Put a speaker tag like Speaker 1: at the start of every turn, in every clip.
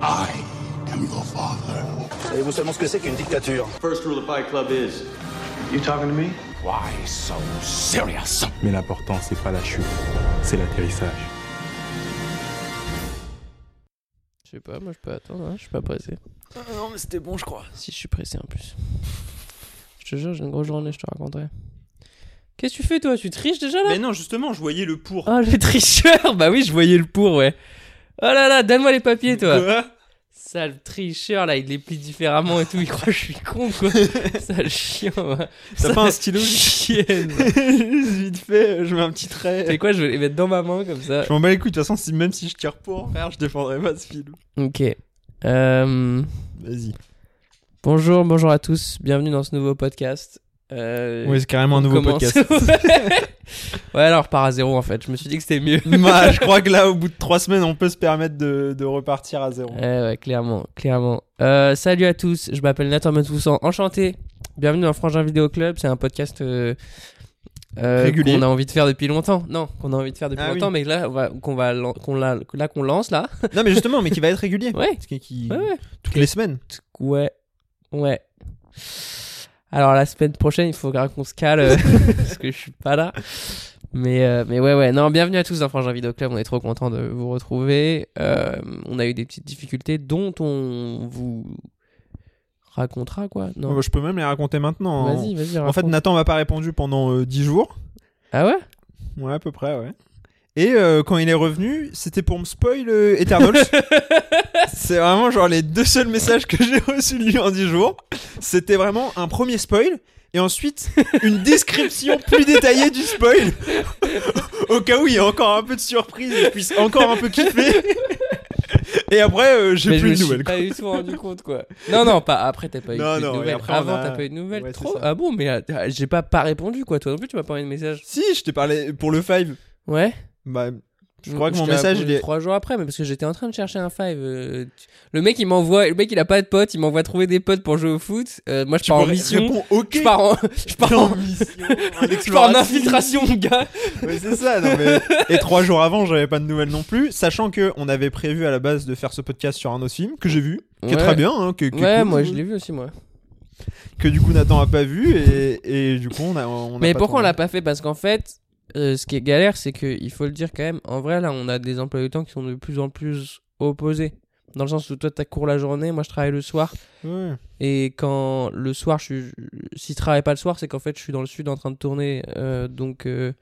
Speaker 1: I am your father.
Speaker 2: Savez-vous seulement ce que c'est qu'une dictature
Speaker 3: First rule of Fight Club is You talking to me
Speaker 1: Why so serious?
Speaker 4: Mais l'important, c'est pas la chute, c'est l'atterrissage.
Speaker 5: Je sais pas, moi je peux attendre, hein, je suis pas pressé.
Speaker 6: non, mais c'était bon, je crois.
Speaker 5: Si je suis pressé en plus. Je te jure, j'ai une grosse journée, je te raconterai. Qu'est-ce que tu fais toi Tu triches déjà là
Speaker 6: Mais non, justement, je voyais le pour.
Speaker 5: Oh le tricheur Bah oui, je voyais le pour, ouais. Oh là là, donne-moi les papiers toi
Speaker 6: Quoi
Speaker 5: Sale tricheur là, il les plie différemment et tout, il croit que je suis con quoi Sale chien, ouais.
Speaker 6: T'as
Speaker 5: Sale
Speaker 6: pas un stylo
Speaker 5: Chienne
Speaker 6: Juste vite fait, je mets un petit
Speaker 5: Tu sais
Speaker 6: trait.
Speaker 5: quoi, je vais les mettre dans ma main comme ça.
Speaker 6: Je m'en bats les couilles, de toute façon, si, même si je tire pour, frère, je défendrai pas ce film.
Speaker 5: Ok. Euh,
Speaker 6: Vas-y.
Speaker 5: bonjour, bonjour à tous, bienvenue dans ce nouveau podcast. Euh,
Speaker 6: Oui, c'est carrément un nouveau
Speaker 5: Comment-
Speaker 6: podcast.
Speaker 5: ouais, alors part à zéro en fait. Je me suis dit que c'était mieux.
Speaker 6: Bah, je crois que là, au bout de trois semaines, on peut se permettre de, de repartir à zéro.
Speaker 5: Eh Ouais, ouais, clairement, clairement. Euh, salut à tous, je m'appelle Nathan Matoussan, enchanté. Bienvenue dans Frangin Vidéo Club, c'est un podcast euh, euh,
Speaker 6: Régulier.
Speaker 5: qu'on a envie de faire depuis longtemps. Non, qu'on a envie de faire depuis
Speaker 6: Ah oui.
Speaker 5: longtemps, mais là, on va, qu'on va, lan- qu'on la- là qu'on lance là.
Speaker 6: Non, mais justement, mais qui va être régulier.
Speaker 5: Ouais.
Speaker 6: Parce que qui-
Speaker 5: Ouais, ouais.
Speaker 6: Toutes les semaines.
Speaker 5: Ouais, ouais. Alors la semaine prochaine, il faudra qu'on se cale euh, parce que je suis pas là. Mais, euh, mais ouais, ouais. Non, bienvenue à tous dans Frangin Vidéo Club. On est trop content de vous retrouver. Euh, on a eu des petites difficultés dont on vous racontera quoi. Non.
Speaker 6: Oh, Je peux même les raconter maintenant. hein.
Speaker 5: Vas-y, vas-y.
Speaker 6: En fait,
Speaker 5: raconte.
Speaker 6: Nathan m'a pas répondu pendant euh, 10 jours.
Speaker 5: ah ouais.
Speaker 6: Ouais, à peu près, ouais. Et euh, quand il est revenu, c'était pour me spoil euh, Eternals. c'est vraiment genre les deux seuls messages que j'ai reçus de lui en 10 jours. C'était vraiment un premier spoil et ensuite une description plus détaillée du spoil. Au cas où il y a encore un peu de surprise et je puisse encore un peu kiffer. Et après, euh, j'ai
Speaker 5: Mais je
Speaker 6: plus
Speaker 5: me
Speaker 6: de
Speaker 5: suis
Speaker 6: nouvelles.
Speaker 5: pas du tout rendu compte quoi. Non, non, pas après t'as pas eu
Speaker 6: Non,
Speaker 5: plus
Speaker 6: non,
Speaker 5: de
Speaker 6: et
Speaker 5: nouvelles.
Speaker 6: après, on
Speaker 5: Avant
Speaker 6: a-
Speaker 5: t'as pas eu de nouvelles.
Speaker 6: Ouais, c'est
Speaker 5: Trop.
Speaker 6: ça.
Speaker 5: Ah bon, mais euh, j'ai pas pas répondu quoi. Toi non plus, tu m'as pas envoyé de message.
Speaker 6: Si, je t'ai parlé pour le 5.
Speaker 5: Ouais.
Speaker 6: Bah, je crois que mon
Speaker 5: t'ai
Speaker 6: message, il
Speaker 5: répondu
Speaker 6: est.
Speaker 5: trois jours après, mais parce que j'étais en train de chercher un five. euh, tu- Le mec, il m'envoie, le mec, il a pas de potes, il m'envoie trouver des potes pour jouer au foot. Euh, moi, je pars en
Speaker 6: pourrais-
Speaker 5: mission.
Speaker 6: réponds ok.
Speaker 5: Je pars en, je pars en,
Speaker 6: en mission.
Speaker 5: je pars en infiltration, mon gars.
Speaker 6: Ouais, c'est ça, non mais. Et trois jours avant, j'avais pas de nouvelles non plus, sachant que on avait prévu à la base de faire ce podcast sur un autre film que j'ai vu, qui est
Speaker 5: Ouais.
Speaker 6: très bien, hein, que, que
Speaker 5: Ouais,
Speaker 6: cool,
Speaker 5: moi, je l'ai vu aussi, moi.
Speaker 6: que du coup Nathan a pas vu et, et du coup on a. on a
Speaker 5: Mais
Speaker 6: pas
Speaker 5: pourquoi on
Speaker 6: tourné.
Speaker 5: l'a pas fait Parce qu'en fait, euh, ce qui est galère, c'est que il faut le dire quand même. En vrai, là, on a des emplois du temps qui sont de plus en plus opposés. Dans le sens où toi, t'as cours la journée, moi, je travaille le soir.
Speaker 6: Ouais.
Speaker 5: Et quand le soir, je suis... si je travaille pas le soir, c'est qu'en fait, je suis dans le sud en train de tourner. euh, donc, euh,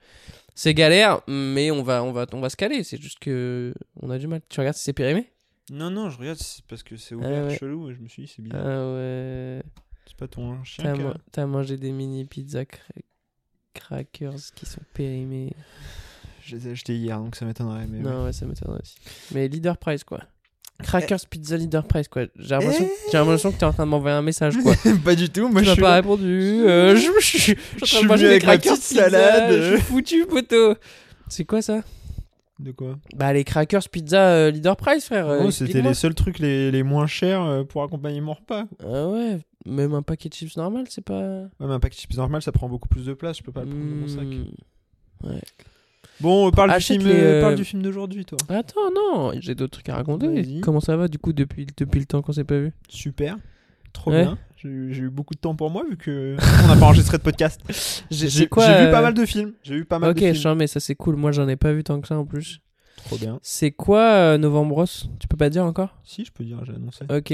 Speaker 5: c'est galère, mais on va, on va, on va se caler. C'est juste que on a du mal. Tu regardes si c'est périmé
Speaker 6: Non non, je regarde c'est parce que c'est
Speaker 5: Ah ouais. Euh,
Speaker 6: chelou et je me suis dit c'est
Speaker 5: Ah ouais.
Speaker 6: C'est pas ton chien.
Speaker 5: T'as
Speaker 6: qui a-
Speaker 5: man- t'as mangé des mini pizza cra- crackers qui sont périmés.
Speaker 6: Je les ai achetés hier donc ça m'étonnerait. Mais ouais.
Speaker 5: non, ouais, ça m'étonne aussi. Mais leader price, quoi. Crackers pizza leader price, quoi. J'ai l'impression
Speaker 6: Eh
Speaker 5: j'ai l'impression que t'es en train de m'envoyer un message, quoi.
Speaker 6: pas du tout, moi
Speaker 5: Tu
Speaker 6: je
Speaker 5: m'as
Speaker 6: suis.
Speaker 5: pas répondu. euh, je, je- je- je suis
Speaker 6: suis
Speaker 5: en train de
Speaker 6: venu
Speaker 5: manger des
Speaker 6: avec ma
Speaker 5: crackers
Speaker 6: petite
Speaker 5: pizza,
Speaker 6: salade.
Speaker 5: Je suis foutu, poteau. C'est quoi ça
Speaker 6: De quoi
Speaker 5: Bah, les crackers pizza euh, leader price, frère.
Speaker 6: En
Speaker 5: euh,
Speaker 6: gros, Oh, C'était
Speaker 5: explique-moi.
Speaker 6: les seuls trucs les, les moins chers euh, pour accompagner mon repas.
Speaker 5: Ah ouais, même un paquet de chips normal, c'est pas.
Speaker 6: Ouais, mais un paquet de chips normal ça prend beaucoup plus de place, je peux pas le prendre dans mon sac.
Speaker 5: Hmm.
Speaker 6: Bon, euh, parle du,
Speaker 5: Achète
Speaker 6: film,
Speaker 5: les,
Speaker 6: euh,
Speaker 5: euh,
Speaker 6: parle du film d'aujourd'hui, toi.
Speaker 5: Bah, Attends, non, j'ai d'autres trucs à raconter.
Speaker 6: Vas-y.
Speaker 5: Comment ça va du coup depuis, depuis le temps qu'on s'est pas vu
Speaker 6: Super. Trop
Speaker 5: Ouais.
Speaker 6: bien. J'ai eu j'ai eu beaucoup de temps pour moi vu que on n'a pas enregistré de podcast. J'ai
Speaker 5: J'ai
Speaker 6: j'ai vu
Speaker 5: quoi, euh,
Speaker 6: pas mal de films. J'ai vu pas mal
Speaker 5: Ok,
Speaker 6: de films.
Speaker 5: chien, mais ça c'est cool. Moi j'en ai pas vu tant que ça en plus.
Speaker 6: Trop bien.
Speaker 5: C'est quoi euh, Novembre Rose Tu peux pas dire encore
Speaker 6: Si, je peux dire, j'ai annoncé.
Speaker 5: Ok.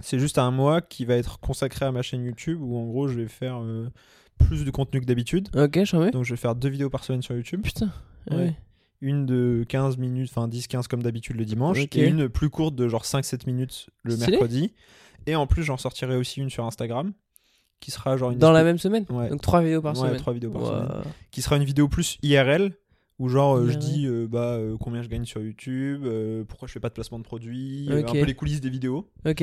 Speaker 6: C'est juste un mois qui va être consacré à ma chaîne YouTube où en gros je vais faire euh, plus de contenu que d'habitude.
Speaker 5: Ok, j'en mets.
Speaker 6: Donc je vais faire deux vidéos par semaine sur YouTube.
Speaker 5: Putain. Ah
Speaker 6: Ouais.
Speaker 5: ouais.
Speaker 6: Une de 15 minutes, enfin 10-15 comme d'habitude le dimanche.
Speaker 5: Ok.
Speaker 6: Et une plus courte de genre 5-7 minutes le
Speaker 5: Stylé.
Speaker 6: mercredi. Et en plus j'en sortirai aussi une sur Instagram qui sera genre une...
Speaker 5: Dans la
Speaker 6: espèce-
Speaker 5: même semaine
Speaker 6: Ouais.
Speaker 5: Donc trois vidéos par
Speaker 6: Ouais,
Speaker 5: semaine.
Speaker 6: trois vidéos par
Speaker 5: Ouah.
Speaker 6: semaine. qui sera une vidéo plus IRL où genre euh, je
Speaker 5: IRL.
Speaker 6: dis euh, bah euh, combien je gagne sur YouTube, euh, pourquoi je fais pas de placement de produits, euh,
Speaker 5: Ok.
Speaker 6: un peu les coulisses des vidéos.
Speaker 5: Ok.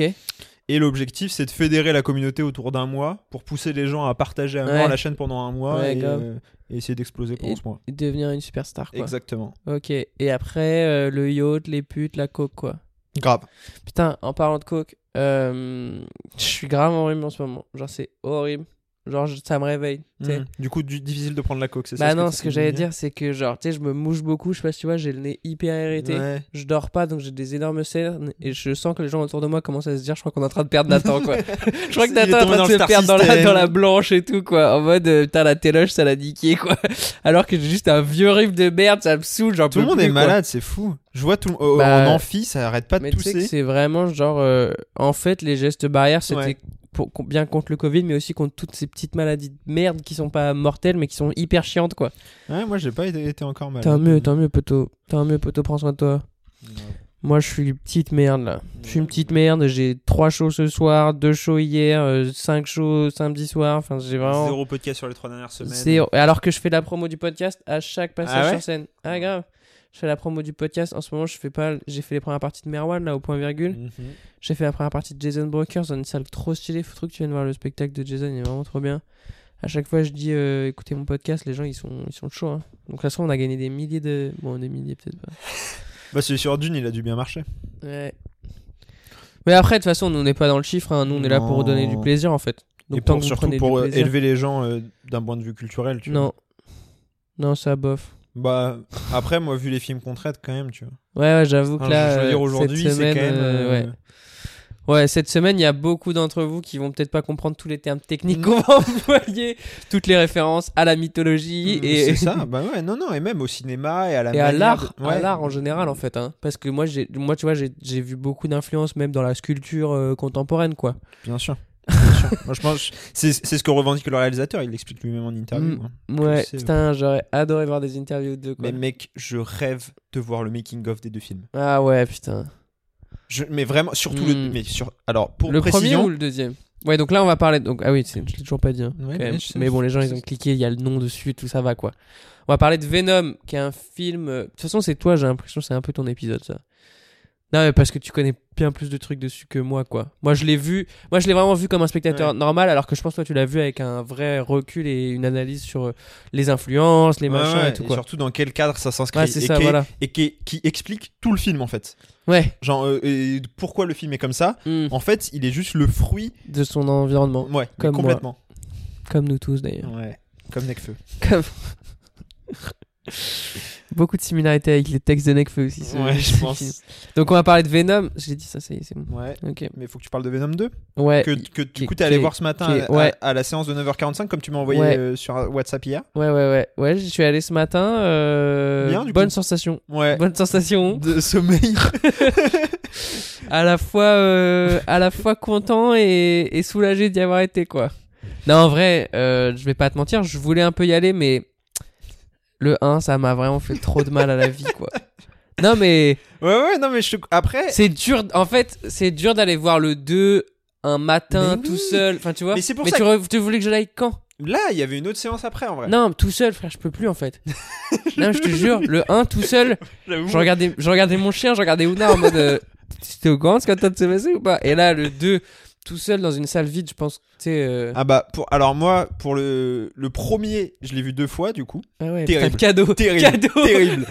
Speaker 6: Et l'objectif c'est de fédérer la communauté autour d'un mois pour pousser les gens à partager à
Speaker 5: Ouais.
Speaker 6: mort la chaîne pendant un mois
Speaker 5: Ouais,
Speaker 6: et,
Speaker 5: grave.
Speaker 6: euh, et essayer d'exploser pendant
Speaker 5: Et-
Speaker 6: ce mois.
Speaker 5: Et Devenir une superstar quoi.
Speaker 6: Exactement.
Speaker 5: Ok. Et après euh, le yacht, les putes, la coke quoi.
Speaker 6: Grave.
Speaker 5: Putain, en parlant de coke, euh, je suis grave en rhume en ce moment. Genre c'est horrible. Genre, je- ça me réveille. tu sais.
Speaker 6: Mhm. Du coup, du- difficile de prendre la coque, c'est ça
Speaker 5: Bah non,
Speaker 6: tu
Speaker 5: ce que
Speaker 6: dis,
Speaker 5: j'allais
Speaker 6: Denis
Speaker 5: dire, c'est que genre, tu sais, je me mouche beaucoup, je sais pas si tu vois, j'ai le nez hyper hérité.
Speaker 6: Ouais.
Speaker 5: Je dors pas, donc j'ai des énormes cernes et je sens que les gens autour de moi commencent à se dire, je crois qu'on est en train de perdre Nathan, quoi. je crois que
Speaker 6: Il est
Speaker 5: Nathan est
Speaker 6: tombé dans
Speaker 5: en train
Speaker 6: le
Speaker 5: de se
Speaker 6: star
Speaker 5: perdre dans la,
Speaker 6: system.
Speaker 5: dans la blanche et tout, quoi. En mode, euh, putain, la téloche, ça l'a niqué, quoi. Alors que j'ai juste un vieux riff de merde, ça me saoule, j'en
Speaker 6: Tout le
Speaker 5: peux
Speaker 6: monde
Speaker 5: plus,
Speaker 6: est
Speaker 5: quoi.
Speaker 6: malade, c'est fou. Je vois tout le- euh,
Speaker 5: Bah,
Speaker 6: en amphi, ça arrête pas de
Speaker 5: Mais tu sais que
Speaker 6: tousser.
Speaker 5: c'est vraiment genre, euh, en fait, les gestes barrières, c'était
Speaker 6: Ouais.
Speaker 5: pour- con- bien contre le Covid, mais aussi contre toutes ces petites maladies de merde qui sont pas mortelles, mais qui sont hyper chiantes, quoi.
Speaker 6: Ouais, moi j'ai pas été, été encore malade.
Speaker 5: Tant mieux, tant mieux, poteau. Tant mieux, poteau, prends soin de toi. Moi, je suis une petite merde, là. Je suis une petite merde, j'ai trois shows ce soir, deux shows hier, euh, cinq shows samedi soir. Enfin, j'ai vraiment.
Speaker 6: Zéro podcast sur les trois dernières semaines.
Speaker 5: Zéro. Alors que je fais la promo du podcast à chaque passage
Speaker 6: Ah ouais
Speaker 5: sur scène. Ah, grave. Je fais la promo du podcast. En ce moment, je fais pas. J'ai fait les premières parties de Merwan, là, au point virgule.
Speaker 6: Mhm.
Speaker 5: J'ai fait la première partie de Jason Brokers dans une salle trop stylée. Faut trop que tu viennes voir le spectacle de Jason, il est vraiment trop bien. À chaque fois, je dis euh, écoutez mon podcast, les gens ils sont, ils sont chauds. Hein. Donc là, on a gagné des milliers de. Bon, des milliers peut-être pas.
Speaker 6: Bah, celui sur Dune, il a dû bien marcher.
Speaker 5: Ouais. Mais après, de toute façon, nous, on n'est pas dans le chiffre, hein. nous on est là pour
Speaker 6: Non.
Speaker 5: donner du plaisir en fait. Donc
Speaker 6: Et
Speaker 5: tant
Speaker 6: pour-
Speaker 5: que vous
Speaker 6: surtout
Speaker 5: prenez
Speaker 6: pour
Speaker 5: du
Speaker 6: euh,
Speaker 5: plaisir.
Speaker 6: élever les gens euh, d'un point de vue culturel, tu vois.
Speaker 5: Non. Non, ça bof.
Speaker 6: Bah, après, moi, vu les films qu'on traite, quand même, tu vois.
Speaker 5: Ouais, ouais j'avoue que
Speaker 6: Enfin,
Speaker 5: là,
Speaker 6: Ah, je veux
Speaker 5: euh,
Speaker 6: dire, aujourd'hui,
Speaker 5: cette
Speaker 6: c'est
Speaker 5: semaine,
Speaker 6: quand même.
Speaker 5: euh, ouais.
Speaker 6: euh,
Speaker 5: Ouais, cette semaine, il y a beaucoup d'entre vous qui vont peut-être pas comprendre tous les termes techniques qu'on va employer, toutes les références à la mythologie et,
Speaker 6: C'est ça, bah ouais, non, non, et même au cinéma et à la
Speaker 5: et à
Speaker 6: manière
Speaker 5: l'art,
Speaker 6: de-
Speaker 5: à
Speaker 6: ouais.
Speaker 5: l'art en général en fait, hein. parce que moi, j'ai, moi, tu vois, j'ai, j'ai vu beaucoup d'influences même dans la sculpture euh, contemporaine, quoi.
Speaker 6: Bien sûr. Bien sûr. Moi, je pense. C'est c'est ce que revendique le réalisateur, il l'explique lui-même en interview.
Speaker 5: Mm.
Speaker 6: hein.
Speaker 5: Ouais,
Speaker 6: sais, ouais.
Speaker 5: putain, j'aurais adoré voir des interviews de quoi.
Speaker 6: Mais mec, je rêve de voir le making-of des deux films.
Speaker 5: Ah ouais, putain.
Speaker 6: Je, mais vraiment, surtout le.
Speaker 5: Mm.
Speaker 6: Mais sur, alors, pour
Speaker 5: le
Speaker 6: précision.
Speaker 5: premier ou le deuxième Ouais, donc là, on va parler. Donc, ah oui, c'est- je l'ai toujours pas dit. hein,
Speaker 6: Ouais,
Speaker 5: quand
Speaker 6: mais
Speaker 5: même.
Speaker 6: Eh ben, je sais,
Speaker 5: Mais bon, les gens,
Speaker 6: je
Speaker 5: ils ont
Speaker 6: sais.
Speaker 5: cliqué, il y a le nom dessus, tout ça va quoi. On va parler de Venom, qui est un film. euh, De toute façon, c'est toi, j'ai l'impression, c'est un peu ton épisode ça. Non, mais parce que tu connais bien plus de trucs dessus que moi quoi. Moi, je l'ai vu. Moi, je l'ai vraiment vu comme un spectateur
Speaker 6: Ouais.
Speaker 5: normal, alors que je pense, toi, tu l'as vu avec un vrai recul et une analyse sur euh, les influences, les
Speaker 6: Ouais,
Speaker 5: machins
Speaker 6: ouais,
Speaker 5: et tout quoi.
Speaker 6: surtout dans quel cadre ça s'inscrit
Speaker 5: Ouais, c'est
Speaker 6: et,
Speaker 5: ça,
Speaker 6: qui-
Speaker 5: voilà.
Speaker 6: et qui, qui explique tout le film en fait.
Speaker 5: Ouais,
Speaker 6: Genre euh, et pourquoi le film est comme ça.
Speaker 5: Mm.
Speaker 6: En fait, il est juste le fruit,
Speaker 5: de son environnement.
Speaker 6: ouais, mais
Speaker 5: Comme
Speaker 6: complètement.
Speaker 5: Comme nous tous d'ailleurs.
Speaker 6: Ouais. Comme Necfeu.
Speaker 5: Comme- Beaucoup de similarités avec les textes de Necfeu aussi. ce-
Speaker 6: Ouais, je
Speaker 5: ce
Speaker 6: pense.
Speaker 5: film. Donc on va parler de Venom. J'ai dit ça, ça y est, c'est bon.
Speaker 6: Ouais.
Speaker 5: Ok.
Speaker 6: Mais faut que tu parles de Venom 2
Speaker 5: Ouais.
Speaker 6: que, que
Speaker 5: qui-
Speaker 6: du coup t'es allé
Speaker 5: qui-
Speaker 6: voir ce matin
Speaker 5: qui-
Speaker 6: à- à,
Speaker 5: ouais.
Speaker 6: à la séance de 9h45 comme tu m'as envoyé
Speaker 5: Ouais.
Speaker 6: euh, sur WhatsApp hier.
Speaker 5: Ouais, ouais, ouais. Ouais, j'y suis allé ce matin. euh,
Speaker 6: Bien, du
Speaker 5: bonne
Speaker 6: coup.
Speaker 5: sensation.
Speaker 6: Ouais.
Speaker 5: Bonne sensation.
Speaker 6: De sommeil.
Speaker 5: À la fois, euh, à la fois content et, et soulagé d'y avoir été, quoi. Non, en vrai, euh, je vais pas te mentir, je voulais un peu y aller, mais le 1, ça m'a vraiment fait trop de mal à la vie, quoi. Non, mais.
Speaker 6: ouais ouais non mais je te- après
Speaker 5: C'est dur, en fait, c'est dur d'aller voir le 2 un matin
Speaker 6: Mais
Speaker 5: tout
Speaker 6: oui.
Speaker 5: seul. Enfin, tu vois.
Speaker 6: Mais c'est pour
Speaker 5: mais
Speaker 6: ça
Speaker 5: tu, re- tu voulais que je l'aille quand
Speaker 6: là il y avait une autre séance après en vrai.
Speaker 5: Non, tout seul, frère, je peux plus en fait. non, je te jure, le 1 tout seul,
Speaker 6: J'avoue.
Speaker 5: je regardais, je regardais mon chien, je regardais Ouna en mode. euh, T'es au courant de ce qu'on de se passer ou pas Et là, le 2 tout seul dans une salle vide, je pense, tu sais. euh,
Speaker 6: Ah bah pour alors moi pour le le premier, je l'ai vu deux fois du coup.
Speaker 5: ah ouais,
Speaker 6: terrible.
Speaker 5: putain, cadeau.
Speaker 6: Terrible,
Speaker 5: Cadeau.
Speaker 6: terrible.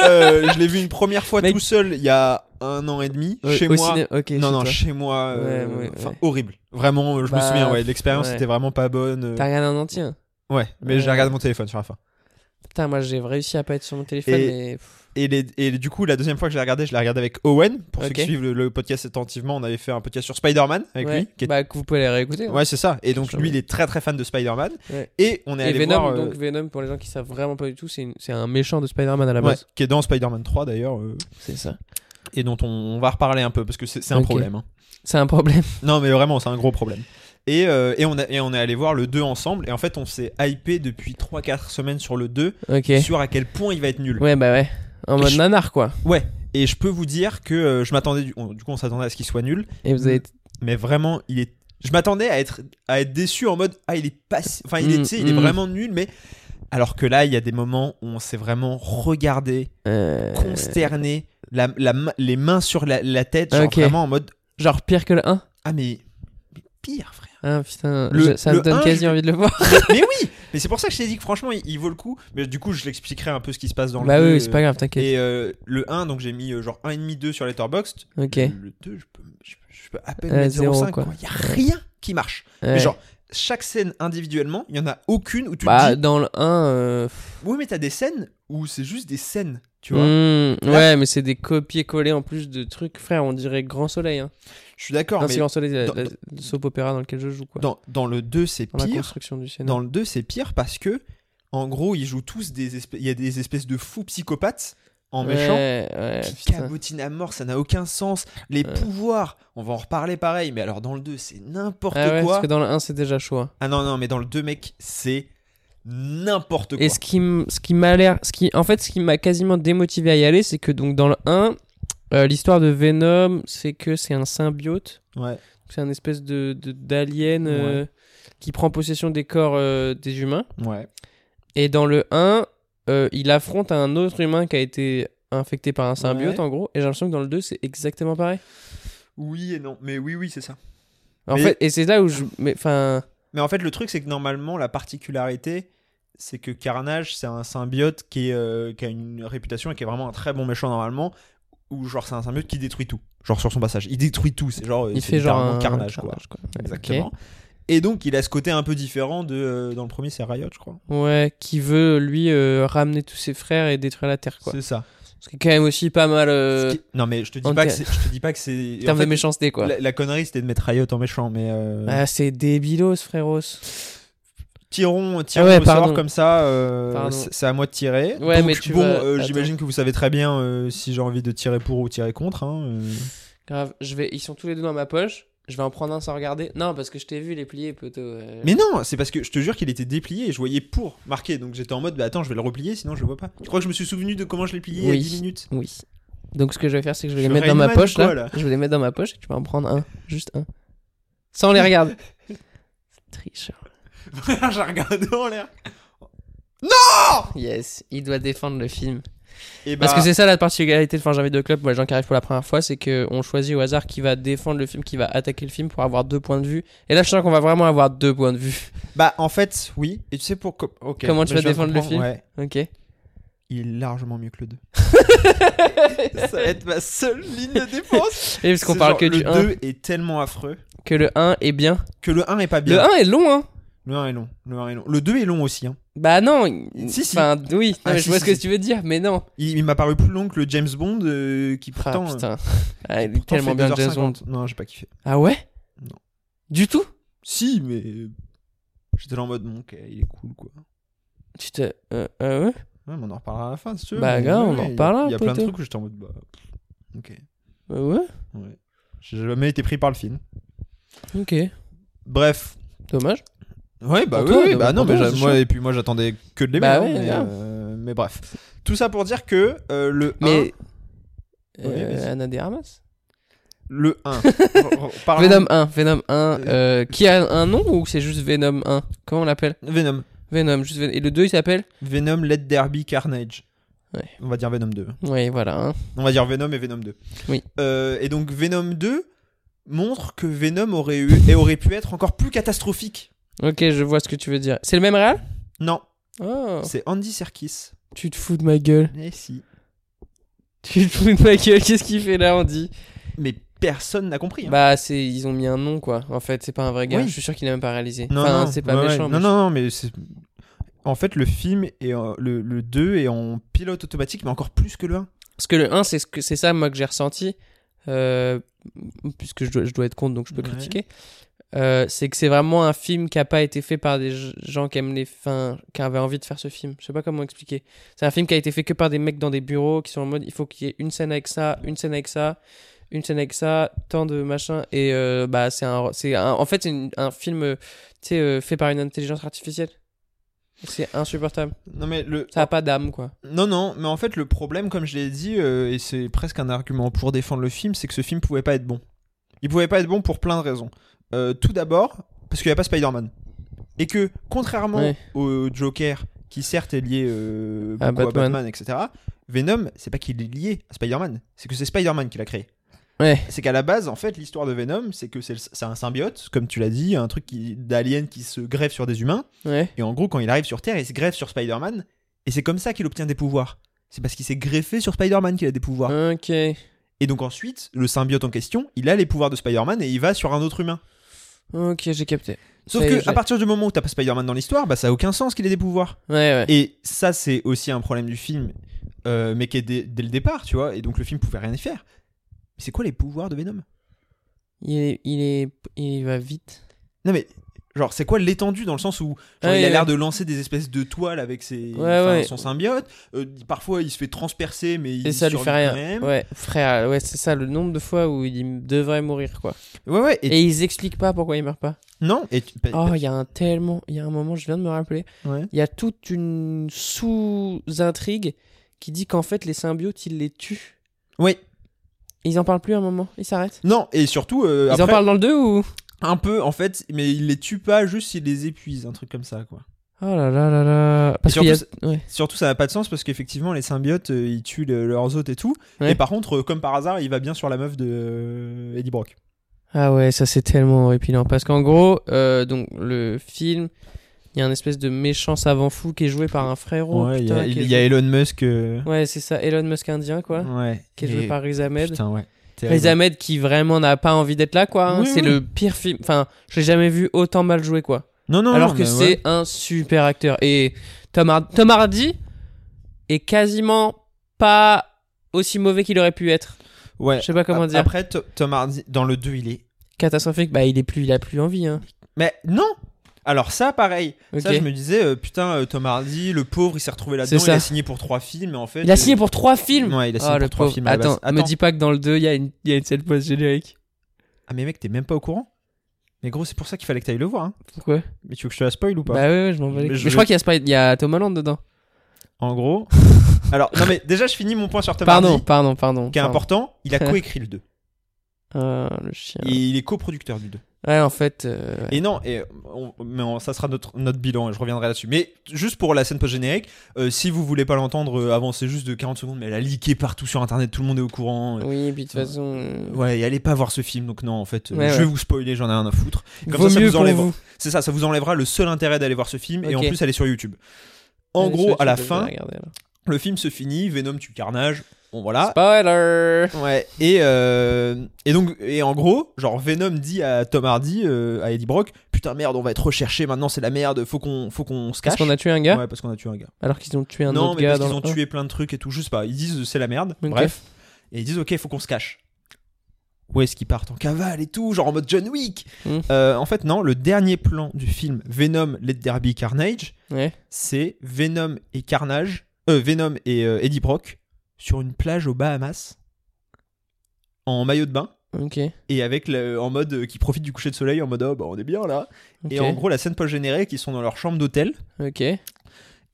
Speaker 6: Euh, je l'ai vu une première fois
Speaker 5: Mec.
Speaker 6: tout seul il y a un an et demi
Speaker 5: Ouais,
Speaker 6: chez
Speaker 5: au
Speaker 6: moi.
Speaker 5: ciné- ok,
Speaker 6: non
Speaker 5: chez
Speaker 6: non
Speaker 5: toi.
Speaker 6: chez moi. euh,
Speaker 5: Ouais, ouais,
Speaker 6: enfin,
Speaker 5: ouais.
Speaker 6: horrible. Vraiment euh, je
Speaker 5: Bah,
Speaker 6: me souviens ouais l'expérience
Speaker 5: ouais.
Speaker 6: était vraiment pas bonne. euh,
Speaker 5: T'as regardé en entier hein
Speaker 6: Ouais mais
Speaker 5: Ouais.
Speaker 6: j'ai regardé mon téléphone sur la fin.
Speaker 5: Putain, moi j'ai réussi à pas être sur mon téléphone,
Speaker 6: Et-
Speaker 5: mais. pff,
Speaker 6: Et, les- et du coup, la deuxième fois que je l'ai regardé, je l'ai regardé avec Owen. Pour
Speaker 5: Ok.
Speaker 6: ceux qui suivent le, le podcast attentivement, on avait fait un podcast sur Spider-Man avec
Speaker 5: ouais.
Speaker 6: lui. qui est-
Speaker 5: Bah, que vous pouvez les réécouter. hein.
Speaker 6: Ouais, c'est ça. Et donc,
Speaker 5: Sur-
Speaker 6: lui, il est très très fan de Spider-Man.
Speaker 5: Ouais.
Speaker 6: Et on est
Speaker 5: Et
Speaker 6: allé
Speaker 5: Venom,
Speaker 6: voir. euh,
Speaker 5: donc Venom, pour les gens qui savent vraiment pas du tout, c'est une- c'est un méchant de Spider-Man à la
Speaker 6: ouais,
Speaker 5: base.
Speaker 6: qui est dans Spider-Man 3 d'ailleurs. euh,
Speaker 5: C'est ça.
Speaker 6: et dont on, on va reparler un peu parce que c'est c'est un
Speaker 5: Ok.
Speaker 6: problème. hein.
Speaker 5: C'est un problème.
Speaker 6: Non, mais vraiment, c'est un gros problème. Et, euh, et, on a- et on est allé voir le 2 ensemble. Et en fait, on s'est hypé depuis 3-4 semaines sur le 2
Speaker 5: Ok.
Speaker 6: sur à quel point il va être nul.
Speaker 5: Ouais, bah ouais. En
Speaker 6: Et
Speaker 5: mode
Speaker 6: je-
Speaker 5: nanar, quoi.
Speaker 6: Et je peux vous dire que euh, je m'attendais. Du, on- du coup, on s'attendait à ce qu'il soit nul.
Speaker 5: Et vous avez.
Speaker 6: mais vraiment il est je m'attendais à être à être déçu en mode ah il est pas si- enfin il est
Speaker 5: Mm,
Speaker 6: tu sais, il est
Speaker 5: mm.
Speaker 6: vraiment nul mais alors que là il y a des moments où on s'est vraiment regardé
Speaker 5: euh,
Speaker 6: consterné la, la ma- les mains sur la, la tête genre
Speaker 5: Ok.
Speaker 6: vraiment en mode
Speaker 5: Genre pire que le 1
Speaker 6: ah mais, mais pire frère
Speaker 5: Ah putain,
Speaker 6: Le-
Speaker 5: je- ça
Speaker 6: le
Speaker 5: me donne
Speaker 6: 1,
Speaker 5: quasi
Speaker 6: je-
Speaker 5: envie de le voir.
Speaker 6: mais oui mais c'est pour ça que je t'ai dit que franchement il, il vaut le coup mais du coup je l'expliquerai un peu ce qui se passe dans
Speaker 5: Bah
Speaker 6: le
Speaker 5: oui,
Speaker 6: deux,
Speaker 5: oui, c'est pas grave, t'inquiète.
Speaker 6: et euh, le 1 donc j'ai mis euh, genre 1,5 2 sur Letterboxd
Speaker 5: Ok.
Speaker 6: le 2 je peux, je, je peux à peine
Speaker 5: Ouais,
Speaker 6: mettre 0,5
Speaker 5: 0, quoi.
Speaker 6: quoi il y a rien qui marche
Speaker 5: Ouais.
Speaker 6: Mais genre, chaque scène individuellement, il y en a aucune où tu te
Speaker 5: Bah,
Speaker 6: dis
Speaker 5: dans le 1. euh,
Speaker 6: oui mais t'as des scènes où c'est juste des scènes, tu vois.
Speaker 5: hmm,
Speaker 6: Là-
Speaker 5: ouais, mais c'est des copier-coller en plus de trucs, frère. On dirait Grand Soleil. Hein.
Speaker 6: Je suis d'accord
Speaker 5: Non,
Speaker 6: mais
Speaker 5: c'est Grand Soleil, la,
Speaker 6: dans-
Speaker 5: la- le soap opéra dans lequel je joue, quoi.
Speaker 6: dans, dans le 2 c'est
Speaker 5: Dans la
Speaker 6: pire.
Speaker 5: construction du scénario.
Speaker 6: Dans le 2 c'est pire parce que en gros, ils jouent tous des espèces il y a des espèces de fous psychopathes en méchants
Speaker 5: Ouais, ouais,
Speaker 6: qui
Speaker 5: putain.
Speaker 6: cabotinent à mort, ça n'a aucun sens. Les
Speaker 5: Ouais.
Speaker 6: pouvoirs, on va en reparler pareil, mais alors dans le 2, c'est n'importe
Speaker 5: Ah ouais,
Speaker 6: quoi.
Speaker 5: parce que dans le 1, c'est déjà chaud. hein.
Speaker 6: Ah non, non, mais dans le 2, mec, c'est n'importe quoi.
Speaker 5: Et ce qui, m- ce qui m'a l'air. ce qui- En fait, ce qui m'a quasiment démotivé à y aller, c'est que donc dans le 1, euh, l'histoire de Venom, c'est que c'est un symbiote.
Speaker 6: Ouais.
Speaker 5: C'est un espèce de de- d'alien euh, qui prend possession des corps euh, des humains.
Speaker 6: Ouais.
Speaker 5: Et dans le 1, euh, il affronte un autre humain qui a été infecté par un symbiote,
Speaker 6: Ouais.
Speaker 5: en gros. Et j'ai l'impression que dans le 2, c'est exactement pareil.
Speaker 6: Oui et non, mais oui, oui, c'est ça.
Speaker 5: En
Speaker 6: Mais-
Speaker 5: fait, et c'est là où je. mais, Enfin.
Speaker 6: Mais en fait, le truc, c'est que normalement, la particularité, c'est que Carnage, c'est un symbiote qui, est, euh, qui a une réputation et qui est vraiment un très bon méchant normalement. Ou genre, c'est un symbiote qui détruit tout. Genre, sur son passage, il détruit tout. C'est genre, euh,
Speaker 5: il
Speaker 6: c'est
Speaker 5: fait genre.
Speaker 6: littéralement
Speaker 5: Un
Speaker 6: Carnage, quoi.
Speaker 5: Ouais,
Speaker 6: Exactement.
Speaker 5: ok.
Speaker 6: Et donc, il a ce côté un peu différent de. euh, dans le premier, c'est Riot, je crois.
Speaker 5: Ouais, qui veut, lui, euh, ramener tous ses frères et détruire la Terre, quoi.
Speaker 6: C'est ça.
Speaker 5: Ce qui est quand même aussi pas mal euh,
Speaker 6: Ce qui- Non, mais je te dis
Speaker 5: en
Speaker 6: pas que
Speaker 5: ter-
Speaker 6: c'est. Je te dis pas que c'est.
Speaker 5: en
Speaker 6: en
Speaker 5: termes
Speaker 6: fait,
Speaker 5: de méchanceté, quoi.
Speaker 6: La, la connerie, c'était de mettre Riot en méchant, mais. euh,
Speaker 5: Ah, c'est débilos, fréros.
Speaker 6: Tirons, tirons
Speaker 5: Ah ouais,
Speaker 6: au sort
Speaker 5: pardon.
Speaker 6: comme ça, euh,
Speaker 5: Pardon.
Speaker 6: c'est c'est à moi de tirer.
Speaker 5: Ouais,
Speaker 6: Donc,
Speaker 5: mais tu
Speaker 6: bon,
Speaker 5: vas-
Speaker 6: euh,
Speaker 5: attends.
Speaker 6: j'imagine que vous savez très bien euh, si j'ai envie de tirer pour ou tirer contre. hein, euh.
Speaker 5: Grave, je vais... ils sont tous les deux dans ma poche. Je vais en prendre un sans regarder. Non, parce que je t'ai vu les plier plutôt. euh.
Speaker 6: Mais non, c'est parce que je te jure qu'il était déplié et je voyais pour marquer, donc j'étais en mode, bah attends, je vais le replier, sinon je le vois pas. Je crois que je me suis souvenu de comment je l'ai plié il y a
Speaker 5: Oui.
Speaker 6: 10 minutes.
Speaker 5: Oui. Donc ce que je vais faire, c'est que je vais
Speaker 6: Je
Speaker 5: les mettre dans
Speaker 6: Rayman
Speaker 5: ma poche
Speaker 6: ou quoi,
Speaker 5: là.
Speaker 6: là
Speaker 5: Je vais les mettre dans ma poche et tu vas en prendre un, juste un, sans les regarder. C'est tricheur.
Speaker 6: j'ai regardé en l'air.
Speaker 5: Yes, il doit défendre le film.
Speaker 6: Et bah,
Speaker 5: Parce que c'est ça la particularité de Fanjavi de Club, moi les gens qui arrivent pour la première fois, c'est que on choisit au hasard qui va défendre le film, qui va attaquer le film pour avoir deux points de vue. Et là je sens qu'on va vraiment avoir deux points de vue.
Speaker 6: bah en fait, oui. Et tu sais pour co- ok,
Speaker 5: Comment tu
Speaker 6: mais
Speaker 5: vas
Speaker 6: je viens de
Speaker 5: défendre le
Speaker 6: comprendre,
Speaker 5: film
Speaker 6: ouais.
Speaker 5: Ok.
Speaker 6: Il est largement mieux que le 2. ça va être ma seule ligne de défense.
Speaker 5: Et parce qu'on
Speaker 6: C'est
Speaker 5: parle
Speaker 6: genre,
Speaker 5: que
Speaker 6: le
Speaker 5: du 1,
Speaker 6: 2 est tellement affreux
Speaker 5: que le 1 est bien.
Speaker 6: que le 1 est pas bien.
Speaker 5: Le 1 est long hein
Speaker 6: Le 1 est long. Le 1 est long. Le 2 est long aussi. hein.
Speaker 5: Bah non, il-
Speaker 6: Si, si.
Speaker 5: enfin oui, non,
Speaker 6: Ah,
Speaker 5: mais
Speaker 6: si,
Speaker 5: je vois
Speaker 6: si,
Speaker 5: ce que
Speaker 6: si.
Speaker 5: tu veux dire, mais non.
Speaker 6: Il, il m'a paru plus long que le James Bond euh, qui
Speaker 5: Ah,
Speaker 6: pourtant. euh,
Speaker 5: putain, Ah, il est
Speaker 6: pourtant
Speaker 5: tellement
Speaker 6: fait
Speaker 5: bien James
Speaker 6: 2h50. Non, j'ai pas kiffé.
Speaker 5: Ah ouais
Speaker 6: Non.
Speaker 5: Du tout
Speaker 6: Si, mais euh, j'étais là en mode bon, ok, il est cool quoi.
Speaker 5: Tu te. euh, euh, ouais.
Speaker 6: Ouais, mais on en reparlera à la fin si tu veux.
Speaker 5: Bah,
Speaker 6: mais
Speaker 5: gars,
Speaker 6: ouais,
Speaker 5: on en
Speaker 6: il y a-
Speaker 5: reparlera,
Speaker 6: Il y a plein de
Speaker 5: poteau.
Speaker 6: trucs où j'étais en mode bah ok.
Speaker 5: Bah ouais
Speaker 6: Ouais. J'ai jamais été pris par le film.
Speaker 5: Ok.
Speaker 6: Bref.
Speaker 5: Dommage.
Speaker 6: Ouais, bah
Speaker 5: Pour
Speaker 6: oui,
Speaker 5: toi,
Speaker 6: oui,
Speaker 5: non,
Speaker 6: bah
Speaker 5: mais
Speaker 6: non,
Speaker 5: pour
Speaker 6: mais
Speaker 5: toi,
Speaker 6: j'a-
Speaker 5: c'est
Speaker 6: moi,
Speaker 5: chaud.
Speaker 6: et puis moi j'attendais que de l'aimer.
Speaker 5: Bah
Speaker 6: hein,
Speaker 5: ouais,
Speaker 6: mais,
Speaker 5: grave.
Speaker 6: euh, mais bref. Tout ça pour dire que euh, le 1.
Speaker 5: Mais.
Speaker 6: Ouais,
Speaker 5: Euh,
Speaker 6: vas-y.
Speaker 5: Anna de Armas
Speaker 6: Le 1. Re- re- parlons-
Speaker 5: Venom 1, Venom 1, euh, qui a un nom ou c'est juste Venom 1 Comment on l'appelle
Speaker 6: Venom.
Speaker 5: Venom, juste Ven- Et le 2 il s'appelle
Speaker 6: Venom, Let Derby, Carnage.
Speaker 5: Ouais.
Speaker 6: On va dire Venom 2.
Speaker 5: Oui, voilà. hein.
Speaker 6: On va dire Venom et Venom 2.
Speaker 5: Oui.
Speaker 6: Euh, et donc Venom 2 montre que Venom aurait, eu, et aurait pu être encore plus catastrophique.
Speaker 5: Ok, je vois ce que tu veux dire. C'est le même réal
Speaker 6: Non,
Speaker 5: Oh,
Speaker 6: c'est Andy Serkis.
Speaker 5: tu te fous de ma gueule.
Speaker 6: Mais si.
Speaker 5: Tu te fous de ma gueule, qu'est-ce qu'il fait là, on dit
Speaker 6: Mais personne n'a compris. hein.
Speaker 5: Bah, c'est ils ont mis un nom quoi. En fait, c'est pas un vrai gars.
Speaker 6: Oui.
Speaker 5: Je suis sûr qu'il a même pas réalisé.
Speaker 6: non,
Speaker 5: enfin,
Speaker 6: non,
Speaker 5: c'est pas
Speaker 6: ouais, ouais.
Speaker 5: méchant.
Speaker 6: Non,
Speaker 5: mais
Speaker 6: non, non, mais c'est- En fait, le film est en- le, le 2 est en pilote automatique, mais encore plus que le 1.
Speaker 5: Parce que le 1, c'est ce que- c'est ça, moi, que j'ai ressenti, euh, puisque je dois, je dois être contre, donc je peux
Speaker 6: Ouais.
Speaker 5: critiquer. Euh, c'est que c'est vraiment un film qui a pas été fait par des g- gens qui aiment les fins, qui avaient envie de faire ce film. Je sais pas comment expliquer. C'est un film qui a été fait que par des mecs dans des bureaux qui sont en mode il faut qu'il y ait une scène avec ça, une scène avec ça, une scène avec ça, tant de machin. Et euh, bah, c'est un, c'est un- en fait, c'est une- un film euh, tu sais, euh, fait par une intelligence artificielle. C'est insupportable.
Speaker 6: Non, mais le.
Speaker 5: Ça a pas d'âme, quoi.
Speaker 6: Non, non, mais en fait, le problème, comme je l'ai dit, euh, et c'est presque un argument pour défendre le film, c'est que ce film pouvait pas être bon. Il pouvait pas être bon pour plein de raisons. Euh, tout d'abord, parce qu'il n'y a pas Spider-Man. Et que, contrairement
Speaker 5: Ouais.
Speaker 6: au Joker, qui certes est lié euh,
Speaker 5: À
Speaker 6: beaucoup à
Speaker 5: Batman.
Speaker 6: Batman, etc., Venom, c'est pas qu'il est lié à Spider-Man, c'est que c'est Spider-Man qui l'a créé.
Speaker 5: Ouais.
Speaker 6: C'est qu'à la base, en fait, l'histoire de Venom, c'est que c'est le- c'est un symbiote, comme tu l'as dit, un truc qui- d'alien qui se greffe sur des humains.
Speaker 5: Ouais.
Speaker 6: Et en gros, quand il arrive sur Terre, il se greffe sur Spider-Man. Et c'est comme ça qu'il obtient des pouvoirs. C'est parce qu'il s'est greffé sur Spider-Man qu'il a des pouvoirs.
Speaker 5: Ok.
Speaker 6: Et donc ensuite, le symbiote en question, il a les pouvoirs de Spider-Man et il va sur un autre humain.
Speaker 5: Ok, j'ai capté.
Speaker 6: Sauf
Speaker 5: Ça y est,
Speaker 6: que,
Speaker 5: je
Speaker 6: à
Speaker 5: l'ai.
Speaker 6: partir du moment où t'as pas Spider-Man dans l'histoire, bah ça a aucun sens qu'il ait des pouvoirs.
Speaker 5: Ouais, ouais.
Speaker 6: Et ça, c'est aussi un problème du film, euh, mais qui est dès, dès le départ, tu vois. Et donc le film pouvait rien y faire. Mais c'est quoi les pouvoirs de Venom
Speaker 5: Il est, il est, il va vite.
Speaker 6: Non mais, genre, c'est quoi l'étendue dans le sens où genre,
Speaker 5: Ouais,
Speaker 6: il a
Speaker 5: ouais.
Speaker 6: l'air de lancer des espèces de toiles avec ses,
Speaker 5: Ouais,
Speaker 6: enfin,
Speaker 5: ouais.
Speaker 6: son symbiote. Euh, parfois, il se fait transpercer, mais il
Speaker 5: Et ça lui
Speaker 6: survit
Speaker 5: fait
Speaker 6: quand
Speaker 5: rien.
Speaker 6: même.
Speaker 5: Ouais, frère, ouais, c'est ça le nombre de fois où il devrait mourir, quoi.
Speaker 6: Ouais, ouais. Et,
Speaker 5: Et, ils expliquent pas pourquoi il meurt pas.
Speaker 6: non. Et tu- bah,
Speaker 5: Oh, il y a un tellement. Il y a un moment, je viens de me rappeler.
Speaker 6: Ouais.
Speaker 5: Il y a toute une sous-intrigue qui dit qu'en fait, les symbiotes, ils les tuent.
Speaker 6: ouais.
Speaker 5: Et Ils en parlent plus à un moment. Ils s'arrêtent.
Speaker 6: Non. Et surtout, euh,
Speaker 5: Ils
Speaker 6: après,
Speaker 5: en parlent dans le 2 ou
Speaker 6: un peu en fait, mais il les tue pas, juste il les épuise, un truc comme ça, quoi.
Speaker 5: Oh là là là là. Parce
Speaker 6: Et
Speaker 5: qu'il y a.
Speaker 6: surtout,
Speaker 5: Ouais.
Speaker 6: Surtout, ça n'a pas de sens parce qu'effectivement, les symbiotes, euh, ils tuent le- leurs hôtes et tout.
Speaker 5: Ouais.
Speaker 6: Et par contre, euh, comme par hasard, il va bien sur la meuf de euh, Eddie Brock.
Speaker 5: Ah ouais, ça c'est tellement horripilant. Parce qu'en gros, euh, donc le film, il y a un espèce de méchant savant fou qui est joué par un frérot.
Speaker 6: ouais, il y
Speaker 5: Oh, putain,
Speaker 6: a,
Speaker 5: qui
Speaker 6: il
Speaker 5: est
Speaker 6: y a
Speaker 5: joué-
Speaker 6: Elon Musk. euh,
Speaker 5: Ouais, c'est ça, Elon Musk indien, quoi.
Speaker 6: ouais.
Speaker 5: Qui est joué
Speaker 6: Et-
Speaker 5: par Riz Ahmed.
Speaker 6: Putain, ouais. Terrible.
Speaker 5: Riz Ahmed qui vraiment n'a pas envie d'être là, quoi. hein.
Speaker 6: Oui,
Speaker 5: c'est
Speaker 6: oui.
Speaker 5: le pire film. Enfin, je l'ai jamais vu autant mal joué, quoi.
Speaker 6: Non, non,
Speaker 5: Alors
Speaker 6: non,
Speaker 5: que
Speaker 6: Ah, mais
Speaker 5: c'est
Speaker 6: ouais.
Speaker 5: un super acteur. Et Tom, Har- Tom Hardy est quasiment pas aussi mauvais qu'il aurait pu être.
Speaker 6: Ouais.
Speaker 5: Je sais pas comment
Speaker 6: A-
Speaker 5: dire.
Speaker 6: Après, To- Tom Hardy, dans le 2, il est.
Speaker 5: Catastrophique, bah il est plus, il a plus envie. Hein.
Speaker 6: Mais non Alors, ça, pareil. Ça,
Speaker 5: Ok.
Speaker 6: je me disais, euh, putain, euh, Tom Hardy, le pauvre, il s'est retrouvé là-dedans.
Speaker 5: C'est
Speaker 6: Il
Speaker 5: ça.
Speaker 6: a signé pour trois films, et en fait.
Speaker 5: Il a
Speaker 6: euh,
Speaker 5: signé pour trois films.
Speaker 6: Ouais, il a signé
Speaker 5: Oh,
Speaker 6: pour
Speaker 5: le
Speaker 6: trois
Speaker 5: pauvre.
Speaker 6: films à la
Speaker 5: Attends,
Speaker 6: base.
Speaker 5: me dis pas que dans le 2, il y a une, il y a une scène post-générique.
Speaker 6: Ah, mais mec, t'es même pas au courant Mais gros, c'est pour ça qu'il fallait que t'ailles le voir. hein.
Speaker 5: Pourquoi
Speaker 6: Mais tu veux que je te la spoil ou pas
Speaker 5: Bah ouais, ouais, je m'en bats les
Speaker 6: Mais
Speaker 5: couilles.
Speaker 6: je-
Speaker 5: Mais je crois qu'il y a, Spider- il y a Tom Holland dedans.
Speaker 6: En gros. Alors, non, mais déjà, je finis mon point sur Tom
Speaker 5: Pardon,
Speaker 6: Hardy,
Speaker 5: pardon, pardon.
Speaker 6: qui est
Speaker 5: pardon.
Speaker 6: important. Il a coécrit le 2.
Speaker 5: Ah, le chien.
Speaker 6: Et il est coproducteur du 2.
Speaker 5: Ouais, en fait. euh, ouais.
Speaker 6: Et non, et on- mais on- ça sera notre, notre bilan, et je reviendrai là-dessus. Mais juste pour la scène post-générique, euh, si vous voulez pas l'entendre euh, avancer juste de 40 secondes, mais elle a leaké partout sur internet, tout le monde est au courant. euh,
Speaker 5: Oui, et puis de toute façon. euh,
Speaker 6: Ouais, et allez pas voir ce film, donc non, en fait, euh,
Speaker 5: Ouais,
Speaker 6: je
Speaker 5: ouais.
Speaker 6: vais vous spoiler, j'en ai rien à foutre. Comme
Speaker 5: euh, vaut
Speaker 6: ça, ça
Speaker 5: mieux
Speaker 6: vous enlève.
Speaker 5: pour vous.
Speaker 6: C'est ça, ça vous enlèvera le seul intérêt d'aller voir ce film, et en
Speaker 5: Ok.
Speaker 6: plus, elle est sur YouTube. En
Speaker 5: Allez,
Speaker 6: gros,
Speaker 5: sur
Speaker 6: à la
Speaker 5: YouTube, je vais
Speaker 6: fin,
Speaker 5: regarder, alors.
Speaker 6: le film se finit, Venom tue Carnage, bon voilà,
Speaker 5: Spoiler
Speaker 6: Ouais, et, euh, et donc, et en gros, genre Venom dit à Tom Hardy, euh, à Eddie Brock, putain merde, on va être recherché maintenant, c'est la merde, faut qu'on, faut qu'on se cache.
Speaker 5: Parce qu'on a tué un gars
Speaker 6: Ouais, parce qu'on a tué un gars.
Speaker 5: alors qu'ils ont tué un
Speaker 6: non,
Speaker 5: autre
Speaker 6: mais
Speaker 5: gars
Speaker 6: parce
Speaker 5: dans
Speaker 6: qu'ils ont
Speaker 5: le-
Speaker 6: tué plein de trucs et tout, je sais pas, ils disent c'est la merde,
Speaker 5: Ok.
Speaker 6: bref. Et ils disent ok, faut qu'on se cache. Où est-ce qu'ils partent en cavale et tout, genre en mode John Wick
Speaker 5: Mm.
Speaker 6: Euh, En fait, non, le dernier plan du film Venom, Let There Be Carnage,
Speaker 5: Ouais.
Speaker 6: c'est Venom et Carnage, euh, Venom et euh, Eddie Brock sur une plage aux Bahamas en maillot de bain
Speaker 5: Ok.
Speaker 6: et avec le, en mode euh, qui profite du coucher de soleil en mode oh bah on est bien là
Speaker 5: Ok.
Speaker 6: et en gros la scène post générique ils sont dans leur chambre d'hôtel
Speaker 5: ok.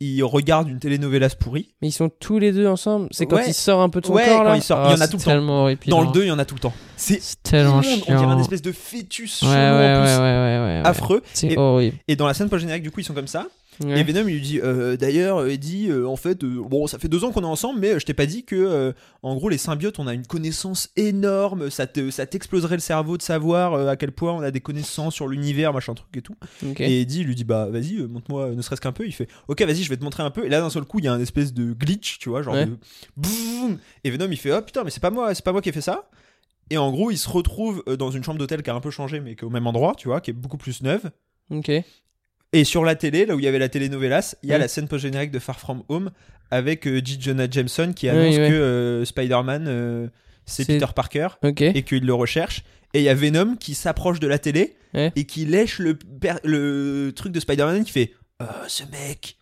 Speaker 5: Mais
Speaker 6: ils regardent une telenovelas pourrie
Speaker 5: ils sont tous les deux ensemble. C'est quand
Speaker 6: Ouais.
Speaker 5: il sort un peu de son
Speaker 6: Ouais,
Speaker 5: corps
Speaker 6: quand
Speaker 5: là.
Speaker 6: il sort.
Speaker 5: Ah,
Speaker 6: Il y en a
Speaker 5: c'est
Speaker 6: tout le temps.
Speaker 5: tellement horripilant.
Speaker 6: dans le 2 il y en a tout le temps c'est
Speaker 5: C'est tellement
Speaker 6: immonde, on dirait un
Speaker 5: chiant.
Speaker 6: espèce de fœtus
Speaker 5: Ouais, ouais,
Speaker 6: chelou en plus,
Speaker 5: ouais, ouais, ouais, ouais, ouais.
Speaker 6: affreux
Speaker 5: C'est
Speaker 6: Et-
Speaker 5: horrible.
Speaker 6: et dans la scène post générique du coup ils sont comme ça
Speaker 5: Ouais.
Speaker 6: et Venom il lui dit euh, d'ailleurs euh, Eddie euh, en fait euh, bon ça fait deux ans qu'on est ensemble mais euh, je t'ai pas dit que euh, en gros les symbiotes on a une connaissance énorme ça te ça t'exploserait le cerveau de savoir euh, à quel point on a des connaissances sur l'univers machin truc et tout
Speaker 5: Ok.
Speaker 6: Et Eddie lui dit bah vas-y euh, montre-moi euh, ne serait-ce qu'un peu. Il fait ok vas-y je vais te montrer un peu. Et là d'un seul coup il y a un espèce de glitch tu vois genre
Speaker 5: Ouais.
Speaker 6: de boum. Et Venom il fait oh putain mais c'est pas moi c'est pas moi qui ai fait ça. Et en gros il se retrouve euh, dans une chambre d'hôtel qui a un peu changé mais qui est au même endroit tu vois qui est beaucoup plus neuve.
Speaker 5: Ok.
Speaker 6: Et sur la télé là où il y avait la telenovelas il y a
Speaker 5: Ouais.
Speaker 6: la scène post générique de Far From Home avec euh, J. Jonah Jameson qui
Speaker 5: Oui,
Speaker 6: annonce
Speaker 5: ouais.
Speaker 6: que euh, Spider-Man euh, c'est
Speaker 5: C'est-
Speaker 6: Peter Parker
Speaker 5: Ok.
Speaker 6: et qu'il le recherche. Et il y a Venom qui s'approche de la télé
Speaker 5: Ouais.
Speaker 6: et qui lèche le, per- le truc de Spider-Man qui fait Oh, ce mec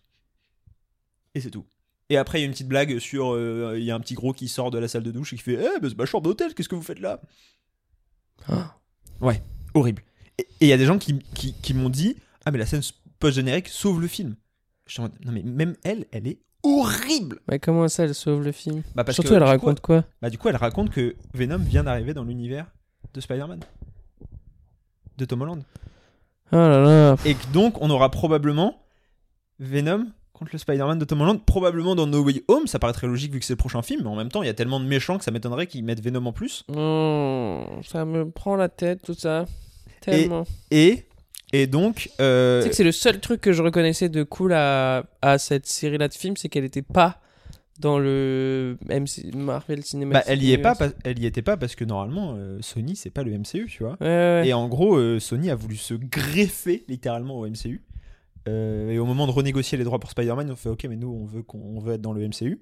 Speaker 6: Et c'est tout. Et après, il y a une petite blague sur. euh, Il y a un petit gros qui sort de la salle de douche et qui fait Eh, ben, c'est ma chambre d'hôtel, qu'est-ce que vous faites là
Speaker 5: Ah.
Speaker 6: Ouais, horrible. Et et il y a des gens qui, qui, qui m'ont dit Ah, mais la scène post-générique sauve le film. Je suis en mode, Non, mais même elle, elle est horrible
Speaker 5: Bah, comment ça, elle sauve le film
Speaker 6: bah, parce
Speaker 5: Surtout,
Speaker 6: que,
Speaker 5: elle
Speaker 6: du coup,
Speaker 5: raconte quoi
Speaker 6: bah du coup, elle raconte que Venom vient d'arriver dans l'univers de Spider-Man. De Tom Holland.
Speaker 5: Oh là là.
Speaker 6: Et que donc, on aura probablement Venom contre le Spider-Man de Tom Holland, probablement dans No Way Home, ça paraît très logique vu que c'est le prochain film, mais en même temps, il y a tellement de méchants que ça m'étonnerait qu'ils mettent Venom en plus.
Speaker 5: Oh, ça me prend la tête, tout ça. Tellement.
Speaker 6: euh, Et, et donc... euh,
Speaker 5: Tu sais que c'est le seul truc que je reconnaissais de cool à, à cette série-là de films, c'est qu'elle n'était pas dans le MC, Marvel Cinematic
Speaker 6: Bah, elle y est pas,
Speaker 5: Universe.
Speaker 6: parce- elle y était pas parce que normalement euh, Sony c'est pas le MCU, tu vois.
Speaker 5: Ouais, ouais, ouais.
Speaker 6: Et en gros, euh, Sony a voulu se greffer littéralement au MCU. Euh, et au moment de renégocier les droits pour Spider-Man, ils ont fait OK, mais nous on veut qu'on on veut être dans le MCU.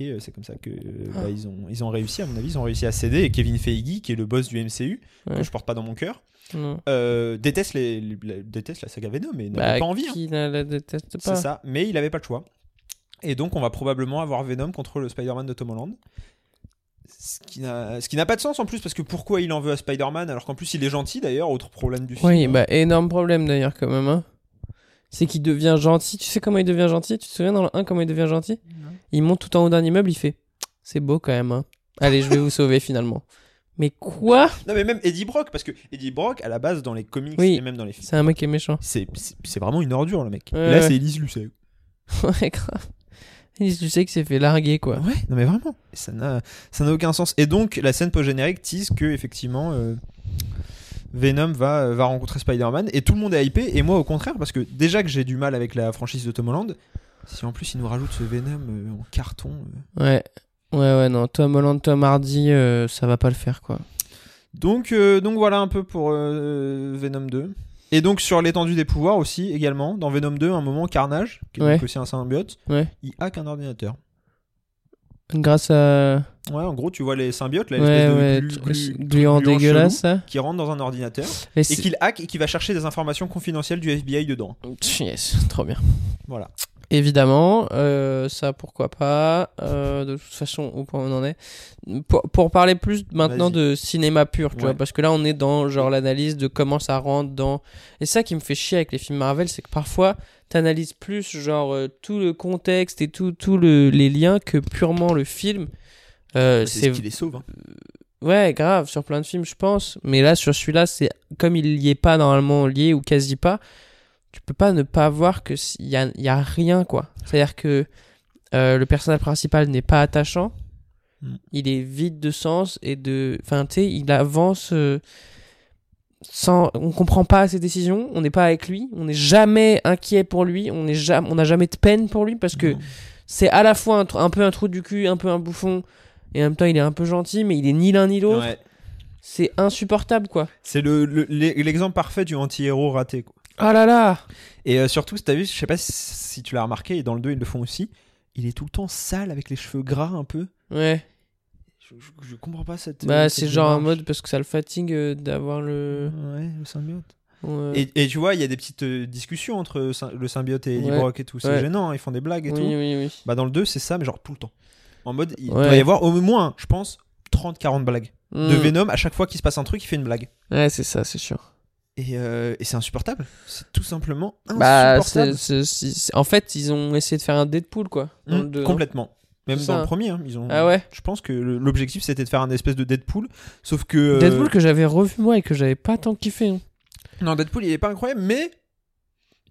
Speaker 6: Et euh, c'est comme ça que euh, bah,
Speaker 5: Ah.
Speaker 6: ils ont ils ont réussi à mon avis, ils ont réussi à céder. Et Kevin Feige, qui est le boss du MCU,
Speaker 5: Ouais.
Speaker 6: que je porte pas dans mon cœur,
Speaker 5: Non.
Speaker 6: euh, déteste les, les- la- déteste la saga Venom, mais n'avait
Speaker 5: Bah,
Speaker 6: pas envie. hein.
Speaker 5: Qui ne la déteste
Speaker 6: C'est
Speaker 5: pas
Speaker 6: ça, mais il avait pas le choix. Et donc, on va probablement avoir Venom contre le Spider-Man de Tom Holland. Ce qui n'a ce qui n'a pas de sens en plus, parce que pourquoi il en veut à Spider-Man alors qu'en plus il est gentil d'ailleurs, autre problème du film.
Speaker 5: Oui, bah énorme problème d'ailleurs quand même. hein. C'est qu'il devient gentil. Tu sais comment il devient gentil Tu te souviens dans le 1 comment il devient gentil Il monte tout en haut d'un immeuble, il fait C'est beau quand même. hein. Allez, je vais vous sauver finalement. Mais quoi
Speaker 6: Non, mais même Eddie Brock, parce que Eddie Brock, à la base, dans les comics
Speaker 5: Oui.
Speaker 6: et même dans les films,
Speaker 5: C'est un mec qui est méchant.
Speaker 6: c'est- c'est c'est vraiment une ordure le mec.
Speaker 5: Ouais,
Speaker 6: Là,
Speaker 5: ouais.
Speaker 6: c'est Elise Lucet.
Speaker 5: ouais, grave. Il- Tu sais que s'est fait larguer quoi.
Speaker 6: Ouais, non mais vraiment, ça n'a ça n'a aucun sens. Et donc la scène post-générique tease que effectivement euh, Venom va euh, va rencontrer Spider-Man et tout le monde est hypé et moi au contraire parce que déjà que j'ai du mal avec la franchise de Tom Holland, si en plus il nous rajoute ce Venom euh, en carton, euh.
Speaker 5: Ouais. Ouais, ouais, non. Tom Holland, Tom Hardy, euh, ça va pas le faire quoi.
Speaker 6: donc euh, donc voilà un peu pour euh, Venom 2. Et donc sur l'étendue des pouvoirs aussi également dans Venom 2 un moment Carnage qui est
Speaker 5: Ouais.
Speaker 6: donc aussi un symbiote,
Speaker 5: Ouais.
Speaker 6: il hack un ordinateur.
Speaker 5: Grâce à.
Speaker 6: Ouais, en gros tu vois les symbiotes là,
Speaker 5: ouais,
Speaker 6: Bah, l'espèce de
Speaker 5: ouais.
Speaker 6: glu-
Speaker 5: tr-
Speaker 6: glu- truc
Speaker 5: gluant
Speaker 6: gluant
Speaker 5: dégueulasse
Speaker 6: chelou
Speaker 5: ça.
Speaker 6: qui rentre dans un ordinateur.
Speaker 5: Et
Speaker 6: et
Speaker 5: c'est-
Speaker 6: qu'il hack et qu'il va chercher des informations confidentielles du FBI dedans.
Speaker 5: Yes, trop bien.
Speaker 6: Voilà.
Speaker 5: Évidemment, euh, ça pourquoi pas. euh, de toute façon, au point où on en est. Pour, pour parler plus maintenant
Speaker 6: Vas-y.
Speaker 5: de cinéma pur, tu
Speaker 6: Ouais.
Speaker 5: vois, parce que là on est dans genre l'analyse de comment ça rentre dans. Et ça qui me fait chier avec les films Marvel, c'est que parfois t'analyses plus genre euh, tout le contexte et tout tout le, les liens que purement le film. Euh, c'est
Speaker 6: les sauve. hein.
Speaker 5: Ouais, grave, sur plein de films, je pense. Mais là, sur celui-là, c'est comme il y est pas normalement lié ou quasi pas, tu peux pas ne pas voir que s'il y a, il y a rien, quoi. C'est-à-dire que euh, le personnage principal n'est pas attachant.
Speaker 6: Mm.
Speaker 5: Il est vide de sens et de. Enfin, tu sais, il avance euh, sans. On comprend pas ses décisions, on n'est pas avec lui, on n'est jamais inquiet pour lui, on n'est jamais... on n'a jamais de peine pour lui parce que c'est à la fois un, tr- un peu un trou du cul, un peu un bouffon, et en même temps il est un peu gentil, mais il est ni l'un ni l'autre. C'est insupportable quoi.
Speaker 6: C'est le- le- l'e- l'exemple parfait du anti-héros raté. quoi.
Speaker 5: Ah là là
Speaker 6: Et euh, surtout, t'as vu, je sais pas si- si tu l'as remarqué, et dans le 2 ils le font aussi, il est tout le temps sale avec les cheveux gras un peu.
Speaker 5: Ouais,
Speaker 6: Je, je- je comprends pas cette.
Speaker 5: bah
Speaker 6: euh,
Speaker 5: c'est
Speaker 6: cette
Speaker 5: genre en
Speaker 6: démarche.
Speaker 5: mode parce que ça le fatigue euh, d'avoir le.
Speaker 6: Ouais, le symbiote.
Speaker 5: Ouais.
Speaker 6: Et, et tu vois, il y a des petites euh, discussions entre euh, sym- le symbiote et Eddie
Speaker 5: Ouais.
Speaker 6: Brock et tout. C'est
Speaker 5: Ouais.
Speaker 6: gênant, hein, ils font des blagues et
Speaker 5: oui,
Speaker 6: tout.
Speaker 5: oui, oui.
Speaker 6: Bah, dans le 2, c'est ça, mais genre tout le temps. En mode, il
Speaker 5: Ouais.
Speaker 6: doit y avoir au moins, je pense, 30-40 blagues.
Speaker 5: Mm.
Speaker 6: de Venom, à chaque fois qu'il se passe un truc, il fait une blague.
Speaker 5: Ouais, c'est ça, c'est sûr.
Speaker 6: Et, euh, et c'est insupportable. C'est tout simplement
Speaker 5: Bah,
Speaker 6: Ah, insupportable.
Speaker 5: c'est- c'est- c'est- en fait, ils ont essayé de faire un Deadpool quoi. dans
Speaker 6: Mm,
Speaker 5: le deux, hein. non
Speaker 6: complètement. Même
Speaker 5: C'est
Speaker 6: dans
Speaker 5: ça.
Speaker 6: le premier, hein, ils ont.
Speaker 5: Ah ouais
Speaker 6: Je pense que le- l'objectif c'était de faire un espèce de Deadpool, sauf que. euh,
Speaker 5: Deadpool que j'avais revu moi et que j'avais pas tant kiffé. hein.
Speaker 6: Non, Deadpool il est pas incroyable, mais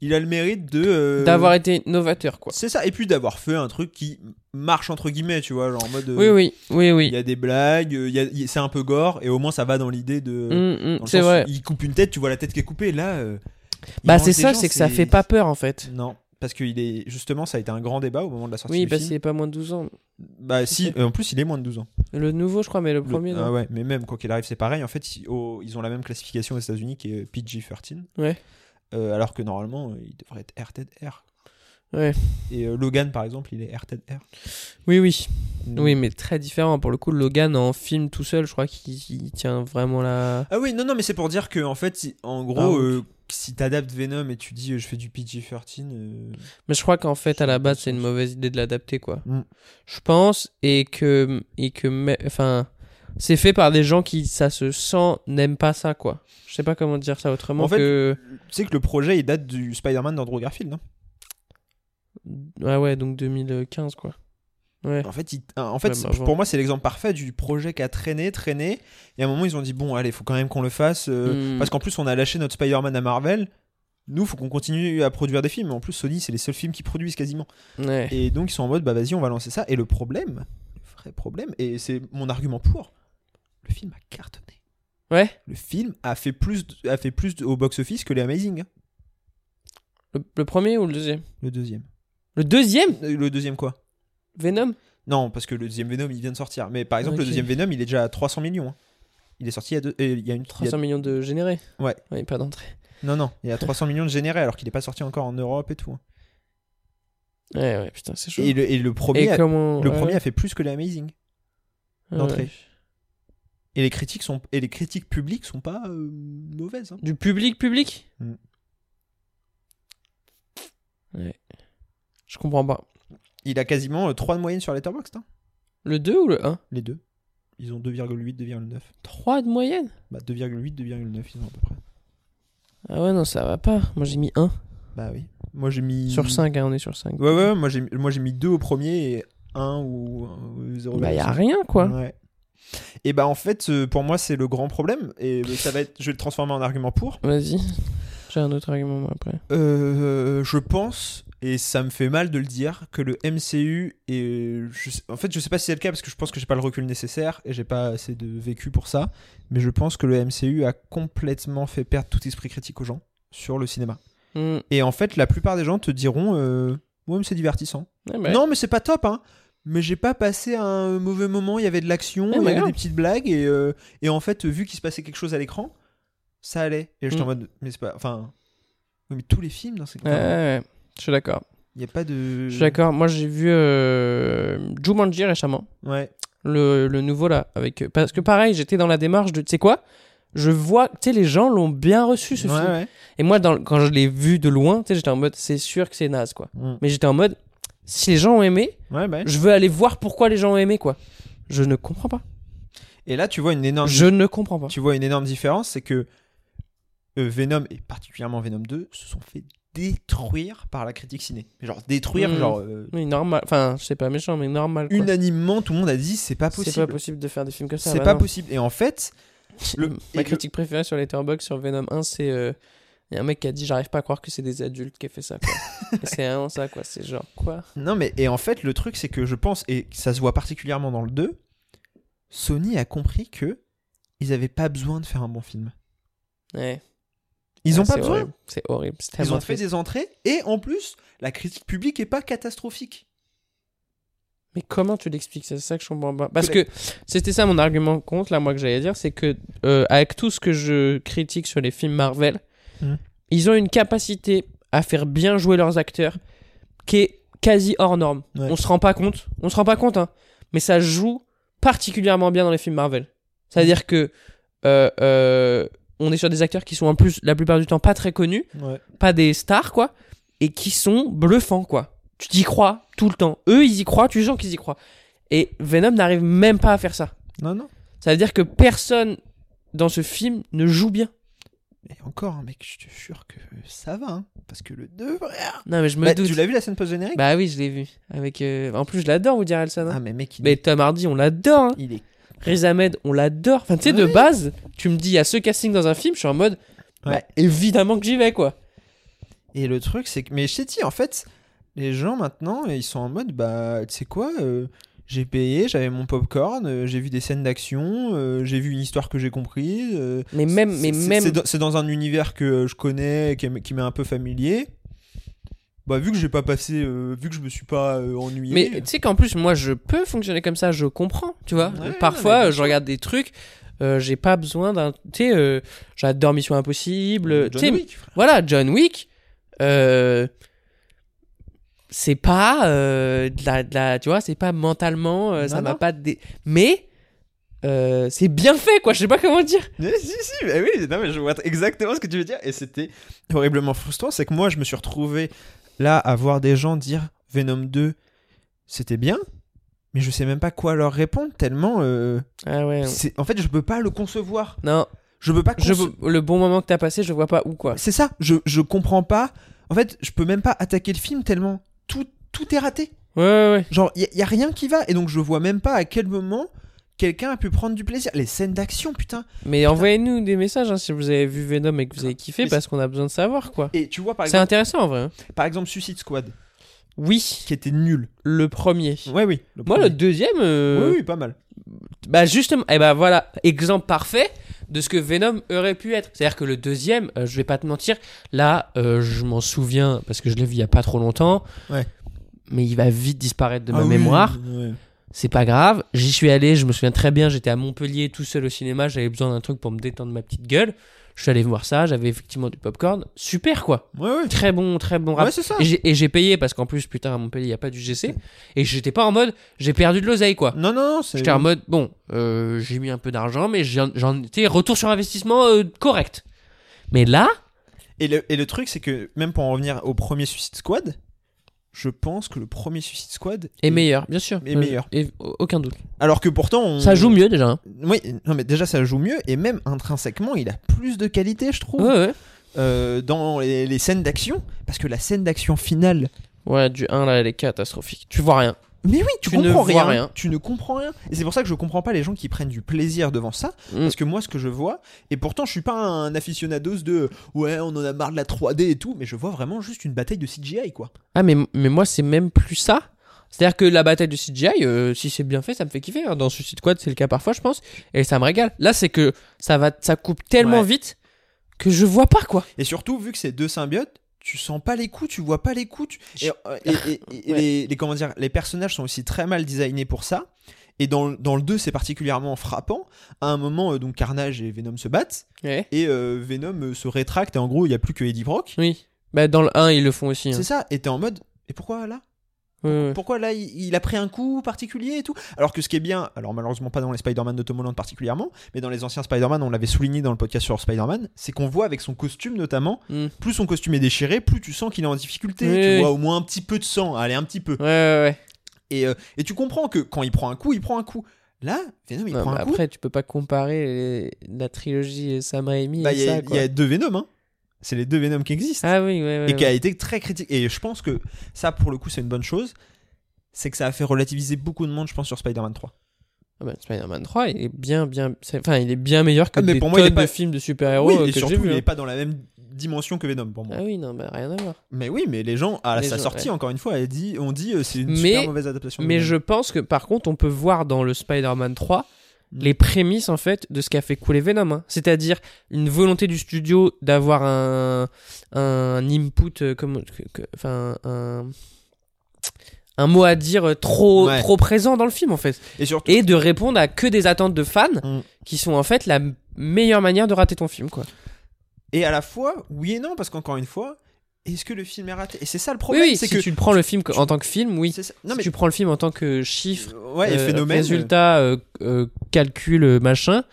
Speaker 6: il a le mérite de. euh,
Speaker 5: D'avoir été novateur quoi.
Speaker 6: C'est ça, et puis d'avoir fait un truc qui marche entre guillemets, tu vois, genre en mode. euh,
Speaker 5: Oui, oui, oui,
Speaker 6: Il y
Speaker 5: oui.
Speaker 6: a des blagues, euh, il y a- il- c'est un peu gore, et au moins ça va dans l'idée de.
Speaker 5: Mm, mm,
Speaker 6: euh, dans le
Speaker 5: c'est
Speaker 6: sens
Speaker 5: vrai.
Speaker 6: où Il coupe une tête, tu vois la tête qui est coupée, là. euh, il
Speaker 5: Bah
Speaker 6: mange
Speaker 5: c'est
Speaker 6: des
Speaker 5: ça,
Speaker 6: gens,
Speaker 5: c'est que ça fait pas peur en fait.
Speaker 6: Non, parce que il est justement, ça a été un grand débat au moment de la sortie
Speaker 5: Oui,
Speaker 6: du
Speaker 5: parce
Speaker 6: film.
Speaker 5: qu'il est pas moins de 12 ans.
Speaker 6: Bah si, euh, en plus il est moins de 12 ans.
Speaker 5: Le nouveau, je crois, mais le
Speaker 6: Le-
Speaker 5: premier,
Speaker 6: ah
Speaker 5: non.
Speaker 6: ouais, mais même quoi qu'il arrive, c'est pareil. En fait, ils, au- ils ont la même classification aux États-Unis qui est PG-13.
Speaker 5: Ouais.
Speaker 6: Euh, alors que normalement, euh, il devrait être rated R.
Speaker 5: Ouais.
Speaker 6: Et euh, Logan par exemple, il est rated R.
Speaker 5: Oui, oui.
Speaker 6: Mm.
Speaker 5: Oui, mais très différent. Pour le coup, Logan en film tout seul, je crois qu'il il tient vraiment la.
Speaker 6: Ah oui, non non, mais c'est pour dire que en fait, si- en
Speaker 5: Ah,
Speaker 6: gros,
Speaker 5: ok.
Speaker 6: euh, si t'adaptes Venom et tu dis euh, je fais du PG-13, euh,
Speaker 5: Mais je crois qu'en fait, à la base, c'est une mauvaise idée de l'adapter, quoi.
Speaker 6: Mm.
Speaker 5: Je pense, et que. Et que mais- enfin, c'est fait par des gens qui, ça se sent, n'aiment pas ça, quoi. Je sais pas comment dire ça autrement
Speaker 6: En fait-
Speaker 5: que.
Speaker 6: tu sais que le projet il date du Spider-Man d'Andrew Garfield. non
Speaker 5: Ah ouais, donc 2015, quoi. Ouais.
Speaker 6: En fait, il- en fait
Speaker 5: Même
Speaker 6: c'est-
Speaker 5: avant.
Speaker 6: pour moi, c'est l'exemple parfait du projet qui a traîné, traîné. Et à un moment, ils ont dit bon, allez, faut quand même qu'on le fasse. euh,
Speaker 5: Mm.
Speaker 6: Parce qu'en plus, on a lâché notre Spider-Man à Marvel. Nous, faut qu'on continue à produire des films. En plus, Sony, c'est les seuls films qui produisent quasiment.
Speaker 5: Ouais.
Speaker 6: Et donc, ils sont en mode bah vas-y, on va lancer ça. Et le problème, le vrai problème, et c'est mon argument pour, le film a cartonné.
Speaker 5: Ouais.
Speaker 6: Le film a fait plus, de- a fait plus de- au box-office que les Amazing, hein,
Speaker 5: Le, le premier ou le deuxième
Speaker 6: le deuxième.
Speaker 5: Le deuxième
Speaker 6: Euh, Le deuxième quoi
Speaker 5: Venom
Speaker 6: Non, parce que le deuxième Venom, il vient de sortir. Mais par exemple,
Speaker 5: Ok.
Speaker 6: le deuxième Venom, il est déjà à 300 millions. hein. Il est sorti il y a, deux- euh, il y a une... il y a-
Speaker 5: 300 millions de générés
Speaker 6: Ouais.
Speaker 5: Oui, pas d'entrée.
Speaker 6: Non, non, il y a 300 millions de générés alors qu'il n'est pas sorti encore en Europe et tout. hein.
Speaker 5: Ouais, ouais, putain, c'est chaud.
Speaker 6: Et le, et le premier, a,
Speaker 5: comment.
Speaker 6: le
Speaker 5: ouais,
Speaker 6: premier
Speaker 5: ouais,
Speaker 6: a fait plus que l'Amazing. d'entrée.
Speaker 5: ouais.
Speaker 6: Et les critiques sont et les critiques publiques sont pas euh, mauvaises. hein.
Speaker 5: Du public, public
Speaker 6: Mm.
Speaker 5: Ouais. Je comprends pas.
Speaker 6: Il a quasiment 3 de moyenne sur Letterboxd. hein,
Speaker 5: Le 2 ou le 1
Speaker 6: les deux. Ils ont 2,8, 2,9.
Speaker 5: 3 de moyenne
Speaker 6: Bah 2,8, 2,9 ils ont à peu près.
Speaker 5: Ah ouais, non, ça va pas. Moi, j'ai mis 1
Speaker 6: Bah oui. Moi j'ai mis
Speaker 5: sur 5, hein, on est sur 5.
Speaker 6: Hmm. Ouais ouais, moi j'ai moi j'ai mis 2 au premier et 1 ou, euh, ou 0,5.
Speaker 5: Bah, y a rien, quoi.
Speaker 6: Ouais. Et bah en fait euh, pour moi c'est le grand problème et euh, ça va être je vais le transformer en argument pour.
Speaker 5: Vas-y. J'ai un autre argument moi, après.
Speaker 6: Euh, je pense, et ça me fait mal de le dire, que le MCU est. je sais- en fait, je sais pas si c'est le cas parce que je pense que j'ai pas le recul nécessaire et j'ai pas assez de vécu pour ça. Mais je pense que le MCU a complètement fait perdre tout esprit critique aux gens sur le cinéma.
Speaker 5: Mm.
Speaker 6: Et en fait, la plupart des gens te diront euh, Ouais, mais c'est divertissant.
Speaker 5: Ouais, bah,
Speaker 6: Non, mais c'est pas top, hein. Mais j'ai pas passé un mauvais moment, il y avait de l'action,
Speaker 5: Ouais,
Speaker 6: il y
Speaker 5: bah
Speaker 6: avait
Speaker 5: grave.
Speaker 6: des petites blagues, et, euh, et en fait, vu qu'il se passait quelque chose à l'écran, ça allait. Et j'étais en
Speaker 5: Mm.
Speaker 6: mode, mais c'est pas. Enfin. oui, Mais tous les films, dans ces.
Speaker 5: Ouais, ouais, ouais. Je suis d'accord.
Speaker 6: Il n'y a pas de.
Speaker 5: Je suis d'accord. Moi, j'ai vu euh, Jumanji récemment.
Speaker 6: Ouais.
Speaker 5: Le, le nouveau, là. Avec... euh, Parce que pareil, j'étais dans la démarche de. Tu sais quoi Je vois. Tu sais, les gens l'ont bien reçu, ce
Speaker 6: ouais,
Speaker 5: film.
Speaker 6: ouais.
Speaker 5: Et moi, dans, le- quand je l'ai vu de loin, tu sais, j'étais en mode, c'est sûr que c'est naze, quoi.
Speaker 6: Mm.
Speaker 5: Mais j'étais en mode, si les gens ont aimé,
Speaker 6: Ouais, bah ouais.
Speaker 5: je veux aller voir pourquoi les gens ont aimé, quoi. Je ne comprends pas.
Speaker 6: Et là, tu vois une énorme.
Speaker 5: Je ne comprends pas.
Speaker 6: Tu vois une énorme différence, c'est que euh, Venom et particulièrement Venom 2 se sont fait détruire par la critique ciné. Mais Genre détruire,
Speaker 5: Mm.
Speaker 6: genre euh,
Speaker 5: Oui, normal. Enfin, je sais pas méchant, mais normal. quoi.
Speaker 6: unanimement, tout le monde a dit c'est pas
Speaker 5: C'est pas
Speaker 6: possible.
Speaker 5: possible de faire des films comme ça.
Speaker 6: C'est
Speaker 5: bah
Speaker 6: pas
Speaker 5: non.
Speaker 6: possible. Et en fait, Le- et
Speaker 5: Ma
Speaker 6: le-
Speaker 5: critique préférée sur Letterboxd sur Venom 1, c'est. euh, y a un mec qui a dit J'arrive pas à croire que c'est des adultes qui a fait ça. quoi. Et c'est vraiment ça, quoi. C'est genre quoi
Speaker 6: non mais et en fait, le truc c'est que je pense et ça se voit particulièrement dans le 2, Sony a compris que ils avaient pas besoin de faire un bon film.
Speaker 5: Ouais.
Speaker 6: Ils
Speaker 5: Ouais,
Speaker 6: ont pas
Speaker 5: Ah, c'est
Speaker 6: besoin.
Speaker 5: horrible. C'est horrible. C'est
Speaker 6: Ils
Speaker 5: tellement
Speaker 6: ont fait
Speaker 5: triste.
Speaker 6: des entrées et en plus, la critique publique est pas catastrophique.
Speaker 5: Mais comment tu l'expliques C'est ça que je comprends pas. Parce
Speaker 6: Que
Speaker 5: que c'était ça mon argument contre, là, moi, que j'allais dire, c'est que euh, avec tout ce que je critique sur les films Marvel,
Speaker 6: Mhm.
Speaker 5: ils ont une capacité à faire bien jouer leurs acteurs qui est quasi hors norme.
Speaker 6: Ouais.
Speaker 5: On se rend pas compte. On se rend pas compte, hein. Mais ça joue particulièrement bien dans les films Marvel. C'est-à-dire que euh, euh, on est sur des acteurs qui sont en plus, la plupart du temps, pas très connus.
Speaker 6: Ouais.
Speaker 5: pas des stars, quoi, et qui sont bluffants, quoi. Tu t'y crois tout le temps. Eux, ils y croient, tu sens qu'ils y croient. Et Venom n'arrive même pas à faire ça.
Speaker 6: Non, non.
Speaker 5: Ça veut dire que personne dans ce film ne joue bien.
Speaker 6: Et encore, hein, mec, je te jure que ça va. hein, parce que le 2,
Speaker 5: Non, mais je me
Speaker 6: Bah,
Speaker 5: doute.
Speaker 6: tu l'as vu la scène post-générique
Speaker 5: Bah oui, je l'ai vu. Avec, euh, En plus, je l'adore, Woody Harrelson. hein.
Speaker 6: Ah, mais mec, il,
Speaker 5: Mais Tom Hardy, on l'adore. Hein.
Speaker 6: il est.
Speaker 5: Riz Ahmed, on l'adore. Enfin, tu sais, de
Speaker 6: Ouais.
Speaker 5: base, tu me dis, il y a ce casting dans un film, je suis en mode, bah,
Speaker 6: Ouais.
Speaker 5: évidemment que j'y vais, quoi.
Speaker 6: Et le truc, c'est que. Mais je t'ai dit, en fait, les gens maintenant, ils sont en mode, bah, tu sais quoi euh, J'ai payé, j'avais mon popcorn, euh, j'ai vu des scènes d'action, euh, j'ai vu une histoire que j'ai comprise. euh,
Speaker 5: Mais même,
Speaker 6: c'est-
Speaker 5: mais
Speaker 6: c'est-
Speaker 5: même.
Speaker 6: C'est dans, c'est dans un univers que je connais, qui, est- qui m'est un peu familier. Bah, vu que j'ai pas passé. euh, vu que je me suis pas euh, ennuyé.
Speaker 5: Mais tu sais qu'en plus, moi, je peux fonctionner comme ça, je comprends, tu vois.
Speaker 6: Ouais, non,
Speaker 5: Parfois,
Speaker 6: mais bien
Speaker 5: euh, je regarde des trucs, euh, j'ai pas besoin d'un. Tu sais, euh, j'adore Mission Impossible. tu
Speaker 6: euh, John
Speaker 5: sais,
Speaker 6: Wick, frère.
Speaker 5: Voilà, John Wick. euh, c'est pas. euh, de la, de la- tu vois, c'est pas mentalement. euh, ça
Speaker 6: Non,
Speaker 5: m'a
Speaker 6: non.
Speaker 5: pas. Dé... Mais. euh, c'est bien fait, quoi. Je sais pas comment dire.
Speaker 6: Mais si, si, mais oui, non, mais je vois exactement ce que tu veux dire. Et c'était horriblement frustrant. C'est que moi, je me suis retrouvé là à voir des gens dire Venom 2, c'était bien, mais je sais même pas quoi leur répondre tellement. euh,
Speaker 5: Ah ouais.
Speaker 6: c'est- En fait, je peux pas le concevoir.
Speaker 5: Non,
Speaker 6: Je peux pas.
Speaker 5: je,
Speaker 6: conce-
Speaker 5: le bon moment que t'as passé, je vois pas où, quoi.
Speaker 6: C'est ça, je, je comprends pas. En fait, je peux même pas attaquer le film tellement tout, tout est raté.
Speaker 5: Ouais, ouais, ouais.
Speaker 6: Genre, il y, a rien qui va. Et donc, je vois même pas à quel moment quelqu'un a pu prendre du plaisir. Les scènes d'action, putain. Ah.
Speaker 5: Mais envoyez-nous des messages hein, si vous avez vu Venom et que vous avez kiffé,
Speaker 6: Mais
Speaker 5: parce qu'on a besoin de savoir, quoi.
Speaker 6: Et tu vois, par
Speaker 5: C'est
Speaker 6: exemple,
Speaker 5: intéressant en vrai. hein.
Speaker 6: par exemple, Suicide Squad,
Speaker 5: Oui,
Speaker 6: qui était nul.
Speaker 5: le premier.
Speaker 6: Ouais, oui.
Speaker 5: Moi, le deuxième, euh,
Speaker 6: Oui, oui, pas mal.
Speaker 5: bah justement, et ben voilà, exemple parfait de ce que Venom aurait pu être. C'est-à-dire que le deuxième, euh, je vais pas te mentir, là, euh, je m'en souviens parce que je l'ai vu il y a pas trop longtemps.
Speaker 6: Ouais.
Speaker 5: mais il va vite disparaître de ma
Speaker 6: Ah oui,
Speaker 5: mémoire.
Speaker 6: ouais.
Speaker 5: C'est pas grave. J'y suis allé, je me souviens très bien, j'étais à Montpellier tout seul au cinéma, j'avais besoin d'un truc pour me détendre ma petite gueule. Je suis allé voir ça, j'avais effectivement du popcorn. Super quoi.
Speaker 6: Ouais, ouais.
Speaker 5: Très bon, très bon rap.
Speaker 6: Ouais, c'est ça.
Speaker 5: Et j'ai- Et j'ai payé parce qu'en plus, putain, à Montpellier, il n'y a pas du GC. Et j'étais pas en mode, j'ai perdu de l'oseille quoi.
Speaker 6: Non, non, non, c'est.
Speaker 5: J'étais en mode, bon, euh, j'ai mis un peu d'argent, mais j'en j'en étais retour sur investissement euh, correct. Mais là,
Speaker 6: Et le, et le truc, c'est que même pour en revenir au premier Suicide Squad, je pense que le premier Suicide Squad
Speaker 5: est meilleur, bien sûr.
Speaker 6: Et meilleur.
Speaker 5: Euh, Et aucun doute.
Speaker 6: Alors que pourtant, on-
Speaker 5: Ça joue mieux déjà. hein.
Speaker 6: Oui, non mais déjà ça joue mieux et même intrinsèquement, il a plus de qualité, je trouve,
Speaker 5: Ouais, ouais.
Speaker 6: euh, dans les, les scènes d'action, parce que la scène d'action finale.
Speaker 5: Ouais, du 1 là, elle est catastrophique. Tu vois rien.
Speaker 6: Mais oui, tu,
Speaker 5: Tu ne
Speaker 6: comprends
Speaker 5: vois
Speaker 6: rien,
Speaker 5: rien.
Speaker 6: Tu ne comprends rien. Et c'est pour ça que je comprends pas les gens qui prennent du plaisir devant ça.
Speaker 5: Mm.
Speaker 6: Parce que moi, ce que je vois, et pourtant, je suis pas un aficionados de ouais, on en a marre de la 3D et tout, mais je vois vraiment juste une bataille de CGI, quoi.
Speaker 5: Ah, mais, mais moi, c'est même plus ça. C'est-à-dire que la bataille du CGI, euh, si c'est bien fait, ça me fait kiffer. hein. Dans Suicide Squad, c'est le cas parfois, je pense. Et ça me régale. Là, c'est que ça, va, ça coupe tellement
Speaker 6: Ouais.
Speaker 5: vite que je vois pas quoi.
Speaker 6: Et surtout, vu que c'est deux symbiotes, tu sens pas les coups, tu vois pas les coups. tu- Et, euh, et- et- et
Speaker 5: Ouais.
Speaker 6: les, les- comment dire, les personnages sont aussi très mal designés pour ça. Et dans, le- dans le 2, c'est particulièrement frappant. À un moment, euh, donc Carnage et Venom se battent.
Speaker 5: Ouais.
Speaker 6: Et euh, Venom euh, se rétracte. Et en gros, il n'y a plus que Eddie Brock.
Speaker 5: Oui. Bah, dans le 1, ils le font aussi. hein.
Speaker 6: C'est ça. Et t'es en mode. Et pourquoi là
Speaker 5: Ouais, ouais.
Speaker 6: Pourquoi là il, il a pris un coup particulier et tout Alors que ce qui est bien, alors malheureusement pas dans les Spider-Man de Tom Holland particulièrement, mais dans les anciens Spider-Man, on l'avait souligné dans le podcast sur Spider-Man, c'est qu'on voit avec son costume notamment,
Speaker 5: Mm.
Speaker 6: plus son costume est déchiré, plus tu sens qu'il est en difficulté.
Speaker 5: Oui,
Speaker 6: tu
Speaker 5: oui.
Speaker 6: vois au moins un petit peu de sang, allez un petit peu.
Speaker 5: Ouais, ouais, ouais.
Speaker 6: Et, euh, et tu comprends que quand il prend un coup, il prend un coup. Là, Venom il
Speaker 5: Non,
Speaker 6: prend
Speaker 5: mais
Speaker 6: un coup.
Speaker 5: après, tu peux pas comparer les- la trilogie Sam Raimi
Speaker 6: Bah,
Speaker 5: et
Speaker 6: il y, a-
Speaker 5: ça,
Speaker 6: il
Speaker 5: quoi.
Speaker 6: y a deux Venom, hein. C'est les deux Venom qui existent.
Speaker 5: Ah oui, ouais, ouais.
Speaker 6: et qui
Speaker 5: ouais.
Speaker 6: a été très critique. Et je pense que ça, pour le coup, c'est une bonne chose. C'est que ça a fait relativiser beaucoup de monde, je pense, sur Spider-Man 3.
Speaker 5: Ah bah, Spider-Man 3 il est bien, bien, c'est- enfin, il est bien meilleur que
Speaker 6: Ah, mais
Speaker 5: des
Speaker 6: pour moi, il est
Speaker 5: tonnes
Speaker 6: pas-
Speaker 5: de films de super-héros
Speaker 6: oui,
Speaker 5: euh,
Speaker 6: et
Speaker 5: que j'ai
Speaker 6: surtout,
Speaker 5: vu.
Speaker 6: il n'est pas dans la même dimension que Venom pour moi.
Speaker 5: Ah oui, non, bah, rien à voir.
Speaker 6: Mais oui, mais les gens, à
Speaker 5: Les
Speaker 6: sa
Speaker 5: gens,
Speaker 6: sortie,
Speaker 5: ouais.
Speaker 6: encore une fois, elle dit, on dit euh, c'est une
Speaker 5: Mais-
Speaker 6: super mauvaise adaptation. de
Speaker 5: Mais
Speaker 6: Venom.
Speaker 5: je pense que par contre, on peut voir dans le Spider-Man 3
Speaker 6: Mhm.
Speaker 5: les prémices en fait de ce qu'a fait couler Venom. hein. C'est-à-dire une volonté du studio d'avoir un, un input, euh, comme, que- que- enfin, un, un mot à dire euh, trop,
Speaker 6: Ouais.
Speaker 5: trop présent dans le film en fait.
Speaker 6: Et surtout,
Speaker 5: Et de répondre à que des attentes de fans
Speaker 6: Mm.
Speaker 5: qui sont en fait la m- meilleure manière de rater ton film quoi.
Speaker 6: et à la fois, oui et non, parce qu'encore une fois, est-ce que le film est raté Et c'est ça le
Speaker 5: Oui,
Speaker 6: problème,
Speaker 5: oui,
Speaker 6: c'est
Speaker 5: si
Speaker 6: que
Speaker 5: tu le prends le film que- en tant que film, oui.
Speaker 6: c'est ça- Non
Speaker 5: si
Speaker 6: mais
Speaker 5: tu prends le film en tant que chiffre,
Speaker 6: ouais, et
Speaker 5: euh,
Speaker 6: phénomène.
Speaker 5: résultat, euh, euh, calcul, euh, machin,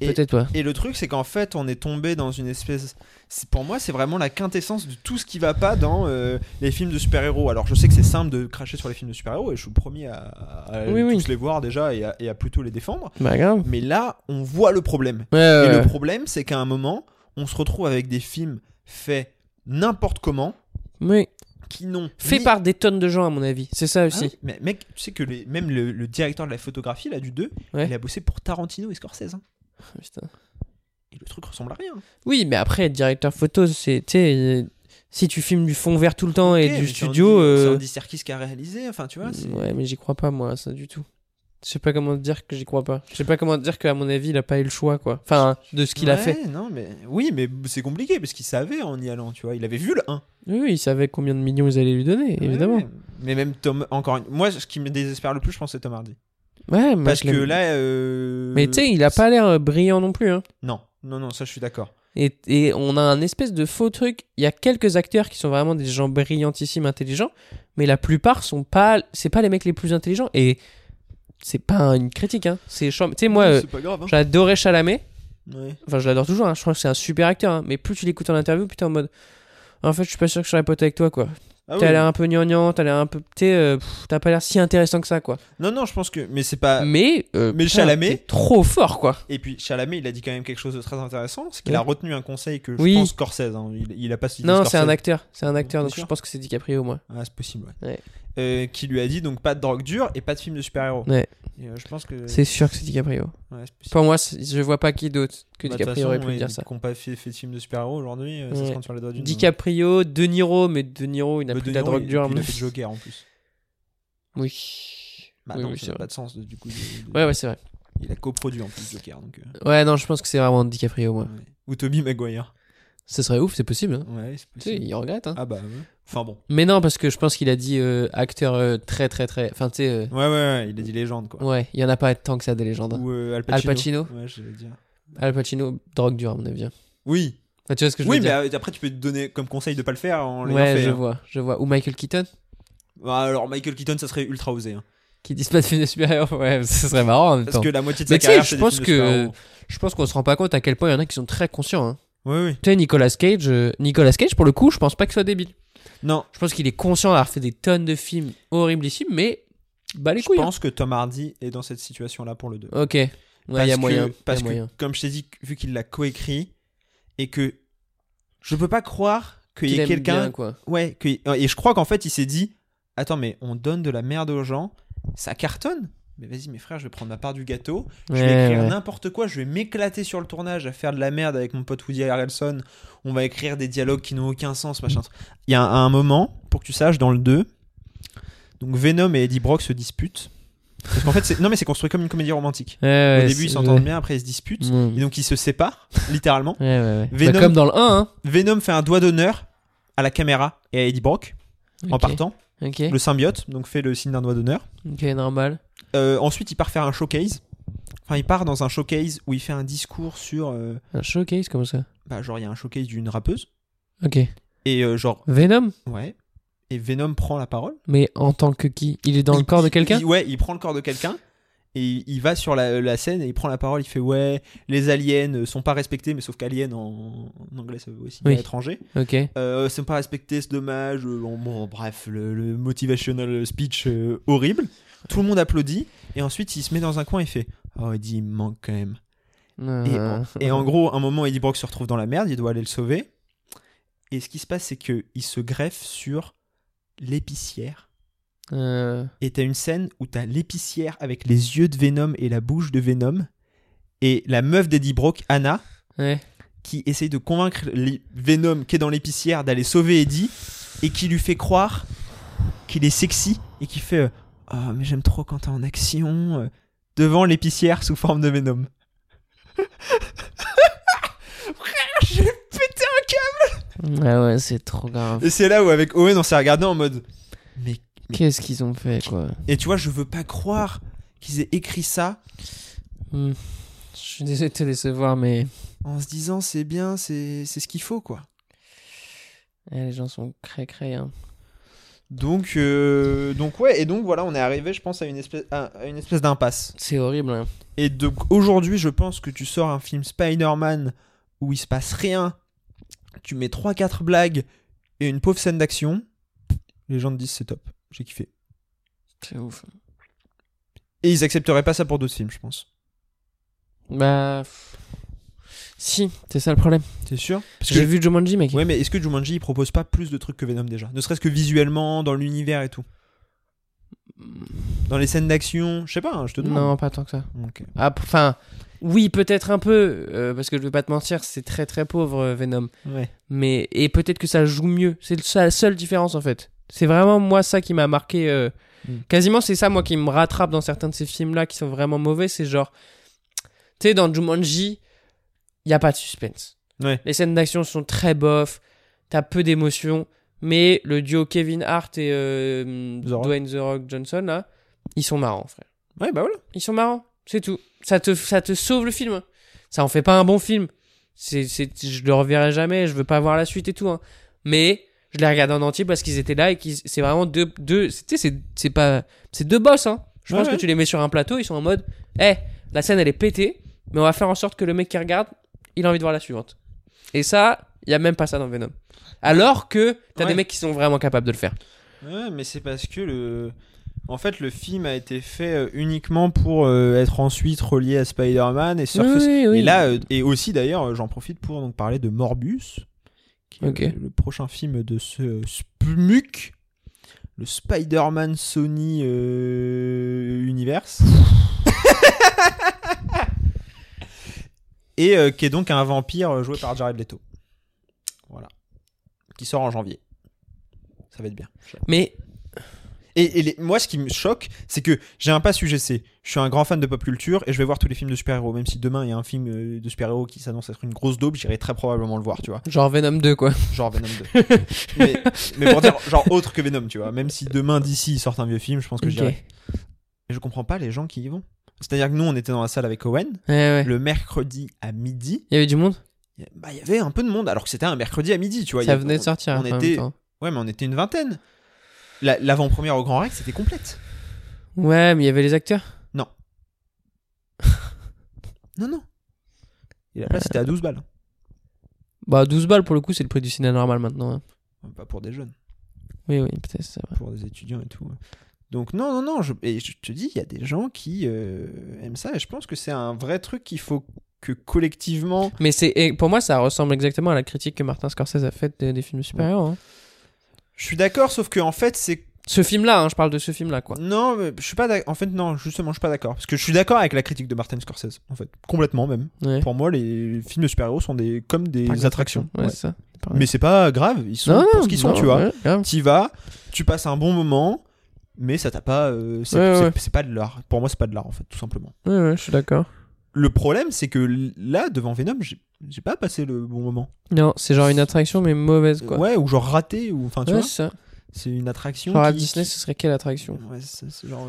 Speaker 5: peut-être pas.
Speaker 6: Et le truc, c'est qu'en fait, on est tombé dans une espèce. c'est- Pour moi, c'est vraiment la quintessence de tout ce qui va pas dans euh, les films de super-héros. Alors, je sais que c'est simple de cracher sur les films de super-héros, et je suis le premier à, à
Speaker 5: Oui,
Speaker 6: tous
Speaker 5: oui.
Speaker 6: les voir déjà et à- et à plutôt les défendre.
Speaker 5: Bah grave.
Speaker 6: Mais là, on voit le problème.
Speaker 5: Ouais,
Speaker 6: Et
Speaker 5: ouais,
Speaker 6: le
Speaker 5: ouais.
Speaker 6: problème, c'est qu'à un moment, on se retrouve avec des films faits n'importe comment,
Speaker 5: Oui.
Speaker 6: qui n'ont.
Speaker 5: Fait
Speaker 6: ni-
Speaker 5: par des tonnes de gens à mon avis. C'est ça
Speaker 6: Ah
Speaker 5: aussi.
Speaker 6: oui, mais mec, tu sais que les- même le, le directeur de la photographie, là, du 2,
Speaker 5: Ouais.
Speaker 6: il a bossé pour Tarantino et Scorsese. hein.
Speaker 5: Putain.
Speaker 6: Et le truc ressemble à rien.
Speaker 5: Oui, mais après directeur photo, c'est tu sais, euh, si tu filmes du fond vert tout le temps
Speaker 6: Ok,
Speaker 5: et
Speaker 6: mais
Speaker 5: du
Speaker 6: c'est
Speaker 5: studio.
Speaker 6: Andy-
Speaker 5: euh,
Speaker 6: C'est Andy Serkis qui a réalisé, enfin, tu vois. c'est-
Speaker 5: Ouais, mais j'y crois pas moi, à ça du tout. Je sais pas comment te dire que j'y crois pas. Je sais pas comment te dire qu'à mon avis, il a pas eu le choix quoi. Enfin, de ce qu'il a
Speaker 6: Ouais,
Speaker 5: fait.
Speaker 6: Non, mais... Oui, mais c'est compliqué, parce qu'il savait en y allant, tu vois. Il avait vu le 1.
Speaker 5: Oui, oui, il savait combien de millions ils allaient lui donner, évidemment.
Speaker 6: Ouais, Mais même Tom, encore une... Moi, ce qui me désespère le plus, je pense, c'est Tom Hardy.
Speaker 5: Ouais, moi,
Speaker 6: Parce
Speaker 5: Bah, je
Speaker 6: que
Speaker 5: l'aime.
Speaker 6: là. euh,
Speaker 5: Mais tu sais, il a pas l'air euh, brillant non plus. Hein.
Speaker 6: Non, non, non, ça, je suis d'accord.
Speaker 5: Et, et on a un espèce de faux truc. Il y a quelques acteurs qui sont vraiment des gens brillantissimes, intelligents, mais la plupart sont pas. C'est pas les mecs les plus intelligents. Et c'est pas une critique, hein. C'est chiant. Tu sais, moi, euh,
Speaker 6: c'est pas grave. hein.
Speaker 5: j'adorais Chalamet.
Speaker 6: Ouais.
Speaker 5: Enfin, je l'adore toujours. hein. Je crois que c'est un super acteur. hein. Mais plus tu l'écoutes en interview, plus t'es en mode. En fait, je suis pas sûr que je serais pote avec toi, quoi.
Speaker 6: Ah
Speaker 5: t'as
Speaker 6: oui.
Speaker 5: l'air un peu gnangnan, t'as l'air un peu. T'es, euh, pff, T'as pas l'air si intéressant que ça, quoi.
Speaker 6: Non, non, je pense que. Mais c'est pas.
Speaker 5: mais. euh,
Speaker 6: Ah. mais
Speaker 5: putain,
Speaker 6: Chalamet-
Speaker 5: t'es Trop fort, quoi.
Speaker 6: Et puis Chalamet, il a dit quand même quelque chose de très intéressant, c'est qu'il
Speaker 5: Ouais.
Speaker 6: a retenu un conseil que je
Speaker 5: Oui.
Speaker 6: pense Scorsese. hein, Il, il a pas cité
Speaker 5: Non,
Speaker 6: Scorsese.
Speaker 5: c'est un acteur. C'est un acteur,
Speaker 6: Bien
Speaker 5: donc
Speaker 6: sûr.
Speaker 5: je pense que c'est DiCaprio, moi.
Speaker 6: Ah, c'est possible. Ouais.
Speaker 5: Ouais.
Speaker 6: Euh, qui lui a dit donc pas de drogue dure et pas de film de super-héros.
Speaker 5: Ouais.
Speaker 6: Et, euh, je pense que.
Speaker 5: C'est sûr que c'est DiCaprio.
Speaker 6: Ouais, c'est possible.
Speaker 5: Pour moi, c'est- je vois pas qui d'autre que
Speaker 6: Bah, de
Speaker 5: DiCaprio
Speaker 6: toute
Speaker 5: aurait
Speaker 6: façon,
Speaker 5: pu
Speaker 6: ouais,
Speaker 5: dire
Speaker 6: ils-
Speaker 5: ça.
Speaker 6: qui ont pas fait, fait de film de super-héros aujourd'hui, euh, ça se
Speaker 5: Ouais.
Speaker 6: compte sur les doigts d'une.
Speaker 5: DiCaprio, De Niro, mais De Niro, il n'a
Speaker 6: Bah, De
Speaker 5: plus de la
Speaker 6: Niro,
Speaker 5: drogue
Speaker 6: il-
Speaker 5: dure. à
Speaker 6: puis
Speaker 5: mon
Speaker 6: Il a fait
Speaker 5: avis.
Speaker 6: Joker en plus.
Speaker 5: Oui.
Speaker 6: Bah
Speaker 5: oui,
Speaker 6: non,
Speaker 5: oui,
Speaker 6: ça
Speaker 5: c'est
Speaker 6: n'a
Speaker 5: vrai.
Speaker 6: pas de sens du coup. de- de-
Speaker 5: Ouais, ouais, c'est vrai.
Speaker 6: Il a coproduit en plus Joker donc. euh,
Speaker 5: Ouais, non, je pense que c'est vraiment DiCaprio, moi.
Speaker 6: ouais. Ou Toby Maguire.
Speaker 5: Ce serait ouf, c'est possible. hein.
Speaker 6: Ouais, c'est
Speaker 5: Tu sais,
Speaker 6: possible.
Speaker 5: il regrette. hein.
Speaker 6: Ah bah, ouais. Enfin bon.
Speaker 5: Mais non, parce que je pense qu'il a dit euh, acteur euh, très très très. Enfin, tu sais. euh,
Speaker 6: Ouais, ouais, ouais, il a dit légende, quoi.
Speaker 5: ouais, il y en a pas tant que ça des légendes. hein.
Speaker 6: Ou euh, Al
Speaker 5: Al
Speaker 6: Pacino.
Speaker 5: Pacino.
Speaker 6: Ouais, j'allais dire.
Speaker 5: Al Pacino, drogue dure, à mon avis.
Speaker 6: Oui.
Speaker 5: Enfin, tu vois ce que je
Speaker 6: Oui,
Speaker 5: veux
Speaker 6: mais
Speaker 5: dire
Speaker 6: euh, après, tu peux te donner comme conseil de pas le faire en l'ayant
Speaker 5: Ouais,
Speaker 6: fait,
Speaker 5: je
Speaker 6: hein.
Speaker 5: vois, je vois. Ou Michael Keaton,
Speaker 6: Bah, alors, Michael Keaton, ça serait ultra osé. hein.
Speaker 5: qui dit pas de film de super-héros. Ouais, ce serait marrant en même
Speaker 6: Parce
Speaker 5: temps.
Speaker 6: que la moitié de sa
Speaker 5: Mais tu sais,
Speaker 6: carrière,
Speaker 5: je
Speaker 6: c'est des
Speaker 5: pense
Speaker 6: films de
Speaker 5: que-
Speaker 6: super-héros.
Speaker 5: Je pense qu'on se rend pas compte à quel point il y en a qui sont très conscients. hein.
Speaker 6: Oui, oui.
Speaker 5: Tu sais, Nicolas Cage, euh, Nicolas Cage, pour le coup, je pense pas qu'il soit débile.
Speaker 6: Non,
Speaker 5: Je pense qu'il est conscient d'avoir fait des tonnes de films horribles ici, mais bah les
Speaker 6: je
Speaker 5: couilles. hein.
Speaker 6: pense que Tom Hardy est dans cette situation-là pour le 2.
Speaker 5: Ok. Ouais, il y a moyen.
Speaker 6: Que,
Speaker 5: y a
Speaker 6: parce
Speaker 5: moyen.
Speaker 6: que, comme je t'ai dit, vu qu'il l'a coécrit, et que je peux pas croire qu'il y
Speaker 5: Qu'il
Speaker 6: ait
Speaker 5: aime
Speaker 6: quelqu'un.
Speaker 5: bien, quoi.
Speaker 6: Ouais, que... et je crois qu'en fait, il s'est dit Attends, mais on donne de la merde aux gens, ça cartonne Mais vas-y, mes frères, je vais prendre ma part du gâteau, je vais
Speaker 5: Ouais,
Speaker 6: écrire
Speaker 5: ouais.
Speaker 6: n'importe quoi, je vais m'éclater sur le tournage à faire de la merde avec mon pote Woody Harrelson, on va écrire des dialogues qui n'ont aucun sens, machin. Il y a un, un moment, pour que tu saches, dans le 2, donc Venom et Eddie Brock se disputent. Parce qu'en fait, c'est- non, mais c'est construit comme une comédie romantique.
Speaker 5: Ouais, ouais,
Speaker 6: Au début, ils
Speaker 5: c'est-
Speaker 6: s'entendent bien, après, ils se disputent.
Speaker 5: Mm.
Speaker 6: Et donc, ils se séparent, littéralement.
Speaker 5: Ouais, ouais, ouais.
Speaker 6: Venom-
Speaker 5: Bah, comme dans le 1, hein.
Speaker 6: Venom fait un doigt d'honneur à la caméra et à Eddie Brock en
Speaker 5: Ok,
Speaker 6: partant.
Speaker 5: Ok,
Speaker 6: Le symbiote, donc fait le signe d'un doigt d'honneur.
Speaker 5: ok, normal.
Speaker 6: Euh, ensuite, il part faire un showcase. Enfin, il part dans un showcase où il fait un discours sur. euh,
Speaker 5: Un showcase comme ça.
Speaker 6: bah, genre, il y a un showcase d'une rappeuse.
Speaker 5: Ok.
Speaker 6: Et euh, genre,
Speaker 5: Venom
Speaker 6: ouais. Et Venom prend la parole.
Speaker 5: Mais en tant que qui Il est dans le
Speaker 6: Il-
Speaker 5: corps de
Speaker 6: il-
Speaker 5: quelqu'un
Speaker 6: il- Ouais, il prend le corps de quelqu'un. Et il- il va sur la, la scène et il prend la parole. Il fait Ouais, les aliens euh, sont pas respectés, mais sauf qu'alien en, en anglais ça veut aussi dire
Speaker 5: Oui.
Speaker 6: étranger.
Speaker 5: Ok.
Speaker 6: Euh, sont pas respectés, c'est dommage. euh, bon, bon, bref, le, le motivational speech euh, horrible. Tout le monde applaudit. Et ensuite, il se met dans un coin et fait Oh, il dit Il me manque quand même. Et,
Speaker 5: Euh, Ah.
Speaker 6: en- et en gros, un moment, Eddie Brock se retrouve dans la merde, il doit aller le sauver. Et ce qui se passe, c'est que il se greffe sur l'épicière.
Speaker 5: Euh,
Speaker 6: Et t'as une scène où t'as l'épicière avec les yeux de Venom et la bouche de Venom. Et la meuf d'Eddie Brock, Anna,
Speaker 5: ouais.
Speaker 6: qui essaye de convaincre les- Venom qui est dans l'épicière d'aller sauver Eddie. Et qui lui fait croire qu'il est sexy. Et qui fait euh, Oh, mais j'aime trop quand t'es en action. euh, devant l'épicière sous forme de Venom.
Speaker 5: Ah ouais, c'est trop grave.
Speaker 6: Et c'est là où avec Owen on s'est regardé en mode mais
Speaker 5: Qu'est-ce qu'ils ont fait, quoi
Speaker 6: et tu vois je veux pas croire qu'ils aient écrit ça
Speaker 5: Hmm. Je suis désolé de te décevoir, mais
Speaker 6: en se disant c'est bien c'est c'est ce qu'il faut quoi.
Speaker 5: eh, les gens sont cré-cré. Hein.
Speaker 6: Donc euh, donc ouais et donc voilà on est arrivé je pense à une espèce à, à une espèce d'impasse.
Speaker 5: C'est horrible. hein.
Speaker 6: Et donc aujourd'hui je pense que tu sors un film Spider-Man où il se passe rien. Tu mets 3 4 blagues et une pauvre scène d'action. Les gens te disent c'est top. J'ai kiffé.
Speaker 5: C'est ouf.
Speaker 6: Et ils accepteraient pas ça pour d'autres films, je pense.
Speaker 5: Bah. pff. Si, c'est ça le problème.
Speaker 6: T'es sûr Parce
Speaker 5: J'ai vu Jumanji, mec.
Speaker 6: Ouais, mais est-ce que Jumanji il propose pas plus de trucs que Venom déjà Ne serait-ce que visuellement, dans l'univers et tout. Dans les scènes d'action, je sais pas, hein, je te demande.
Speaker 5: Non, pas tant que ça.
Speaker 6: Non. Ok.
Speaker 5: Ah, p- Enfin, oui, peut-être un peu, euh, parce que je vais pas te mentir, c'est très très pauvre euh, Venom.
Speaker 6: Ouais.
Speaker 5: Mais et peut-être que ça joue mieux. C'est le- ça, la seule différence en fait. C'est vraiment moi ça qui m'a marqué. euh,
Speaker 6: Mm.
Speaker 5: Quasiment c'est ça moi qui me rattrape dans certains de ces films là qui sont vraiment mauvais. C'est genre, tu sais, dans Jumanji, il y a pas de suspense.
Speaker 6: Ouais.
Speaker 5: Les scènes d'action sont très bof. T'as peu d'émotion. Mais le duo Kevin Hart et euh,
Speaker 6: The Rock.
Speaker 5: Dwayne The Rock Johnson là, ils sont marrants frère.
Speaker 6: Ouais, bah voilà.
Speaker 5: Ils sont marrants, c'est tout. Ça te, ça te sauve le film. Ça en fait pas un bon film. C'est, c'est, je le reverrai jamais, je veux pas voir la suite et tout. hein. Mais je les regarde en entier parce qu'ils étaient là et qu'ils, c'est vraiment deux, deux, c'est- tu sais, c'est, c'est pas, c'est deux boss, hein. Je
Speaker 6: Ouais,
Speaker 5: pense
Speaker 6: ouais.
Speaker 5: que tu les mets sur un plateau, ils sont en mode, eh, la scène elle est pétée, mais on va faire en sorte que le mec qui regarde, il a envie de voir la suivante. Et ça, il y a même pas ça dans Venom. Alors que t'as
Speaker 6: Ouais.
Speaker 5: des mecs qui sont vraiment capables de le faire.
Speaker 6: Ouais, mais c'est parce que le. En fait, le film a été fait euh, uniquement pour euh, être ensuite relié à Spider-Man et surfer.
Speaker 5: Oui, oui, oui.
Speaker 6: Et là, euh, et aussi d'ailleurs, euh, j'en profite pour donc parler de Morbus, qui est
Speaker 5: Ok.
Speaker 6: euh, le prochain film de ce euh, SPMUC, le Spider-Man Sony euh, Universe. et euh, qui est donc un vampire euh, joué par Jared Leto. Voilà. Qui sort en janvier. Ça va être bien.
Speaker 5: Mais,
Speaker 6: Et, et les- moi, ce qui me choque, c'est que j'ai un pass UGC. Je suis un grand fan de pop culture et je vais voir tous les films de super-héros. Même si demain il y a un film euh, de super-héros qui s'annonce être une grosse daube, j'irai très probablement le voir, tu vois.
Speaker 5: Genre Venom 2, quoi.
Speaker 6: Genre Venom 2. mais, mais pour dire, genre autre que Venom, tu vois. Même si demain d'ici ils sortent un vieux film, je pense que
Speaker 5: Ok.
Speaker 6: j'irai. Mais je comprends pas les gens qui y vont. C'est-à-dire que nous, on était dans la salle avec Owen
Speaker 5: Ouais, ouais.
Speaker 6: le mercredi à midi.
Speaker 5: Il y avait du monde
Speaker 6: bah, Il y avait un peu de monde alors que c'était un mercredi à midi, tu vois. Il y
Speaker 5: Ça
Speaker 6: avait-
Speaker 5: venait de
Speaker 6: on-
Speaker 5: sortir.
Speaker 6: on
Speaker 5: en même
Speaker 6: était-
Speaker 5: temps.
Speaker 6: Ouais, mais on était une vingtaine. La- L'avant-première au Grand Rex, c'était complète.
Speaker 5: Ouais, mais il y avait les acteurs.
Speaker 6: Non, non. Et la place, c'était à 12 balles.
Speaker 5: Bah, 12 balles pour le coup, c'est le prix du ciné normal maintenant. hein.
Speaker 6: Pas pour des jeunes,
Speaker 5: Oui, oui, peut-être, c'est vrai.
Speaker 6: pour des étudiants et tout. Donc, non, non, non. Je, et je te dis, il y a des gens qui euh, aiment ça. Et je pense que c'est un vrai truc qu'il faut que collectivement.
Speaker 5: Mais c'est, et pour moi, ça ressemble exactement à la critique que Martin Scorsese a faite des, des films de super-héros. hein.
Speaker 6: Je suis d'accord, sauf que en fait, c'est.
Speaker 5: Ce film-là, hein, je parle de ce film-là, quoi.
Speaker 6: Non, mais je suis pas d'ac- En fait, non, justement, je suis pas d'accord. Parce que je suis d'accord avec la critique de Martin Scorsese, en fait. Complètement, même.
Speaker 5: Ouais.
Speaker 6: Pour moi, les films de super-héros sont des, comme des
Speaker 5: Parc
Speaker 6: attractions.
Speaker 5: Ouais,
Speaker 6: Ouais.
Speaker 5: c'est ça.
Speaker 6: Mais c'est pas grave, ils sont
Speaker 5: Non,
Speaker 6: pour
Speaker 5: non,
Speaker 6: ce qu'ils sont,
Speaker 5: non,
Speaker 6: tu vois.
Speaker 5: ouais, grave.
Speaker 6: T'y vas, tu passes un bon moment, mais ça t'a pas. euh, c'est
Speaker 5: Ouais,
Speaker 6: c'est-
Speaker 5: ouais.
Speaker 6: c'est pas de l'art. Pour moi, c'est pas de l'art, en fait, tout simplement.
Speaker 5: Ouais, ouais, je suis d'accord.
Speaker 6: Le problème, c'est que l- là, devant Venom, j'ai j'ai pas passé le bon moment.
Speaker 5: Non, c'est genre une attraction, mais mauvaise, quoi.
Speaker 6: ouais, ou genre raté, ou. Enfin, tu
Speaker 5: Ouais,
Speaker 6: vois,
Speaker 5: c'est ça.
Speaker 6: c'est une attraction.
Speaker 5: Genre à
Speaker 6: qui-
Speaker 5: Disney, ce serait quelle attraction
Speaker 6: Ouais, c'est c'est genre.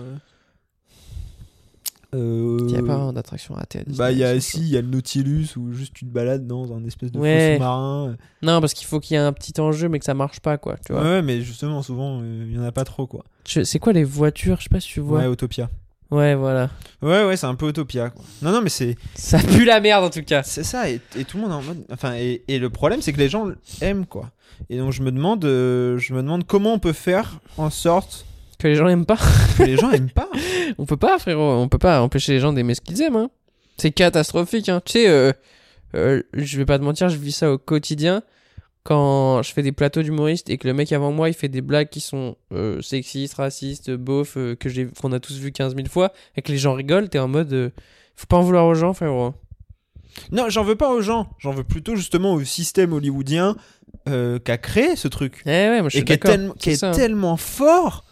Speaker 6: euh,
Speaker 5: Il n'y a
Speaker 6: euh,
Speaker 5: pas vraiment d'attraction ratée à Disney.
Speaker 6: Bah, il y a,
Speaker 5: c'est
Speaker 6: si,
Speaker 5: ça.
Speaker 6: il y a le Nautilus où juste tu te balades dans un espèce de faux
Speaker 5: Ouais.
Speaker 6: sous-marin.
Speaker 5: Non, parce qu'il faut qu'il y ait un petit enjeu, mais que ça marche pas, quoi. Tu vois.
Speaker 6: Ouais, mais justement, souvent, euh, il y en a pas trop, quoi.
Speaker 5: Je- C'est quoi les voitures Je sais pas si tu vois.
Speaker 6: Ouais, Autopia.
Speaker 5: Ouais, voilà.
Speaker 6: Ouais, ouais, c'est un peu Autopia, quoi. Non, non, mais c'est.
Speaker 5: Ça pue la merde, en tout cas.
Speaker 6: C'est ça, et, et tout le monde est en mode. Enfin, et, et le problème, c'est que les gens aiment, quoi. Et donc, je me demande, euh, je me demande comment on peut faire en sorte
Speaker 5: Que les gens l'aiment pas.
Speaker 6: que les gens aiment pas.
Speaker 5: On peut pas, frérot. On peut pas empêcher les gens d'aimer ce qu'ils aiment. hein. C'est catastrophique. Hein. Tu sais, euh, euh, je vais pas te mentir, je vis ça au quotidien. Quand je fais des plateaux d'humoristes et que le mec avant moi, il fait des blagues qui sont euh, sexistes, racistes, beaufs, euh, que j'ai, qu'on a tous vu 15 000 fois, et que les gens rigolent, t'es en mode, euh, faut pas en vouloir aux gens, frérot.
Speaker 6: Non, j'en veux pas aux gens. J'en veux plutôt justement au système hollywoodien euh, qui a créé ce truc
Speaker 5: Eh ouais, moi je suis
Speaker 6: et qui est,
Speaker 5: d'accord.
Speaker 6: tellement- qui
Speaker 5: C'est
Speaker 6: est
Speaker 5: ça, hein.
Speaker 6: tellement fort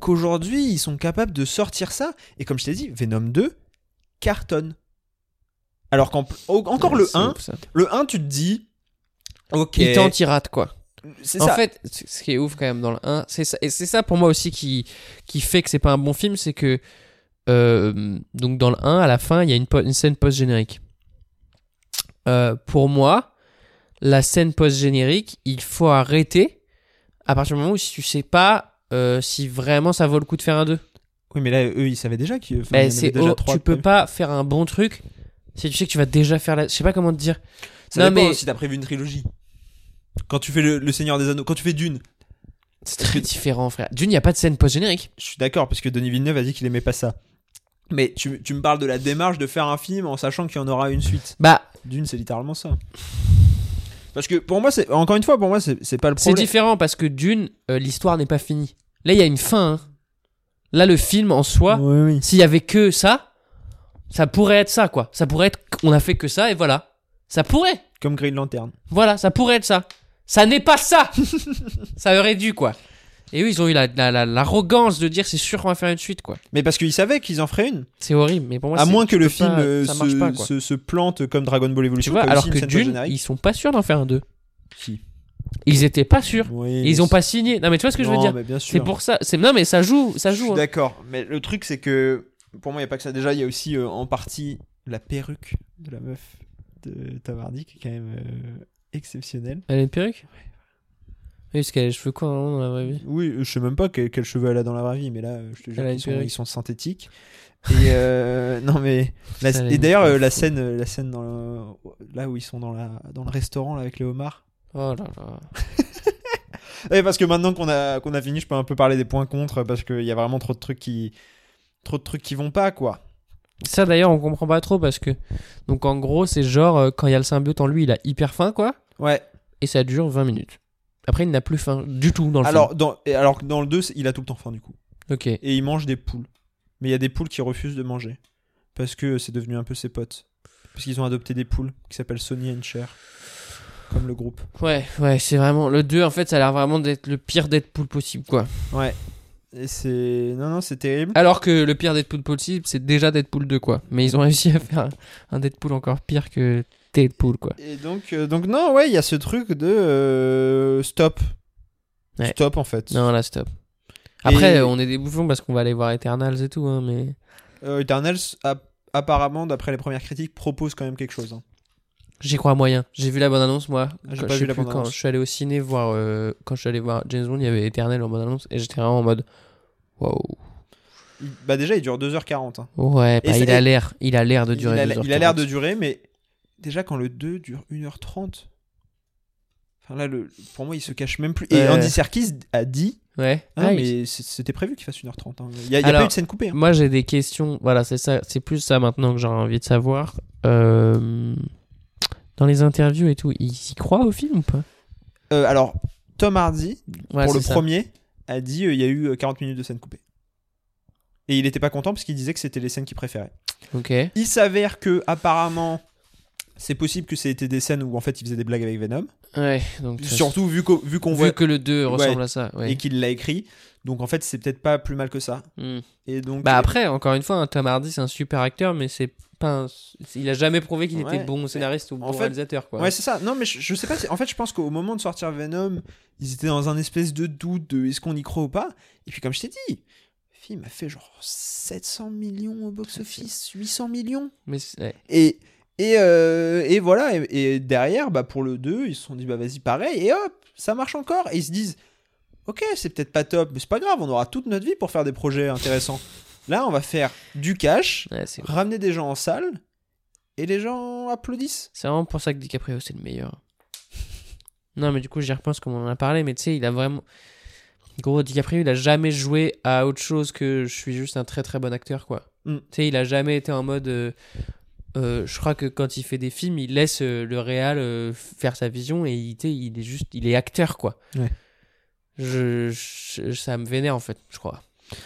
Speaker 6: qu'aujourd'hui ils sont capables de sortir ça. Et comme je t'ai dit, Venom 2 cartonne. Alors qu'en au- encore
Speaker 5: Ouais,
Speaker 6: le
Speaker 5: c'est
Speaker 6: 1,
Speaker 5: ouf, ça.
Speaker 6: le 1, tu te dis, ok,
Speaker 5: Il tente, il rate, quoi.
Speaker 6: c'est
Speaker 5: En
Speaker 6: ça.
Speaker 5: fait, c- ce qui est ouf quand même dans le 1, c'est ça, et c'est ça pour moi aussi qui, qui fait que c'est pas un bon film, c'est que euh, donc dans le 1, à la fin, il y a une, po- une scène post-générique. Euh, pour moi, la scène post-générique, il faut arrêter à partir du moment où tu sais pas euh, si vraiment ça vaut le coup de faire un 2.
Speaker 6: Oui, mais là, eux, ils savaient déjà qu'il enfin, il y en
Speaker 5: Bah,
Speaker 6: avait
Speaker 5: c'est
Speaker 6: déjà
Speaker 5: oh,
Speaker 6: trois
Speaker 5: tu
Speaker 6: de
Speaker 5: peux
Speaker 6: prévus.
Speaker 5: pas faire un bon truc si tu sais que tu vas déjà faire la. Je sais pas comment te dire.
Speaker 6: Ça
Speaker 5: Non,
Speaker 6: dépend
Speaker 5: mais-
Speaker 6: si t'as prévu une trilogie. Quand tu fais le, le Seigneur des Anneaux, quand tu fais Dune,
Speaker 5: C'est très différent, frère. D'une, il n'y a pas de scène post-générique.
Speaker 6: je suis d'accord parce que Denis Villeneuve a dit qu'il aimait pas ça. Mais tu, tu me parles de la démarche de faire un film en sachant qu'il y en aura une suite.
Speaker 5: Bah,
Speaker 6: Dune, c'est littéralement ça. Parce que pour moi, c'est encore une fois, pour moi, c'est c'est pas le
Speaker 5: C'est
Speaker 6: problème.
Speaker 5: différent parce que d'une, euh, l'histoire n'est pas finie. Là, il y a une fin. hein. Là, le film en soi,
Speaker 6: Oui, oui.
Speaker 5: s'il y avait que ça, ça pourrait être ça, quoi. Ça pourrait être qu'on a fait que ça et voilà. Ça pourrait.
Speaker 6: Comme Green Lantern.
Speaker 5: Voilà, ça pourrait être ça. Ça n'est pas ça. ça aurait dû, quoi. Et eux, ils ont eu la- la- la- l'arrogance de dire c'est sûr qu'on va faire une suite, quoi.
Speaker 6: Mais parce qu'ils savaient qu'ils en feraient une.
Speaker 5: C'est horrible, mais pour moi,
Speaker 6: à
Speaker 5: c'est-
Speaker 6: moins
Speaker 5: tu
Speaker 6: que le
Speaker 5: peux
Speaker 6: film
Speaker 5: pas-
Speaker 6: euh,
Speaker 5: ça marche
Speaker 6: se,
Speaker 5: pas, quoi.
Speaker 6: se- se plante comme Dragon Ball
Speaker 5: Tu
Speaker 6: Evolution.
Speaker 5: vois,
Speaker 6: qui a
Speaker 5: alors
Speaker 6: aussi une
Speaker 5: que
Speaker 6: scène
Speaker 5: d'une,
Speaker 6: post-générique.
Speaker 5: ils sont pas sûrs d'en faire un deux.
Speaker 6: Si.
Speaker 5: Ils étaient pas sûrs.
Speaker 6: Oui,
Speaker 5: Et ils
Speaker 6: mais
Speaker 5: ont pas signé. Non, mais tu vois ce que je veux
Speaker 6: Non,
Speaker 5: dire
Speaker 6: mais bien sûr.
Speaker 5: C'est pour ça. c'est- Non, mais ça joue, ça
Speaker 6: Je
Speaker 5: joue.
Speaker 6: suis
Speaker 5: hein.
Speaker 6: d'accord, mais le truc c'est que pour moi il n'y a pas que ça. Déjà, il y a aussi euh, en partie la perruque de la meuf de Tavardi qui est quand même euh, exceptionnelle.
Speaker 5: Elle a une perruque Oui, parce qu'elle a les cheveux courts normalement, dans la vraie vie.
Speaker 6: Oui, je sais même pas quel, quel cheveux elle a dans la vraie vie, mais là euh, je te jure
Speaker 5: Elle a une
Speaker 6: qu'ils sont,
Speaker 5: perruque.
Speaker 6: ils sont synthétiques. Et euh, non mais la-
Speaker 5: Ça, elle a
Speaker 6: et
Speaker 5: une
Speaker 6: d'ailleurs euh, la
Speaker 5: perruque.
Speaker 6: scène euh, la scène dans le- là où ils sont dans la dans le restaurant là, avec les homards.
Speaker 5: Oh là là.
Speaker 6: Et parce que maintenant qu'on a qu'on a fini, je peux un peu parler des points contre parce qu'il y a vraiment trop de trucs qui trop de trucs qui vont pas quoi.
Speaker 5: Ça d'ailleurs, on comprend pas trop parce que. Donc en gros, c'est genre euh, quand il y a le symbiote en lui, il a hyper faim quoi,
Speaker 6: Ouais.
Speaker 5: et ça dure 20 minutes. Après, il n'a plus faim du tout dans le
Speaker 6: Alors dans et alors que dans le 2, il a tout le temps faim du coup.
Speaker 5: film. Ok.
Speaker 6: et il mange des poules. Mais il y a des poules qui refusent de manger parce que c'est devenu un peu ses potes. Parce qu'ils ont adopté des poules qui s'appellent Sony and Cher, comme le groupe.
Speaker 5: Ouais, ouais, c'est vraiment. Le 2, en fait, ça a l'air vraiment d'être le pire Deadpool possible quoi.
Speaker 6: Ouais. Et c'est. Non, non, c'est terrible.
Speaker 5: Alors que le pire Deadpool possible, c'est déjà Deadpool 2, quoi. Mais ils ont réussi à faire un, un Deadpool encore pire que Deadpool, quoi.
Speaker 6: Et donc, euh, donc non, ouais, il y a ce truc de euh, stop.
Speaker 5: Ouais.
Speaker 6: Stop, en fait.
Speaker 5: Non, là, stop. Après,
Speaker 6: Et-
Speaker 5: on est des bouffons parce qu'on va aller voir Eternals et tout, hein, mais.
Speaker 6: Euh, Eternals, ap- apparemment, d'après les premières critiques, propose quand même quelque chose. hein.
Speaker 5: J'y crois moyen. J'ai vu la bonne annonce, moi.
Speaker 6: Ah, j'ai
Speaker 5: Quand-
Speaker 6: pas vu
Speaker 5: je sais
Speaker 6: la
Speaker 5: plus,
Speaker 6: bande-annonce.
Speaker 5: Quand je suis allé au ciné voir, euh, quand je suis allé voir James Bond, il y avait Eternal en bonne annonce et j'étais vraiment en mode, waouh.
Speaker 6: Il- Bah, déjà, il dure 2h40. hein.
Speaker 5: Ouais,
Speaker 6: Et
Speaker 5: bah,
Speaker 6: ça-
Speaker 5: il a l'air, il a l'air de
Speaker 6: Il
Speaker 5: durer.
Speaker 6: a
Speaker 5: deux
Speaker 6: il
Speaker 5: heures
Speaker 6: a l'air de
Speaker 5: quarante.
Speaker 6: durer, mais déjà, quand le 2 dure 1h30. Enfin, là, le... pour moi, il se cache même plus. Et
Speaker 5: Ouais.
Speaker 6: Andy Serkis a dit
Speaker 5: Ouais.
Speaker 6: Ah,
Speaker 5: Ah, il-
Speaker 6: mais c- c'était prévu qu'il fasse 1h30. hein. Il n'y a, il y a
Speaker 5: Alors-
Speaker 6: pas eu de scène coupée. hein.
Speaker 5: Moi, j'ai des questions. Voilà, c'est ça. C'est plus ça maintenant que j'ai envie de savoir. Euh, Dans les interviews et tout, ils y croient au film ou pas
Speaker 6: Euh, alors, Tom Hardy,
Speaker 5: Ouais,
Speaker 6: pour
Speaker 5: c'est
Speaker 6: le
Speaker 5: ça.
Speaker 6: premier, a dit euh, il y a eu euh, 40 minutes de scène coupée. Et il n'était pas content parce qu'il disait que c'était les scènes qu'il préférait.
Speaker 5: Ok.
Speaker 6: Il s'avère que, apparemment, c'est possible que c'était des scènes où en fait il faisait des blagues avec Venom.
Speaker 5: Ouais, donc. ça-
Speaker 6: Surtout vu qu'au- vu qu'on
Speaker 5: Vu
Speaker 6: voit
Speaker 5: que le 2
Speaker 6: Ouais.
Speaker 5: ressemble à ça. ouais.
Speaker 6: et qu'il l'a écrit. Donc en fait, c'est peut-être pas plus mal que ça.
Speaker 5: Hmm.
Speaker 6: Et donc, euh,
Speaker 5: Bah après, encore une fois, hein, Tom Hardy, c'est un super acteur, mais c'est pas. un- Il a jamais prouvé qu'il
Speaker 6: Ouais.
Speaker 5: était bon scénariste ou bon
Speaker 6: fait-
Speaker 5: réalisateur, quoi.
Speaker 6: Ouais, c'est ça. Non, mais je, je sais pas. si- En fait, je pense qu'au moment de sortir Venom, ils étaient dans un espèce de doute de est-ce qu'on y croit ou pas. Et puis, comme je t'ai dit, le film a fait genre 700 millions au box-office, 800 millions.
Speaker 5: Mais c'est- ouais.
Speaker 6: Et, et, euh, et voilà. Et, et derrière, bah, pour le 2, ils se sont dit, bah vas-y, pareil. Et hop, ça marche encore. Et ils se disent, ok, c'est peut-être pas top, mais c'est pas grave, on aura toute notre vie pour faire des projets intéressants. Là, on va faire du cash,
Speaker 5: Ouais, c'est
Speaker 6: ramener des gens en salle, et les gens applaudissent.
Speaker 5: c'est vraiment pour ça que DiCaprio, c'est le meilleur. Non, mais du coup, j'y repense comme on en a parlé, mais tu sais, il a vraiment. Gros, DiCaprio, il a jamais joué à autre chose que je suis juste un très très bon acteur, quoi.
Speaker 6: Mm.
Speaker 5: Tu sais, il a jamais été en mode. euh, euh, je crois que quand il fait des films, il laisse euh, le réal euh, faire sa vision et il, tu sais, il est juste, il est acteur quoi.
Speaker 6: Ouais.
Speaker 5: Je, je- ça me vénère en fait, je crois.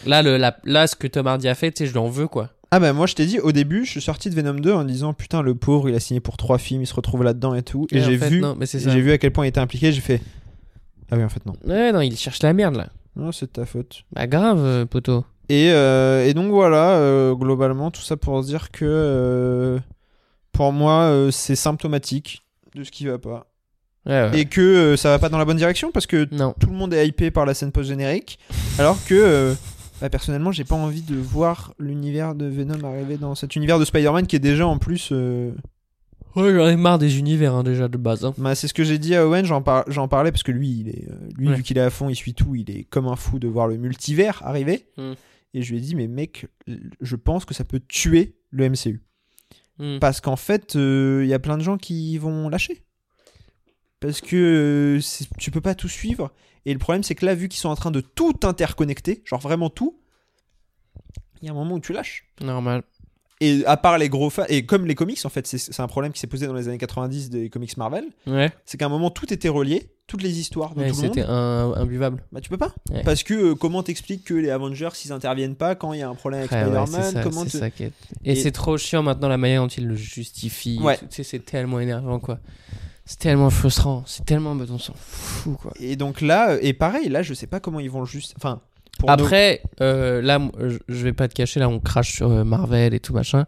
Speaker 5: Là, le, la- là, ce que Tom Hardy a fait, tu sais, je l'en veux quoi.
Speaker 6: Ah bah moi je t'ai dit au début, je suis sorti de Venom 2 en disant putain le pauvre il a signé pour trois films, il se retrouve là-dedans et tout. Et,
Speaker 5: Eh, en
Speaker 6: j'ai
Speaker 5: fait,
Speaker 6: vu,
Speaker 5: non, mais c'est
Speaker 6: et
Speaker 5: ça.
Speaker 6: j'ai vu à quel point il était impliqué, j'ai fait ah oui en fait non,
Speaker 5: Ouais, non, il cherche la merde là.
Speaker 6: non c'est de ta faute.
Speaker 5: Bah grave, euh, poteau.
Speaker 6: Et, euh, et donc voilà euh, globalement tout ça pour dire que euh, pour moi euh, c'est symptomatique de ce qui va pas
Speaker 5: Ouais, ouais.
Speaker 6: et que euh, ça va pas dans la bonne direction parce que
Speaker 5: Non.
Speaker 6: tout le monde est hypé par la scène post générique alors que euh, bah, personnellement j'ai pas envie de voir l'univers de Venom arriver dans cet univers de Spider-Man qui est déjà en plus euh,
Speaker 5: Ouais, j'en ai marre des univers hein, déjà de base. hein.
Speaker 6: Bah, c'est ce que j'ai dit à Owen, j'en, par- j'en parlais parce que lui, il est, euh, lui
Speaker 5: Ouais.
Speaker 6: vu qu'il est à fond, il suit tout, il est comme un fou de voir le multivers arriver.
Speaker 5: Mm.
Speaker 6: Et je lui ai dit, mais mec, je pense que ça peut tuer le MCU.
Speaker 5: Hmm.
Speaker 6: Parce qu'en fait, euh, il y a plein de gens qui vont lâcher. Parce que euh, c'est- tu peux pas tout suivre. Et le problème, c'est que là, vu qu'ils sont en train de tout interconnecter, genre vraiment tout, il y a un moment où tu lâches.
Speaker 5: Normal.
Speaker 6: Et à part les gros fans, et comme les comics, en fait, c'est, c'est un problème qui s'est posé dans les années 90 des comics Marvel
Speaker 5: Ouais.
Speaker 6: c'est qu'à un moment tout était relié, toutes les histoires de
Speaker 5: Ouais,
Speaker 6: tout le
Speaker 5: C'était
Speaker 6: monde.
Speaker 5: un imbuvable.
Speaker 6: Bah tu peux pas
Speaker 5: Ouais.
Speaker 6: parce que euh, comment t'expliques que les Avengers ils interviennent pas quand il y a un problème avec
Speaker 5: Ouais, ouais, c'est
Speaker 6: Spider-Man
Speaker 5: ça,
Speaker 6: comment
Speaker 5: c'est
Speaker 6: te-
Speaker 5: ça qui est- Et,
Speaker 6: Et-
Speaker 5: c'est trop chiant maintenant la manière dont ils le justifient.
Speaker 6: Ouais.
Speaker 5: Tu sais, c'est tellement énervant quoi. C'est tellement frustrant. C'est tellement. bah, on s'en fout quoi.
Speaker 6: Et donc là euh, et pareil là je sais pas comment ils vont le juste enfin pour
Speaker 5: Après, euh, là, moi, je- je vais pas te cacher, là, on crache sur euh, Marvel et tout machin.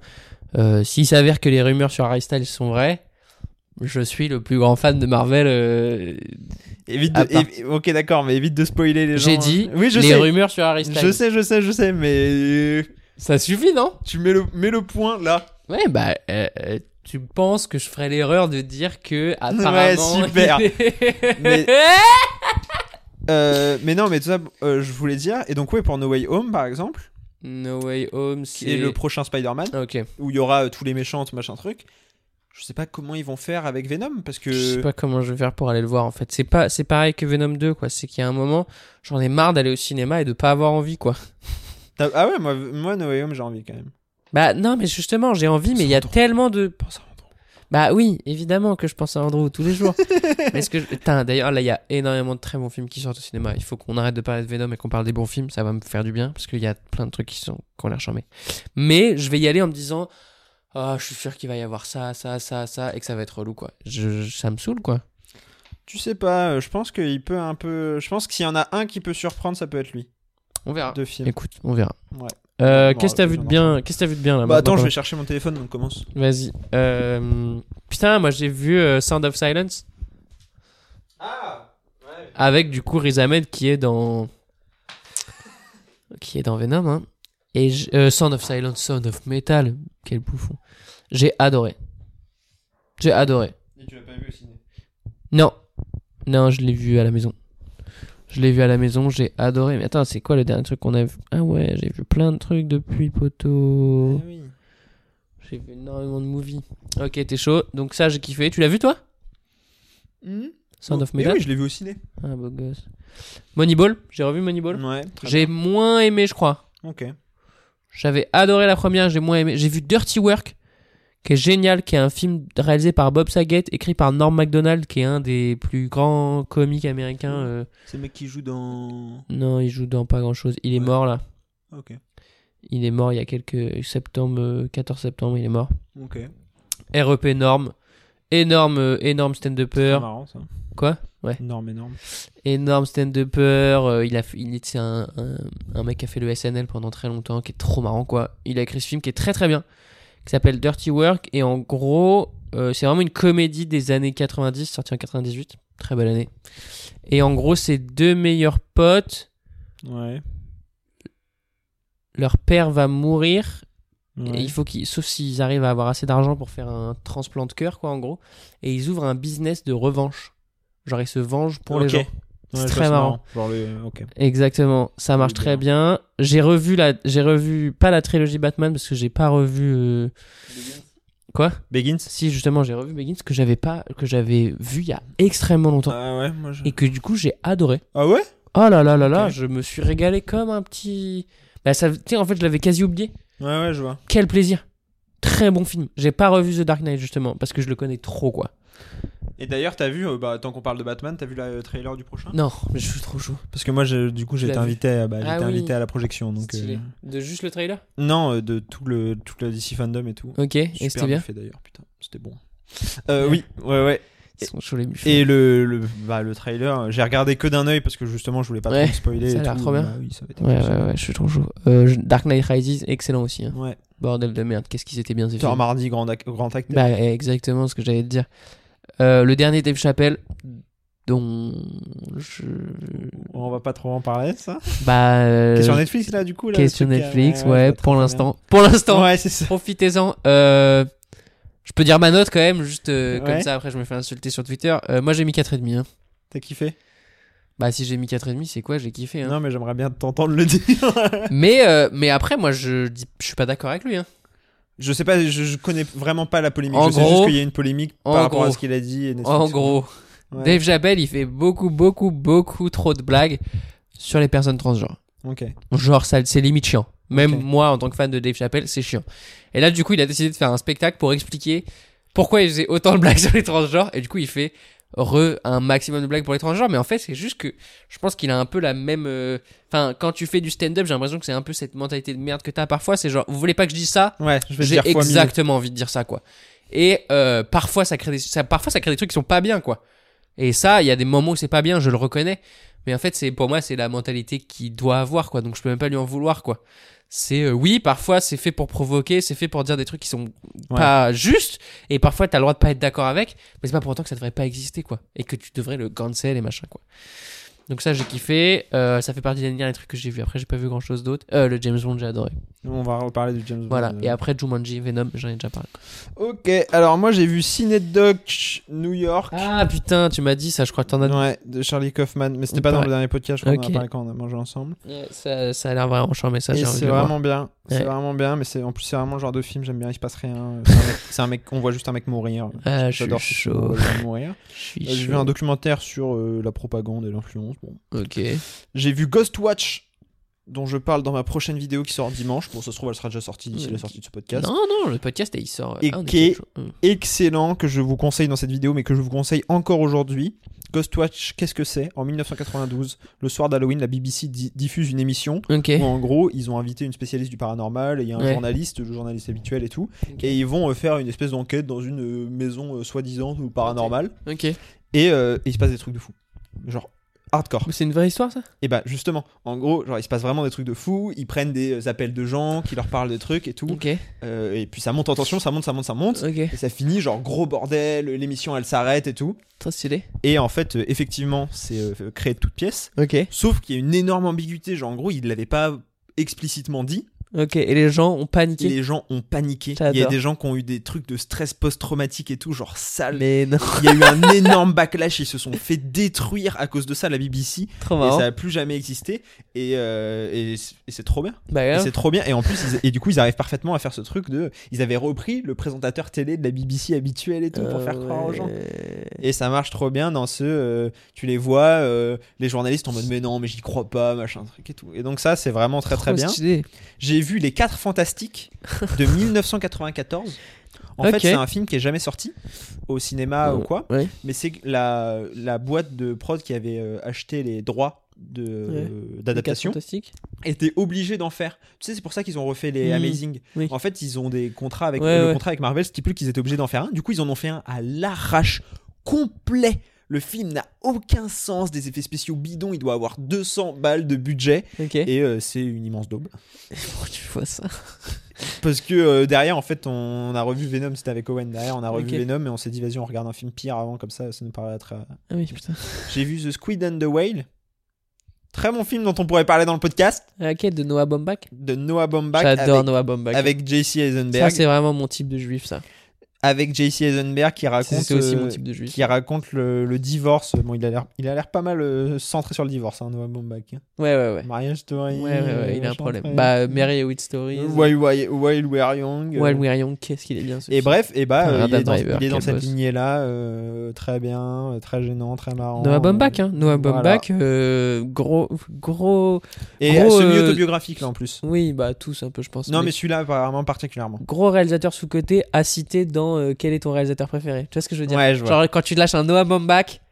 Speaker 5: Euh, S'il s'avère que les rumeurs sur Harry Styles sont vraies, je suis le plus grand fan de Marvel
Speaker 6: nos-
Speaker 5: euh,
Speaker 6: évite de-
Speaker 5: à part-
Speaker 6: évi- OK d'accord mais évite de spoiler les gens. hein.
Speaker 5: J'ai dit
Speaker 6: Oui, je
Speaker 5: les
Speaker 6: sais.
Speaker 5: rumeurs sur Harry Styles.
Speaker 6: Je sais, je sais, je sais mais euh,
Speaker 5: Ça suffit, non
Speaker 6: tu mets le mets le point là.
Speaker 5: Ouais, bah, euh, euh, tu penses que je ferais l'erreur de dire que apparemment.
Speaker 6: Ouais, super.
Speaker 5: il est-
Speaker 6: Mais- Euh, mais non, mais tout ça euh, je voulais dire et donc ouais pour No Way Home par exemple
Speaker 5: No Way Home,
Speaker 6: qui est
Speaker 5: c'est
Speaker 6: le prochain Spider-Man
Speaker 5: Ok.
Speaker 6: où il y aura euh, tous les méchants tout machin truc. Je sais pas comment ils vont faire avec Venom parce que
Speaker 5: Je sais pas comment je vais faire pour aller le voir en fait. C'est pas, c'est pareil que Venom 2 quoi. C'est qu'il y a un moment, j'en ai marre d'aller au cinéma et de pas avoir envie quoi.
Speaker 6: T'as- Ah ouais, moi, moi No Way Home, j'ai envie quand même.
Speaker 5: Bah non, mais justement, j'ai envie, mais il y a
Speaker 6: Sandro.
Speaker 5: tellement de. Bah oui, évidemment que je pense à Andrew tous les jours. mais ce que je... Putain, d'ailleurs, là, il y a énormément de très bons films qui sortent au cinéma. Il faut qu'on arrête de parler de Venom et qu'on parle des bons films. Ça va me faire du bien parce qu'il y a plein de trucs qui sont qu'on l'air charmés. Mais je vais y aller en me disant, ah, je suis sûr qu'il va y avoir ça, ça, ça, ça, et que ça va être relou quoi. Je... je- Ça me saoule quoi.
Speaker 6: Tu sais pas, euh, je pense qu'il peut un peu. Je pense que s'il y en a un qui peut surprendre, ça peut être lui.
Speaker 5: On verra.
Speaker 6: de film.
Speaker 5: Écoute, on verra.
Speaker 6: Ouais.
Speaker 5: Euh,
Speaker 6: Ouais,
Speaker 5: qu'est-ce que t'as
Speaker 6: bon,
Speaker 5: vu de
Speaker 6: j'en
Speaker 5: bien Qu'est-ce que t'as vu de bien là
Speaker 6: Bah attends, je vais chercher mon téléphone, donc commence.
Speaker 5: Vas-y. Euh, Putain, moi j'ai vu euh, Sound of Silence avec du coup Riz Ahmed qui est dans qui est dans Venom. Hein. Et j- euh, Sound of Silence, Sound of Metal, quel bouffon. J'ai adoré. J'ai adoré.
Speaker 6: Et tu l'as pas vu au ciné
Speaker 5: Non, non, je l'ai vu à la maison. Je l'ai vu à la maison, j'ai adoré. Mais attends, c'est quoi le dernier truc qu'on a vu Ah ouais, j'ai vu plein de trucs depuis, poteau. J'ai vu énormément de movies. Ok, t'es chaud. Donc ça, j'ai kiffé. Tu l'as vu, toi
Speaker 6: Hmm
Speaker 5: Sound of Metal
Speaker 6: Eh Oui, je l'ai vu au ciné.
Speaker 5: Ah, beau gosse. Moneyball J'ai revu Moneyball
Speaker 6: Ouais. très
Speaker 5: J'ai moins aimé, je crois.
Speaker 6: bien. Ok.
Speaker 5: J'avais adoré la première, j'ai moins aimé. J'ai vu Dirty Work, qui est génial, qui est un film réalisé par Bob Saget, écrit par Norm MacDonald, qui est un des plus grands comiques américains. euh,
Speaker 6: C'est le mec qui joue dans.
Speaker 5: Non, il joue dans pas grand-chose. Il est
Speaker 6: Ouais.
Speaker 5: mort, là.
Speaker 6: Ok.
Speaker 5: Il est mort il y a quelques... septembre, euh, 14 septembre, il est mort.
Speaker 6: Ok.
Speaker 5: REP énorme. Énorme, euh, énorme stand-upper.
Speaker 6: C'est marrant ça.
Speaker 5: Quoi Ouais.
Speaker 6: Énorme, énorme.
Speaker 5: énorme stand-upper. euh, il a, fait- il est c'est un, un, un mec qui a fait le SNL pendant très longtemps, qui est trop marrant quoi. Il a écrit ce film qui est très très bien, qui s'appelle Dirty Work et en gros, euh, c'est vraiment une comédie des années 90, sortie en 98, très belle année. Et en gros, c'est deux meilleurs potes.
Speaker 6: Ouais.
Speaker 5: Leur père va mourir
Speaker 6: ouais.
Speaker 5: Et il faut qu'ils, sauf s'ils arrivent à avoir assez d'argent pour faire un transplant de cœur, quoi, en gros. Et ils ouvrent un business de revanche. Genre, ils se vengent pour
Speaker 6: Ok.
Speaker 5: les gens.
Speaker 6: Ouais, je vois,
Speaker 5: très marrant.
Speaker 6: Genre le. Ok.
Speaker 5: Exactement, ça marche
Speaker 6: Très
Speaker 5: très bien. J'ai revu la, j'ai revu pas la trilogie Batman parce que j'ai pas revu. euh, Quoi
Speaker 6: Begins
Speaker 5: Si justement j'ai revu Begins que j'avais pas, que j'avais vu il y a extrêmement longtemps
Speaker 6: Ah ouais, moi je.
Speaker 5: et que du coup j'ai adoré.
Speaker 6: Ah ouais
Speaker 5: Oh là là là là,
Speaker 6: Ok.
Speaker 5: je me suis régalé comme un petit. Bah ça, tu sais en fait je l'avais quasi oublié.
Speaker 6: Ouais, ouais, je vois.
Speaker 5: Quel plaisir. Très bon film. J'ai pas revu The Dark Knight justement parce que je le connais trop quoi.
Speaker 6: Et d'ailleurs, t'as vu, euh, bah, tant qu'on parle de Batman, t'as vu le trailer du prochain
Speaker 5: Non, mais je suis trop chaud.
Speaker 6: Parce que moi, j'ai- du coup, j'ai
Speaker 5: Je
Speaker 6: été
Speaker 5: l'avais.
Speaker 6: invité, à- bah, j'ai
Speaker 5: Ah
Speaker 6: été
Speaker 5: oui.
Speaker 6: invité à la projection. Donc, euh,
Speaker 5: Stylé. De juste le trailer.
Speaker 6: Non, euh, de tout le, toute la DC fandom et tout.
Speaker 5: Ok, et
Speaker 6: Super
Speaker 5: c'était bien.
Speaker 6: buffet, d'ailleurs, putain, c'était bon. Euh, oui, ouais, ouais.
Speaker 5: Ils sont chauds les buffets.
Speaker 6: Et le, le, bah, le trailer, euh, j'ai regardé que d'un œil parce que justement, je voulais pas
Speaker 5: Ouais,
Speaker 6: trop me spoiler.
Speaker 5: ça a
Speaker 6: et
Speaker 5: l'air
Speaker 6: tout.
Speaker 5: trop bien.
Speaker 6: Bah oui, ça va être
Speaker 5: Ouais,
Speaker 6: impressionnant.
Speaker 5: ouais, ouais, je suis trop chaud. Euh, je- Dark Knight Rises, excellent aussi. hein.
Speaker 6: Ouais.
Speaker 5: Bordel de merde, qu'est-ce qu'ils étaient bien ces
Speaker 6: Thor
Speaker 5: films.
Speaker 6: Mardi, grand, ac- grand acteur.
Speaker 5: Bah, eh, exactement ce que j'allais te dire. Euh, le dernier Dave Chappelle, dont je.
Speaker 6: On va pas trop en parler, ça.
Speaker 5: Bah. euh,
Speaker 6: Question Netflix, là, du coup. Là, le
Speaker 5: question
Speaker 6: truc euh, qui a-
Speaker 5: Netflix, ouais,
Speaker 6: c'est pas
Speaker 5: pour
Speaker 6: très
Speaker 5: l'instant. Pour
Speaker 6: bien.
Speaker 5: l'instant,
Speaker 6: Ouais, c'est ça.
Speaker 5: profitez-en. Euh, je peux dire ma note quand même, juste euh, comme
Speaker 6: Ouais.
Speaker 5: ça, après je me fais insulter sur Twitter. Euh, moi j'ai mis 4,5. Hein.
Speaker 6: T'as kiffé
Speaker 5: Bah, si j'ai mis 4,5, c'est quoi J'ai kiffé. Hein.
Speaker 6: Non, mais j'aimerais bien t'entendre le dire.
Speaker 5: Mais, euh, mais après, moi je, dis, je suis pas d'accord avec lui. Hein.
Speaker 6: je sais pas, je, je connais vraiment pas la polémique.
Speaker 5: En
Speaker 6: je sais
Speaker 5: gros-
Speaker 6: juste qu'il y a une polémique par
Speaker 5: en
Speaker 6: rapport à
Speaker 5: gros-
Speaker 6: ce qu'il a dit. Et Netflix.
Speaker 5: En gros.
Speaker 6: Ouais.
Speaker 5: Dave Chappelle, il fait beaucoup, beaucoup, beaucoup trop de blagues sur les personnes transgenres.
Speaker 6: Ok.
Speaker 5: Genre, ça, c'est limite chiant. Même
Speaker 6: Ok.
Speaker 5: moi, en tant que fan de Dave Chappelle, c'est chiant. Et là, du coup, il a décidé de faire un spectacle pour expliquer pourquoi il faisait autant de blagues sur les transgenres. Et du coup, il fait re un maximum de blagues pour les transgenres. Mais en fait, c'est juste que je pense qu'il a un peu la même. euh, Enfin, quand tu fais du stand-up, j'ai l'impression que c'est un peu cette mentalité de merde que t'as parfois. C'est genre, vous voulez pas que je dise ça
Speaker 6: Ouais, je vais te
Speaker 5: j'ai
Speaker 6: dire fois mille.
Speaker 5: exactement envie de dire ça quoi et euh, parfois ça crée des ça- parfois ça crée des trucs qui sont pas bien quoi et ça il y a des moments où c'est pas bien je le reconnais mais en fait c'est pour moi c'est la mentalité qu'il doit avoir quoi donc je peux même pas lui en vouloir quoi c'est euh, oui parfois c'est fait pour provoquer c'est fait pour dire des trucs qui sont pas justes et parfois t'as le droit de pas être d'accord avec mais c'est pas pour autant que ça devrait pas exister quoi et que tu devrais le cancel et machin quoi donc ça j'ai kiffé Euh, ça fait partie des derniers trucs que j'ai vu après j'ai pas vu grand chose d'autre Euh, le James Bond j'ai adoré
Speaker 6: On va reparler du James Bond.
Speaker 5: voilà
Speaker 6: euh.
Speaker 5: et après Jumanji Venom j'en ai déjà parlé
Speaker 6: Ok, alors moi j'ai vu Cinedoc New York.
Speaker 5: Ah putain, tu m'as dit ça, je crois que t'en as.
Speaker 6: Ouais, de Charlie Kaufman, mais c'était
Speaker 5: On
Speaker 6: pas dans
Speaker 5: parle-
Speaker 6: le dernier podcast, je crois qu'on en
Speaker 5: Ok.
Speaker 6: a parlé quand on a mangé ensemble.
Speaker 5: Ouais, Ça, ça a l'air vraiment chiant, mais ça,
Speaker 6: Et
Speaker 5: j'ai envie de
Speaker 6: c'est
Speaker 5: le voir.
Speaker 6: vraiment bien, c'est
Speaker 5: Ouais.
Speaker 6: vraiment bien, mais c'est en plus c'est vraiment le genre de film, j'aime bien, il se passe rien. C'est un mec- C'est un mec, on voit juste un mec mourir.
Speaker 5: Ah, je suis
Speaker 6: J'adore ce film, on
Speaker 5: chaud.
Speaker 6: voit le mec mourir.
Speaker 5: Je suis
Speaker 6: Euh, J'ai vu
Speaker 5: chaud.
Speaker 6: un documentaire sur euh, la propagande et l'influence. Bon.
Speaker 5: Ok.
Speaker 6: J'ai vu Ghostwatch, dont je parle dans ma prochaine vidéo qui sort dimanche. Bon, ça se trouve, elle sera déjà sortie d'ici
Speaker 5: Ouais.
Speaker 6: la sortie de ce podcast.
Speaker 5: Non, non, le podcast, il sort.
Speaker 6: Et
Speaker 5: ah, on est
Speaker 6: qu'est-
Speaker 5: chaud, chaud. Hum.
Speaker 6: excellent que je vous conseille dans cette vidéo, mais que je vous conseille encore aujourd'hui. Ghostwatch, qu'est-ce que c'est En 1992, le soir d'Halloween, la BBC di- diffuse une émission
Speaker 5: Ok.
Speaker 6: où en gros, ils ont invité une spécialiste du paranormal et il y a un
Speaker 5: Eh. Ouais.
Speaker 6: journaliste, le journaliste habituel et tout,
Speaker 5: Ok.
Speaker 6: et ils vont euh, faire une espèce d'enquête dans une euh, maison euh, soi-disant ou paranormale,
Speaker 5: Ok.
Speaker 6: et, euh, et il se passe des trucs de fou. Genre hardcore.
Speaker 5: Mais c'est une vraie histoire, ça
Speaker 6: Et bah justement, en gros, genre il se passe vraiment des trucs de fou, ils prennent des euh, appels de gens qui leur parlent de trucs et tout,
Speaker 5: Ok,
Speaker 6: euh, et puis ça monte en tension, ça monte, ça monte, ça monte,
Speaker 5: ok.
Speaker 6: et ça finit genre gros bordel, l'émission elle s'arrête et tout.
Speaker 5: Très stylé.
Speaker 6: Et en fait, euh, effectivement, c'est euh, créé de toutes pièces,
Speaker 5: Ok.
Speaker 6: sauf qu'il y a une énorme ambiguïté, genre en gros, ils l'avaient pas explicitement dit,
Speaker 5: Ok, et les gens ont paniqué.
Speaker 6: les gens ont paniqué,
Speaker 5: J'adore.
Speaker 6: il y a des gens qui ont eu des trucs de stress post-traumatique et tout, genre sale.
Speaker 5: Mais non,
Speaker 6: Il y a eu un énorme backlash, ils se sont fait détruire à cause de ça la BBC
Speaker 5: trop
Speaker 6: et
Speaker 5: marrant.
Speaker 6: ça a plus jamais existé et, euh, et c- et c'est trop bien.
Speaker 5: Bah,
Speaker 6: Et
Speaker 5: grave.
Speaker 6: c'est trop bien. Et en plus, ils- et du coup, ils arrivent parfaitement à faire ce truc de. Ils avaient repris le présentateur télé de la BBC habituel et tout pour
Speaker 5: Euh,
Speaker 6: faire croire aux gens.
Speaker 5: ouais.
Speaker 6: Et ça marche trop bien dans ce. euh, tu les vois, euh, les journalistes en mode mais non, mais j'y crois pas, machin, truc et tout. Et donc, ça, c'est vraiment très très
Speaker 5: Trop
Speaker 6: bien.
Speaker 5: stylé.
Speaker 6: J'ai vu Les 4 Fantastiques de 1994. En fait,
Speaker 5: Ok. Euh,
Speaker 6: c'est un film qui est jamais sorti au cinéma ou quoi.
Speaker 5: Ouais.
Speaker 6: Mais c'est que la, la boîte de prod qui avait euh, acheté les droits de, euh, d'adaptation
Speaker 5: Fantastique.
Speaker 6: était obligée d'en faire. Tu sais, c'est pour ça qu'ils ont refait les
Speaker 5: Hmm.
Speaker 6: Amazing.
Speaker 5: Oui.
Speaker 6: En fait, ils ont des contrats avec
Speaker 5: Ouais,
Speaker 6: le
Speaker 5: ouais.
Speaker 6: contrat avec Marvel stipule qu'ils étaient obligés d'en faire un. Du coup, ils en ont fait un à l'arrache complet. Le film n'a aucun sens, des effets spéciaux bidons, il doit avoir 200 balles de budget
Speaker 5: Ok.
Speaker 6: et euh, c'est une immense daube.
Speaker 5: Pourquoi tu vois ça
Speaker 6: Parce que euh, derrière, en fait, on a revu Venom, c'était avec Owen. Derrière, on a revu
Speaker 5: Ok.
Speaker 6: Venom et on s'est dit, vas-y, on regarde un film pire avant, comme ça, ça nous paraîtra.
Speaker 5: Ah oui, putain.
Speaker 6: J'ai vu The Squid and the Whale. Très bon film dont on pourrait parler dans le podcast.
Speaker 5: La quête de Noah Baumbach
Speaker 6: De Noah Baumbach.
Speaker 5: J'adore
Speaker 6: avec,
Speaker 5: Noah Baumbach.
Speaker 6: avec JC
Speaker 5: ça,
Speaker 6: Eisenberg.
Speaker 5: c'est vraiment mon type de juif, ça.
Speaker 6: avec JC Eisenberg qui raconte.
Speaker 5: C'est aussi
Speaker 6: euh,
Speaker 5: mon type de juif.
Speaker 6: Qui raconte le, le divorce. Bon, il a l'air, il a l'air pas mal euh, centré sur le divorce, hein, Noah Baumbach.
Speaker 5: Ouais, ouais, ouais.
Speaker 6: Mariage Story.
Speaker 5: Ouais, ouais, ouais, il a un
Speaker 6: machin,
Speaker 5: problème.
Speaker 6: ouais.
Speaker 5: Bah, Mary et White Stories.
Speaker 6: While, while, while we're young. euh,
Speaker 5: While We're Young, qu'est-ce qu'il est bien ce
Speaker 6: Et
Speaker 5: film.
Speaker 6: bref, et bah,
Speaker 5: Enfin,
Speaker 6: euh, il
Speaker 5: Adam
Speaker 6: est dans,
Speaker 5: Driver,
Speaker 6: il est dans
Speaker 5: quel
Speaker 6: cette
Speaker 5: boss.
Speaker 6: lignée-là, euh, très bien, euh, très gênant, très marrant. euh.
Speaker 5: Noah Baumbach, hein. Noah
Speaker 6: voilà.
Speaker 5: Baumbach, euh, gros, gros.
Speaker 6: Et
Speaker 5: Gros, euh,
Speaker 6: semi-autobiographique, là, en plus.
Speaker 5: Oui, bah, tous un peu, je pense.
Speaker 6: Non, mais celui-là, apparemment, particulièrement.
Speaker 5: Gros réalisateur sous-côté à citer dans euh, Quel est ton réalisateur préféré Tu vois ce que je veux dire
Speaker 6: Ouais, je vois.
Speaker 5: Genre, quand tu lâches un Noah Baumbach,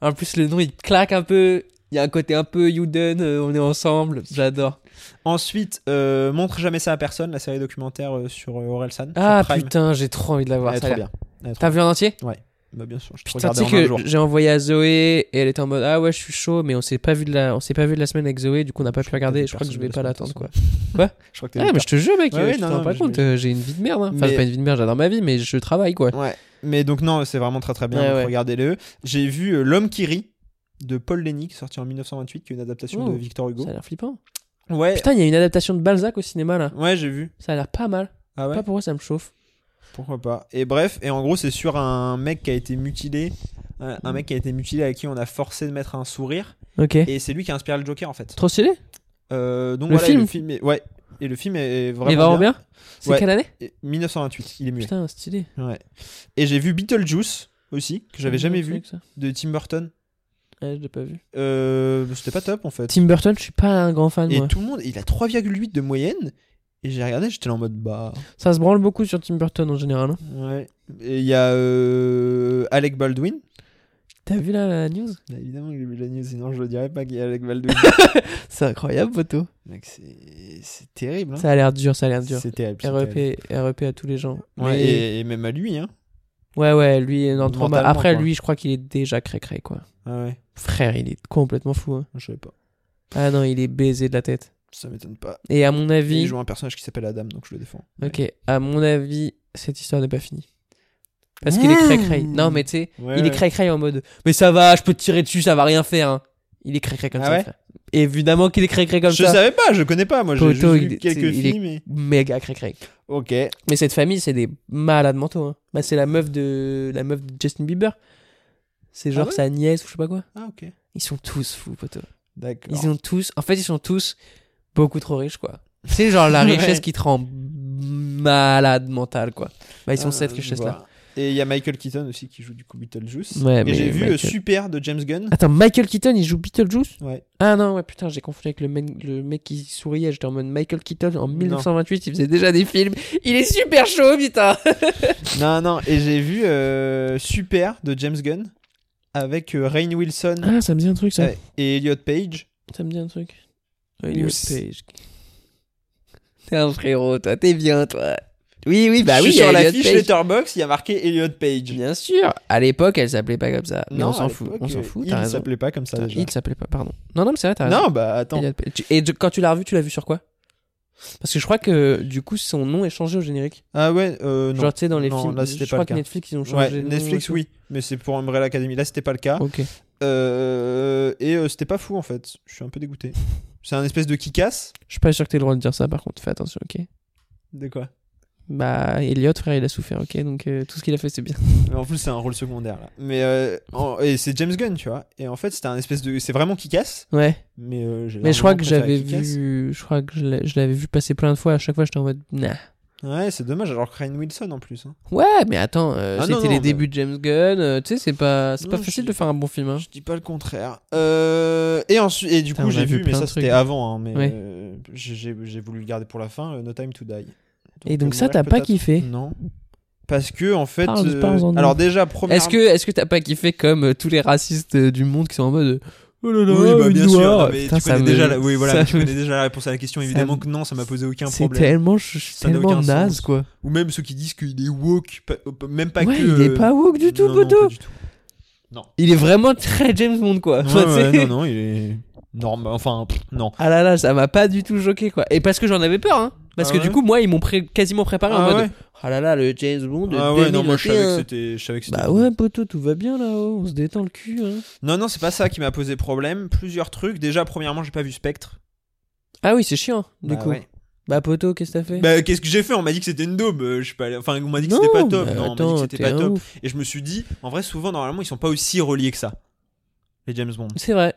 Speaker 5: en plus, le nom il claque un peu. Il y a un côté un peu Youden, euh, on est ensemble, j'adore.
Speaker 6: Ensuite, euh, Montre jamais ça à personne, la série documentaire euh, sur euh, Orelsan.
Speaker 5: Ah
Speaker 6: sur Prime.
Speaker 5: putain, j'ai trop envie de la voir.
Speaker 6: Elle est
Speaker 5: ça a
Speaker 6: trop
Speaker 5: l'air.
Speaker 6: bien. Elle est trop
Speaker 5: T'as vu en entier
Speaker 6: bien. Bah, bien sûr, je te
Speaker 5: Putain, tu
Speaker 6: regardais en
Speaker 5: sais
Speaker 6: un
Speaker 5: que
Speaker 6: jour.
Speaker 5: j'ai envoyé à Zoé et elle était en mode ah ouais je suis chaud mais on s'est pas vu de la on s'est pas vu de la semaine avec Zoé du coup on n'a pas pu regarder je crois que je vais pas l'attendre quoi.
Speaker 6: Je crois que t'es
Speaker 5: Ouais mais je te jure mec
Speaker 6: Ouais,
Speaker 5: euh,
Speaker 6: ouais,
Speaker 5: je te
Speaker 6: non,
Speaker 5: rends
Speaker 6: non,
Speaker 5: pas
Speaker 6: mais
Speaker 5: compte
Speaker 6: je-
Speaker 5: euh, j'ai une vie de merde hein. enfin
Speaker 6: Mais-
Speaker 5: c'est pas une vie de merde j'adore ma vie mais je travaille quoi.
Speaker 6: Ouais. Mais donc, non, c'est vraiment très très bien,
Speaker 5: Ouais,
Speaker 6: donc
Speaker 5: ouais.
Speaker 6: regardez-le. J'ai vu euh, L'homme qui rit de Paul Lenny, sorti en 1928, qui est une adaptation
Speaker 5: Oh,
Speaker 6: de Victor Hugo.
Speaker 5: Ça a l'air flippant.
Speaker 6: Ouais,
Speaker 5: Putain il y a une adaptation de Balzac au cinéma là.
Speaker 6: ouais j'ai vu.
Speaker 5: Ça a l'air pas mal.
Speaker 6: Ah ouais
Speaker 5: Pas pourquoi ça me chauffe.
Speaker 6: Pourquoi pas Et bref, et en gros, c'est sur un mec qui a été mutilé, un un mec qui a été mutilé à qui on a forcé de mettre un sourire,
Speaker 5: Ok.
Speaker 6: et c'est lui qui a inspiré le Joker en fait.
Speaker 5: Trop stylé.
Speaker 6: Euh, donc
Speaker 5: Le
Speaker 6: voilà,
Speaker 5: film
Speaker 6: et le film est- ouais, et le film est vraiment
Speaker 5: Il va
Speaker 6: bien.
Speaker 5: bien. C'est
Speaker 6: Ouais.
Speaker 5: quelle année
Speaker 6: Et 1928, il est muet.
Speaker 5: Putain stylé.
Speaker 6: Ouais. Et j'ai vu Beetlejuice aussi, que j'avais jamais vu,
Speaker 5: Avec ça.
Speaker 6: de Tim Burton.
Speaker 5: Ouais, je l'ai pas vu.
Speaker 6: Euh, c'était pas top en fait.
Speaker 5: Tim Burton je suis pas un grand fan
Speaker 6: Et
Speaker 5: moi.
Speaker 6: tout le monde, il a 3,8 de moyenne. Et j'ai regardé, j'étais là en mode bah.
Speaker 5: Ça se branle beaucoup sur Tim Burton en général. hein.
Speaker 6: Ouais. Et il y a euh, Alec Baldwin,
Speaker 5: T'as vu là la news
Speaker 6: Bah, évidemment que j'ai vu la news, sinon je le dirais pas qu'il y a Alec Baldwin.
Speaker 5: C'est incroyable photo.
Speaker 6: Mec, c'est c'est terrible. Hein.
Speaker 5: Ça a l'air dur ça a l'air dur. E
Speaker 6: C'est terrible. c'est
Speaker 5: REP,
Speaker 6: terrible.
Speaker 5: REP à tous les gens.
Speaker 6: Ouais,
Speaker 5: Mais-
Speaker 6: et, et même à lui. Hein.
Speaker 5: ouais, ouais, lui, non, trop mal.
Speaker 6: Mentalement,
Speaker 5: Après,
Speaker 6: quoi.
Speaker 5: lui, je crois qu'il est déjà crécré, quoi.
Speaker 6: Ah ouais,
Speaker 5: Frère, il est complètement fou. hein.
Speaker 6: je savais pas.
Speaker 5: Ah non, il est baisé de la tête.
Speaker 6: Ça m'étonne pas.
Speaker 5: Et à mon
Speaker 6: Il
Speaker 5: avis,
Speaker 6: joue un personnage qui s'appelle Adam, donc je le défends.
Speaker 5: ok, à mon avis, cette histoire n'est pas finie. Parce qu'il est crécré.
Speaker 6: Mmh.
Speaker 5: Non, mais tu sais,
Speaker 6: Ouais,
Speaker 5: il
Speaker 6: ouais.
Speaker 5: est crécré en mode, mais ça va, je peux te tirer dessus, ça va rien faire. hein. Il est crécré comme
Speaker 6: Ah
Speaker 5: ça.
Speaker 6: ouais
Speaker 5: frère. Évidemment qu'il est crécré comme
Speaker 6: Je
Speaker 5: ça.
Speaker 6: savais pas, je connais pas. Moi, j'ai
Speaker 5: Poto,
Speaker 6: juste
Speaker 5: il
Speaker 6: vu
Speaker 5: est-
Speaker 6: quelques
Speaker 5: il est-
Speaker 6: films. et-
Speaker 5: Méga crécré.
Speaker 6: Ok.
Speaker 5: Mais cette famille, c'est des malades mentaux. hein. Bah, c'est la meuf de la meuf de Justin Bieber. C'est genre
Speaker 6: ouais
Speaker 5: sa nièce ou je sais pas quoi.
Speaker 6: Ah ok.
Speaker 5: Ils sont tous fous, poteau.
Speaker 6: D'accord.
Speaker 5: Ils ont tous, en fait, ils sont tous beaucoup trop riches, quoi. C'est genre la
Speaker 6: Ouais.
Speaker 5: richesse qui te rend malade mental, quoi. Bah, ils sont
Speaker 6: Ah,
Speaker 5: cette
Speaker 6: je
Speaker 5: richesse-là.
Speaker 6: vois. Et il y a Michael Keaton aussi qui joue du coup Beetlejuice.
Speaker 5: Ouais, mais
Speaker 6: et j'ai vu
Speaker 5: Michael-
Speaker 6: euh, Super de James Gunn.
Speaker 5: Attends, Michael Keaton, il joue Beetlejuice
Speaker 6: Ouais.
Speaker 5: Ah non, ouais, putain, j'ai confondu avec le mec, le mec qui souriait. J'étais en mode Michael Keaton en
Speaker 6: Non.
Speaker 5: 1928, il faisait déjà des films. Il est super chaud, putain
Speaker 6: non, non. Et j'ai vu euh, Super de James Gunn avec euh, Rainn Wilson
Speaker 5: Ah, ça me dit un truc, ça.
Speaker 6: euh, et Elliot Page.
Speaker 5: Ça me dit un truc. Oh,
Speaker 6: Elliot Page.
Speaker 5: T'es un frérot, toi, t'es bien, toi. Oui, oui, bah
Speaker 6: Je
Speaker 5: oui,
Speaker 6: suis
Speaker 5: il y a
Speaker 6: sur la
Speaker 5: Elliot
Speaker 6: fiche
Speaker 5: Page.
Speaker 6: Letterbox, il y a marqué Elliot Page.
Speaker 5: Bien sûr. À l'époque, elle s'appelait pas comme ça. Mais on
Speaker 6: à
Speaker 5: s'en fout.
Speaker 6: l'époque,
Speaker 5: On
Speaker 6: euh,
Speaker 5: s'en fout. T'as
Speaker 6: Il
Speaker 5: raison.
Speaker 6: s'appelait pas comme ça
Speaker 5: Putain,
Speaker 6: déjà.
Speaker 5: Il s'appelait pas. Pardon. Non, non, mais c'est vrai. T'as raison.
Speaker 6: Non, bah attends.
Speaker 5: Elliot Page. Tu- Et de- quand tu l'as revu, tu l'as vu sur quoi Parce que je crois que du coup, son nom est changé au générique.
Speaker 6: Ah ouais, euh, non.
Speaker 5: Genre, tu sais, dans les
Speaker 6: Non,
Speaker 5: films.
Speaker 6: là,
Speaker 5: je
Speaker 6: c'était pas
Speaker 5: crois
Speaker 6: le
Speaker 5: que
Speaker 6: cas.
Speaker 5: Netflix, ils ont changé.
Speaker 6: Ouais,
Speaker 5: de nom et
Speaker 6: Netflix,
Speaker 5: tout.
Speaker 6: oui, mais c'est pour Umbrella Academy. Là, c'était pas le cas.
Speaker 5: Ok.
Speaker 6: Euh, et euh, c'était pas fou en fait. Je suis un peu dégoûté. C'est un espèce de kick-ass.
Speaker 5: Je suis pas sûr que t'aies le droit de dire ça, par contre. Fais attention, ok
Speaker 6: De quoi
Speaker 5: Bah, Elliot, frère, il a souffert, ok Donc, euh, tout ce qu'il a fait, c'est bien.
Speaker 6: Mais en plus, c'est un rôle secondaire là. Mais euh, en- et c'est James Gunn, tu vois. Et en fait, c'était un espèce de. C'est vraiment kick-ass.
Speaker 5: Ouais.
Speaker 6: Mais, euh, j'ai
Speaker 5: Mais je crois
Speaker 6: largement
Speaker 5: que
Speaker 6: préféré
Speaker 5: j'avais
Speaker 6: Kick-Ass.
Speaker 5: vu. Je crois que je l'ai- je l'avais vu passer plein de fois. À chaque fois, j'étais en mode. Nah.
Speaker 6: Ouais, c'est dommage. Alors Crane Wilson en plus. hein.
Speaker 5: Ouais, mais attends, euh,
Speaker 6: Ah, non,
Speaker 5: c'était
Speaker 6: non,
Speaker 5: les
Speaker 6: mais-
Speaker 5: débuts de James Gunn. euh, tu sais, c'est pas, c'est
Speaker 6: Non,
Speaker 5: pas
Speaker 6: je
Speaker 5: facile
Speaker 6: dis-
Speaker 5: de faire un bon film. hein.
Speaker 6: Je dis pas le contraire. Euh, et ensuite, et du
Speaker 5: Putain,
Speaker 6: coup,
Speaker 5: on a
Speaker 6: j'ai
Speaker 5: vu
Speaker 6: vu, mais
Speaker 5: plein
Speaker 6: ça
Speaker 5: de trucs.
Speaker 6: c'était avant. hein, mais
Speaker 5: Ouais.
Speaker 6: euh, j'ai- j'ai j'ai voulu le garder pour la fin. euh, no Time to Die.
Speaker 5: Et donc,
Speaker 6: euh,
Speaker 5: ça,
Speaker 6: mourir
Speaker 5: t'as pas
Speaker 6: peut-être.
Speaker 5: kiffé
Speaker 6: Non. Parce que en fait,
Speaker 5: Parle-
Speaker 6: euh,
Speaker 5: parle-en de
Speaker 6: alors
Speaker 5: nous.
Speaker 6: déjà première.
Speaker 5: Est-ce que, est-ce que t'as pas kiffé comme euh, tous les racistes euh, du monde qui sont en mode. euh, Oh là là,
Speaker 6: Oui, bah,
Speaker 5: une
Speaker 6: bien sûr.
Speaker 5: noire.
Speaker 6: non, mais
Speaker 5: Putain,
Speaker 6: tu
Speaker 5: ça
Speaker 6: connais
Speaker 5: me-
Speaker 6: déjà, la... oui, voilà,
Speaker 5: ça
Speaker 6: mais tu
Speaker 5: me-
Speaker 6: connais déjà la réponse à la question. Évidemment
Speaker 5: me-
Speaker 6: que non, ça m'a posé aucun
Speaker 5: C'est
Speaker 6: problème.
Speaker 5: tellement, je suis
Speaker 6: Ça n'a
Speaker 5: tellement
Speaker 6: aucun
Speaker 5: naze,
Speaker 6: sens.
Speaker 5: quoi.
Speaker 6: Ou même ceux qui disent qu'il est woke, pas- euh, même pas
Speaker 5: ouais,
Speaker 6: que.
Speaker 5: il est
Speaker 6: euh,
Speaker 5: pas woke du tout,
Speaker 6: non, non,
Speaker 5: poteau.
Speaker 6: pas du tout.
Speaker 5: Il est vraiment très James Bond, quoi.
Speaker 6: Ouais,
Speaker 5: Enfin, tu
Speaker 6: ouais,
Speaker 5: sais.
Speaker 6: non, non, il est. Non, mais enfin, pff, non.
Speaker 5: Ah là là, ça m'a pas du tout choqué, quoi. Et parce que j'en avais peur, hein. Parce
Speaker 6: Ah
Speaker 5: que
Speaker 6: ouais
Speaker 5: du coup, moi, ils m'ont pré- quasiment préparé en
Speaker 6: Ah
Speaker 5: mode.
Speaker 6: ouais.
Speaker 5: Ah là là, le James Bond.
Speaker 6: Ah ouais, non, moi je savais que
Speaker 5: 2021.
Speaker 6: c'était. je savais que c'était-
Speaker 5: Bah ouais, poteau, tout va bien là-haut, on se détend le cul. Hein.
Speaker 6: Non, non, c'est pas ça qui m'a posé problème. Plusieurs trucs. Déjà, premièrement, j'ai pas vu Spectre.
Speaker 5: Ah oui, c'est chiant, du
Speaker 6: Bah
Speaker 5: coup.
Speaker 6: ouais.
Speaker 5: Bah poteau, qu'est-ce que t'as fait
Speaker 6: Bah, qu'est-ce que j'ai fait On m'a dit que c'était une daube. euh, Je suis pas allé- Enfin, on m'a dit que c'était pas top.
Speaker 5: bah
Speaker 6: non, on
Speaker 5: attends,
Speaker 6: m'a dit que
Speaker 5: t'es
Speaker 6: c'était pas
Speaker 5: un
Speaker 6: top.
Speaker 5: ouf.
Speaker 6: Et je me suis dit, en vrai, souvent, normalement, ils sont pas aussi reliés que ça. Les James Bond.
Speaker 5: C'est vrai.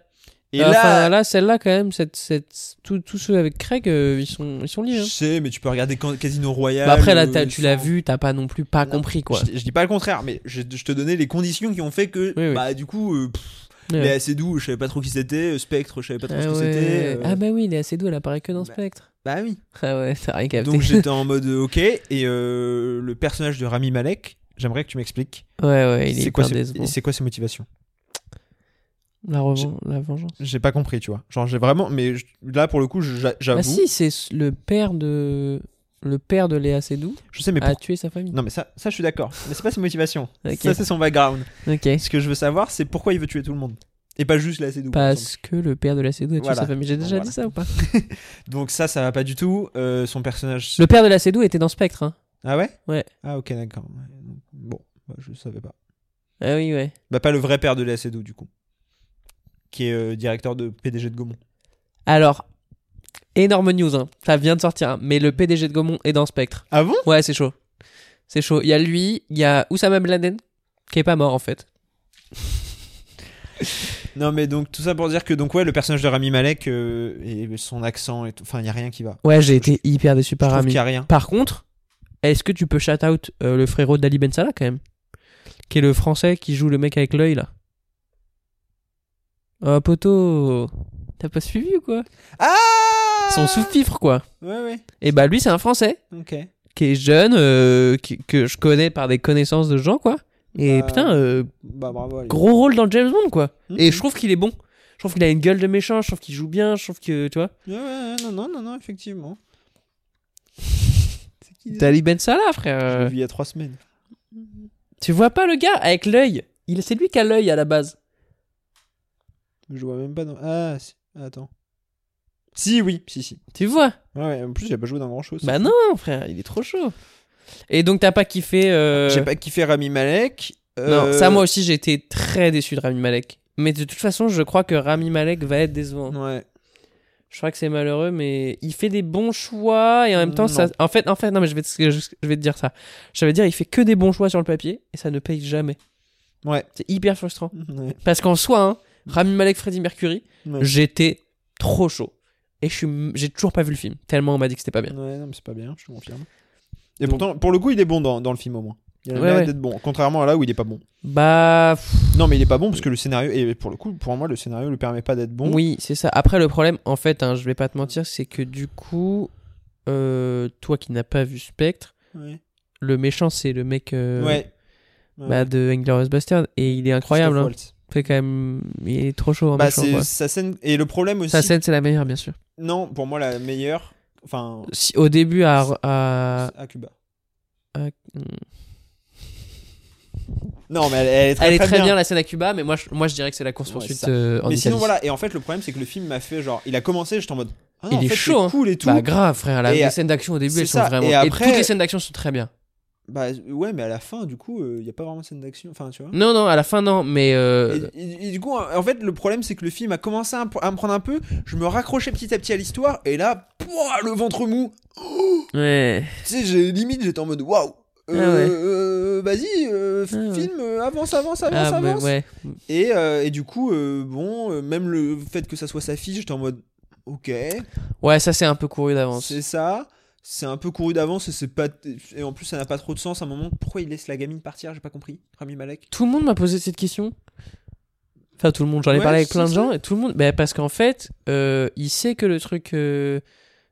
Speaker 6: Et
Speaker 5: Bah, Enfin,
Speaker 6: là,
Speaker 5: là, celle-là, quand même, cette, cette, tous tous ceux avec Craig, euh, ils, sont, ils sont liés.
Speaker 6: je
Speaker 5: hein.
Speaker 6: sais, mais tu peux regarder Can- Casino Royale.
Speaker 5: Bah après, là,
Speaker 6: euh,
Speaker 5: t'as- tu l'as
Speaker 6: sans-
Speaker 5: vu, t'as pas non plus pas
Speaker 6: Non,
Speaker 5: compris, quoi.
Speaker 6: Je, je dis pas le contraire, mais je, je te donnais les conditions qui ont fait que,
Speaker 5: Oui, oui.
Speaker 6: bah, du coup, euh, pff,
Speaker 5: Ouais.
Speaker 6: les assez doux, je savais pas trop qui c'était. euh, Spectre, je savais pas trop
Speaker 5: Ah,
Speaker 6: ce que
Speaker 5: ouais.
Speaker 6: c'était. euh,
Speaker 5: Ah bah oui, il est assez doux, elle apparaît que dans
Speaker 6: bah-
Speaker 5: Spectre.
Speaker 6: bah oui.
Speaker 5: Ah ouais, t'as rien capté.
Speaker 6: Donc j'étais en mode euh, ok et euh, le personnage de Rami Malek, j'aimerais que tu m'expliques.
Speaker 5: ouais, ouais, il est,
Speaker 6: c'est quoi,
Speaker 5: hyper
Speaker 6: ses-
Speaker 5: décevant.
Speaker 6: c'est quoi ses motivations
Speaker 5: La, revan- la vengeance.
Speaker 6: J'ai pas compris, tu vois. Genre j'ai vraiment, mais je- là pour le coup, je- j'a- j'avoue,
Speaker 5: Ah si, c'est le père de... Le père de Léa Seydoux
Speaker 6: je sais mais
Speaker 5: a
Speaker 6: pour-
Speaker 5: tué sa famille.
Speaker 6: non mais ça, ça je suis d'accord. Mais c'est pas ses motivations.
Speaker 5: Ah, Ok.
Speaker 6: Ça c'est son background.
Speaker 5: Ok.
Speaker 6: Ce que je veux savoir, c'est pourquoi il veut tuer tout le monde et pas juste la Cédou.
Speaker 5: Parce que le père de la Cédou a tué
Speaker 6: Voilà.
Speaker 5: sa famille. J'ai
Speaker 6: Bon,
Speaker 5: déjà
Speaker 6: voilà.
Speaker 5: dit ça ou pas
Speaker 6: Donc ça, ça va pas du tout. Euh, son personnage.
Speaker 5: Le père de la Cédou était dans Spectre. Hein.
Speaker 6: Ah ouais.
Speaker 5: Ouais.
Speaker 6: Ah ok d'accord. Ouais. Bon, bah, je savais pas.
Speaker 5: Ah oui, ouais.
Speaker 6: Bah pas le vrai père de la Cédou du coup, qui est euh, directeur de PDG de Gaumont.
Speaker 5: Alors, énorme news, hein. ça vient de sortir, hein. mais le PDG de Gaumont est dans Spectre.
Speaker 6: Ah bon
Speaker 5: Ouais, c'est chaud. C'est chaud. Il y a lui, il y a Oussama Ben Laden, qui est pas mort en fait.
Speaker 6: Non mais donc tout ça pour dire que donc ouais le personnage de Rami Malek euh, et son accent et tout, enfin il y a rien qui va.
Speaker 5: Ouais, j'ai été hyper déçu
Speaker 6: Je
Speaker 5: par
Speaker 6: trouve qu'il
Speaker 5: Rami.
Speaker 6: y a rien.
Speaker 5: Par contre, est-ce que tu peux shout out euh, le frérot d'Ali Ben Salah quand même Qui est le français qui joue le mec avec l'œil là Oh poteau T'as pas suivi ou quoi
Speaker 6: Ah
Speaker 5: Son sous-fifre quoi
Speaker 6: Ouais ouais.
Speaker 5: Et bah lui c'est un français
Speaker 6: OK.
Speaker 5: qui est jeune, euh, qui- que je connais par des connaissances de gens, quoi. Et
Speaker 6: Bah,
Speaker 5: putain, euh,
Speaker 6: Bah bravo. allez.
Speaker 5: gros rôle dans James Bond, quoi.
Speaker 6: Mhm.
Speaker 5: Et je trouve qu'il est bon. Je trouve qu'il a une gueule de méchant, je trouve qu'il joue bien, je trouve que, tu vois.
Speaker 6: Ouais, ouais, ouais, non non non non effectivement. C'est qui déjà
Speaker 5: Dali Ben Salah,
Speaker 6: Je l'ai
Speaker 5: frère.
Speaker 6: vu il y a trois semaines.
Speaker 5: Tu vois pas le gars avec l'œil Il- C'est lui qui a l'œil à la base.
Speaker 6: Je vois même pas dans Ah si. attends. Si oui, si si.
Speaker 5: Tu vois
Speaker 6: Ouais, ouais, en plus il a pas joué dans grand chose.
Speaker 5: Bah non, frère, il est trop chaud. Et donc t'as pas kiffé... euh,
Speaker 6: J'ai pas kiffé Rami Malek.
Speaker 5: Non,
Speaker 6: euh,
Speaker 5: ça moi aussi j'ai été très déçu de Rami Malek. Mais de toute façon, je crois que Rami Malek va être décevant.
Speaker 6: Ouais.
Speaker 5: Je crois que c'est malheureux, mais il fait des bons choix et en même temps,
Speaker 6: Non.
Speaker 5: ça. En fait, en fait, non, mais je vais, te- je, vais te dire ça. Je vais te dire, il fait que des bons choix sur le papier et ça ne paye jamais.
Speaker 6: Ouais.
Speaker 5: C'est hyper frustrant.
Speaker 6: Ouais.
Speaker 5: Parce qu'en soi, hein, Rami Malek, Freddie Mercury,
Speaker 6: Ouais.
Speaker 5: j'étais trop chaud. Et je suis m- j'ai toujours pas vu le film, tellement on m'a dit que c'était pas bien.
Speaker 6: Ouais, non, mais c'est pas bien, je te confirme. Et
Speaker 5: Donc-
Speaker 6: pourtant, pour le coup, il est bon dans, dans le film au moins. Il a le
Speaker 5: Ouais,
Speaker 6: mérite
Speaker 5: ouais.
Speaker 6: d'être bon, contrairement à là où il est pas bon.
Speaker 5: Bah. pff,
Speaker 6: Non, mais il est pas bon parce que le scénario, et pour le coup, pour moi, le scénario lui permet pas d'être bon.
Speaker 5: Oui, c'est ça. Après, le problème, en fait, hein, je vais pas te mentir, c'est que du coup, euh, toi qui n'as pas vu Spectre,
Speaker 6: Ouais.
Speaker 5: le méchant, c'est le mec euh,
Speaker 6: ouais. Ouais.
Speaker 5: bah, de Inglourious Bastard et il est incroyable. hein.
Speaker 6: Christophe Waltz.
Speaker 5: fait quand même il est trop chaud en
Speaker 6: Bah,
Speaker 5: méchant,
Speaker 6: c'est
Speaker 5: quoi.
Speaker 6: sa scène. Et le problème aussi.
Speaker 5: sa scène c'est la meilleure bien sûr
Speaker 6: Non, pour moi, la meilleure. Enfin,
Speaker 5: si, au début à, à,
Speaker 6: à Cuba.
Speaker 5: euh,
Speaker 6: Non, mais elle, elle est très,
Speaker 5: elle est très bien.
Speaker 6: bien.
Speaker 5: la scène à Cuba, mais moi je, moi je dirais que c'est la course
Speaker 6: Ouais,
Speaker 5: poursuite
Speaker 6: c'est ça.
Speaker 5: euh, en
Speaker 6: Mais
Speaker 5: Italie.
Speaker 6: sinon, voilà. Et en fait, le problème, c'est que le film m'a fait genre. Il a commencé, j'étais en mode. Ah,
Speaker 5: Il
Speaker 6: en
Speaker 5: est
Speaker 6: fait,
Speaker 5: chaud, hein.
Speaker 6: C'est cool et tout.
Speaker 5: Bah grave frère, la,
Speaker 6: Et
Speaker 5: les
Speaker 6: à-
Speaker 5: scènes d'action au début
Speaker 6: c'est
Speaker 5: elles
Speaker 6: ça,
Speaker 5: sont vraiment
Speaker 6: et
Speaker 5: et,
Speaker 6: après-
Speaker 5: toutes les scènes d'action sont très bien.
Speaker 6: Bah ouais, mais à la fin, du coup, euh, il y a pas vraiment de scène d'action. Enfin, tu vois.
Speaker 5: Non non à la fin non mais euh,
Speaker 6: Et, et- et du coup, en fait, le problème, c'est que le film a commencé à, à me prendre un peu. Je me raccrochais petit à petit à l'histoire, et là, pouah, le ventre mou.
Speaker 5: ouais
Speaker 6: Tu sais, j'ai- limite, j'étais en mode waouh. Euh,
Speaker 5: Ah ouais.
Speaker 6: euh, Vas-y, euh,
Speaker 5: Ah ouais.
Speaker 6: film, euh, avance, avance, avance,
Speaker 5: ah, mais
Speaker 6: avance.
Speaker 5: ouais
Speaker 6: Et, euh, et du coup, euh, bon, euh, même le fait que ça soit sa fille, j'étais en mode ok,
Speaker 5: ouais ça c'est un peu couru d'avance.
Speaker 6: c'est ça. C'est un peu couru d'avance et c'est pas et en plus ça n'a pas trop de sens à un moment pourquoi il laisse la gamine partir j'ai pas compris Rami Malek
Speaker 5: Tout le monde m'a posé cette question. Enfin tout le monde, j'en ai
Speaker 6: Ouais,
Speaker 5: parlé avec
Speaker 6: si,
Speaker 5: plein de
Speaker 6: si.
Speaker 5: gens et tout le monde bah, parce qu'en fait euh, il sait que le truc euh,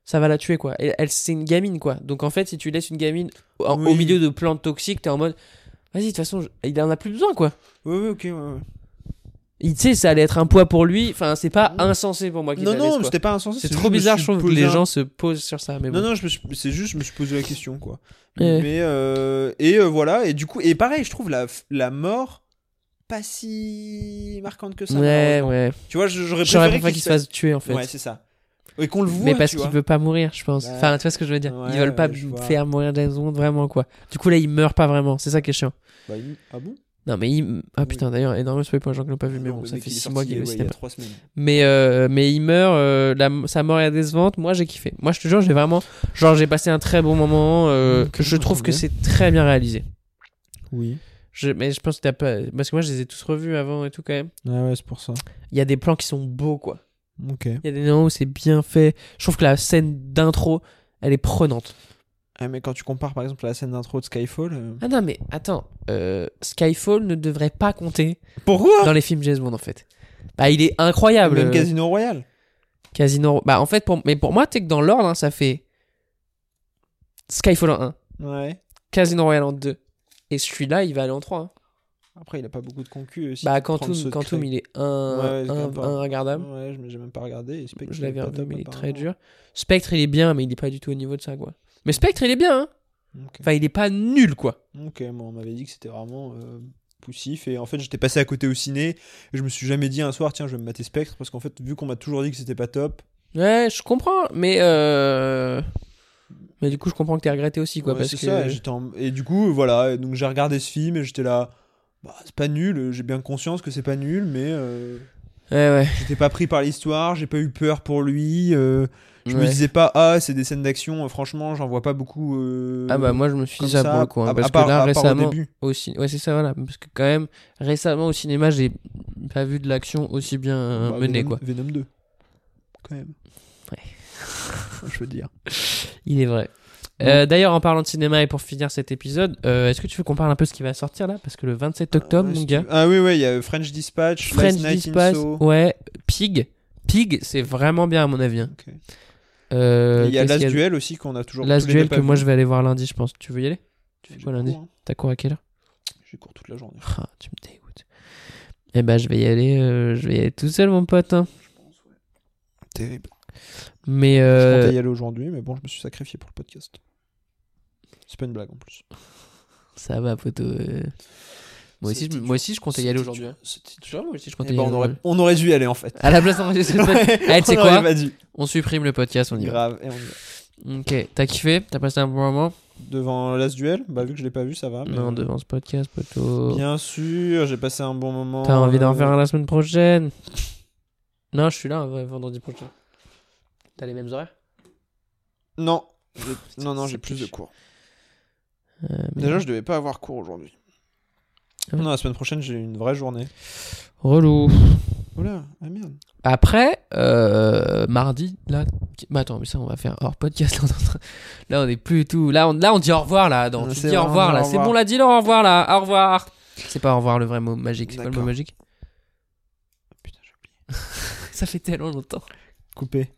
Speaker 5: ça va la tuer quoi. Elle, elle- c'est une gamine quoi. Donc en fait si tu laisses une gamine au, au
Speaker 6: Oui.
Speaker 5: milieu de plantes toxiques t'es en mode vas-y de toute façon je- il en a plus besoin quoi.
Speaker 6: ouais ouais ok ouais, ouais.
Speaker 5: Il tu sais ça allait être un poids pour lui. Enfin c'est pas insensé pour moi qu'il
Speaker 6: non
Speaker 5: la laisse,
Speaker 6: non
Speaker 5: quoi.
Speaker 6: c'était pas insensé
Speaker 5: C'est
Speaker 6: c'est
Speaker 5: trop
Speaker 6: juste me
Speaker 5: bizarre, je
Speaker 6: suis
Speaker 5: trouve, que
Speaker 6: posé
Speaker 5: les
Speaker 6: un-
Speaker 5: gens se posent sur ça. Mais
Speaker 6: non
Speaker 5: bon.
Speaker 6: non je me suis- c'est juste je me suis posé la question quoi
Speaker 5: Eh Ouais.
Speaker 6: mais euh, et euh, voilà et du coup et pareil je trouve la la mort pas si marquante que ça
Speaker 5: ouais,
Speaker 6: malheureusement.
Speaker 5: ouais.
Speaker 6: tu vois je- j'aurais préféré
Speaker 5: J'aurais préféré qu'il se fasse tuer, en fait.
Speaker 6: ouais c'est ça et qu'on le voit
Speaker 5: mais parce
Speaker 6: tu
Speaker 5: qu'il
Speaker 6: vois.
Speaker 5: veut pas mourir, je pense.
Speaker 6: Ouais.
Speaker 5: Enfin, tu vois ce que je veux dire.
Speaker 6: Ouais,
Speaker 5: Ils veulent pas
Speaker 6: ouais, je vois.
Speaker 5: faire mourir James Bond, vraiment, quoi. Du coup, là, il meurt pas vraiment. C'est ça qui est chiant.
Speaker 6: Bah, il- ah bon
Speaker 5: Non, mais il. Ah putain, d'ailleurs, énorme spoil pour les gens qui l'ont pas vu, mais
Speaker 6: Non,
Speaker 5: bon,
Speaker 6: le
Speaker 5: ça
Speaker 6: mec,
Speaker 5: fait
Speaker 6: il est
Speaker 5: 6 mois
Speaker 6: sorti,
Speaker 5: qu'il est au
Speaker 6: ouais, il y a
Speaker 5: cinéma.
Speaker 6: trois semaines.
Speaker 5: Mais, euh, mais il meurt, euh, la- sa mort est décevante. Moi, j'ai kiffé. Moi, je te jure, j'ai vraiment. Genre, j'ai passé un très bon moment. euh,
Speaker 6: Ok,
Speaker 5: que je
Speaker 6: moi,
Speaker 5: trouve
Speaker 6: j'aime
Speaker 5: que
Speaker 6: bien.
Speaker 5: c'est très bien réalisé.
Speaker 6: oui
Speaker 5: Je, mais je pense que t'as pas. Parce que moi, je les ai tous revus avant et tout, quand même.
Speaker 6: ah ouais c'est pour ça
Speaker 5: Il y a des plans qui sont beaux, quoi.
Speaker 6: ok
Speaker 5: Il y a des moments où c'est bien fait. Je trouve que la scène d'intro, elle est prenante.
Speaker 6: Ah, mais quand tu compares par exemple à la scène d'intro de Skyfall. euh,
Speaker 5: Ah non, mais attends, euh, Skyfall ne devrait pas compter
Speaker 6: Pourquoi
Speaker 5: dans les films James Bond en fait. Bah, il est incroyable.
Speaker 6: Même
Speaker 5: euh,
Speaker 6: Casino Royale.
Speaker 5: Casino. Bah, en fait, pour... mais pour moi, t'es que dans l'ordre, hein, ça fait Skyfall en 1,
Speaker 6: Ouais.
Speaker 5: Casino Royale en 2. Et celui-là, il va aller en 3. hein.
Speaker 6: Après, il a pas beaucoup de concus. aussi
Speaker 5: Bah,
Speaker 6: pour prendre ce
Speaker 5: Quantum, Quantum
Speaker 6: crack.
Speaker 5: il est
Speaker 6: Ouais,
Speaker 5: un,
Speaker 6: c'est quand même
Speaker 5: un,
Speaker 6: pas-
Speaker 5: un regardable.
Speaker 6: Ouais, je mais j'ai même pas regardé. et Spectre,
Speaker 5: Je
Speaker 6: il est
Speaker 5: l'avais
Speaker 6: pas
Speaker 5: un peu,
Speaker 6: top,
Speaker 5: mais il est très
Speaker 6: apparemment.
Speaker 5: dur. Spectre, il est bien, mais il est pas du tout au niveau de ça, quoi. Mais Spectre, il est bien, hein.
Speaker 6: Ok.
Speaker 5: Enfin, il est pas nul, quoi.
Speaker 6: Ok, moi on m'avait dit que c'était vraiment euh, poussif et en fait j'étais passé à côté au ciné et je me suis jamais dit un soir tiens je vais me mater Spectre parce qu'en fait vu qu'on m'a toujours dit que c'était pas top.
Speaker 5: Ouais, je comprends, mais euh... mais du coup, je comprends que t'es regretté aussi, quoi,
Speaker 6: ouais,
Speaker 5: parce
Speaker 6: c'est
Speaker 5: que
Speaker 6: ça, et, j'étais en- et du coup voilà et donc j'ai regardé ce film et j'étais là bah c'est pas nul euh, j'ai bien conscience que c'est pas nul mais euh,
Speaker 5: ouais, ouais.
Speaker 6: j'étais pas pris par l'histoire j'ai pas eu peur pour lui euh, Je me
Speaker 5: Ouais.
Speaker 6: disais pas, ah, c'est des scènes d'action, euh, franchement, j'en vois pas beaucoup. euh,
Speaker 5: ah bah moi, je me suis
Speaker 6: comme
Speaker 5: dit ça, pour le coup, hein,
Speaker 6: à- à
Speaker 5: parce
Speaker 6: part-
Speaker 5: que là
Speaker 6: à part au
Speaker 5: récemment
Speaker 6: début.
Speaker 5: aussi, ouais, c'est ça, voilà, parce que quand même récemment au cinéma, j'ai pas vu de l'action aussi bien euh,
Speaker 6: Bah,
Speaker 5: menée,
Speaker 6: Venom,
Speaker 5: quoi.
Speaker 6: Venom 2. Quand même.
Speaker 5: Ouais.
Speaker 6: Je veux dire.
Speaker 5: Il est vrai. Euh, D'ailleurs, en parlant de cinéma et pour finir cet épisode, euh, est-ce que tu veux qu'on parle un peu de ce qui va sortir là Parce que le 27 octobre,
Speaker 6: Ah,
Speaker 5: mon
Speaker 6: si
Speaker 5: gars,
Speaker 6: tu- Ah oui, oui, il y a French Dispatch,
Speaker 5: French
Speaker 6: Last Night
Speaker 5: Dispatch,
Speaker 6: in Soho.
Speaker 5: ouais, Pig, Pig, c'est vraiment bien à mon avis. hein.
Speaker 6: Ok.
Speaker 5: Euh,
Speaker 6: Et Il y a
Speaker 5: qu'est-ce
Speaker 6: Last
Speaker 5: qu'il
Speaker 6: Duel aussi qu'on a toujours.
Speaker 5: Last
Speaker 6: tous les
Speaker 5: Duel
Speaker 6: deux pas
Speaker 5: que moi
Speaker 6: vu.
Speaker 5: je vais aller voir lundi, je pense. Tu veux y aller
Speaker 6: J'ai
Speaker 5: quoi,
Speaker 6: cours,
Speaker 5: lundi
Speaker 6: hein.
Speaker 5: T'as cours à quelle heure
Speaker 6: J'ai cours toute la journée.
Speaker 5: Ah, Tu me dégoûtes. Eh ben, je vais y aller, euh, je vais y aller tout seul, mon pote. hein.
Speaker 6: Terrible.
Speaker 5: Mais
Speaker 6: Je
Speaker 5: euh,
Speaker 6: comptais y aller aujourd'hui, mais bon, je me suis sacrifié pour le podcast. C'est pas une blague en plus.
Speaker 5: ça va, poteau. euh. Moi aussi, je,
Speaker 6: C'était
Speaker 5: moi aussi, je comptais y aller
Speaker 6: C'était
Speaker 5: aujourd'hui.
Speaker 6: dur,
Speaker 5: hein.
Speaker 6: c'était dur.
Speaker 5: Tu vois, moi aussi, je
Speaker 6: Eh
Speaker 5: comptais
Speaker 6: ben,
Speaker 5: y aller.
Speaker 6: on, aurait,
Speaker 5: aujourd'hui.
Speaker 6: on aurait dû y aller en fait.
Speaker 5: À la place d'enregistrer ce podcast, Eh, tu sais
Speaker 6: On aurait
Speaker 5: quoi
Speaker 6: pas dû.
Speaker 5: on supprime le podcast, on y va.
Speaker 6: Grave. Et on y va.
Speaker 5: Ok, t'as kiffé T'as passé un bon moment
Speaker 6: devant Last Duel. Bah, vu que je l'ai pas vu, ça va. mais-
Speaker 5: Non, devant ce podcast, poteau.
Speaker 6: Bien sûr, j'ai passé un bon moment.
Speaker 5: T'as envie d'en
Speaker 6: Euh,
Speaker 5: faire un la semaine prochaine Non, je suis là, ouais, vendredi prochain. T'as les mêmes horaires
Speaker 6: Euh, Non.
Speaker 5: Oh,
Speaker 6: J'ai- Non, non,
Speaker 5: ça
Speaker 6: j'ai plus de
Speaker 5: piche.
Speaker 6: cours.
Speaker 5: Euh, mais-
Speaker 6: Déjà, je devais pas avoir cours aujourd'hui.
Speaker 5: Ah ouais.
Speaker 6: Non, la semaine prochaine, j'ai une vraie journée.
Speaker 5: Relou.
Speaker 6: Oh là, ah merde.
Speaker 5: Après, euh, mardi, là. Bah attends, mais ça, on va faire hors podcast. Là, on est en train- là, on est plus du tout. Là, on, là, on dit au revoir, là. Non,
Speaker 6: Non,
Speaker 5: tu
Speaker 6: c'est
Speaker 5: dis au
Speaker 6: vrai, on
Speaker 5: revoir,
Speaker 6: dit
Speaker 5: là.
Speaker 6: au
Speaker 5: C'est
Speaker 6: revoir.
Speaker 5: bon, là, dis-le au revoir, là. Au revoir. C'est pas au revoir le vrai mot magique. C'est pas le mot
Speaker 6: D'accord.
Speaker 5: magique
Speaker 6: Putain, j'ai oublié.
Speaker 5: Ça fait tellement longtemps.
Speaker 6: Coupé.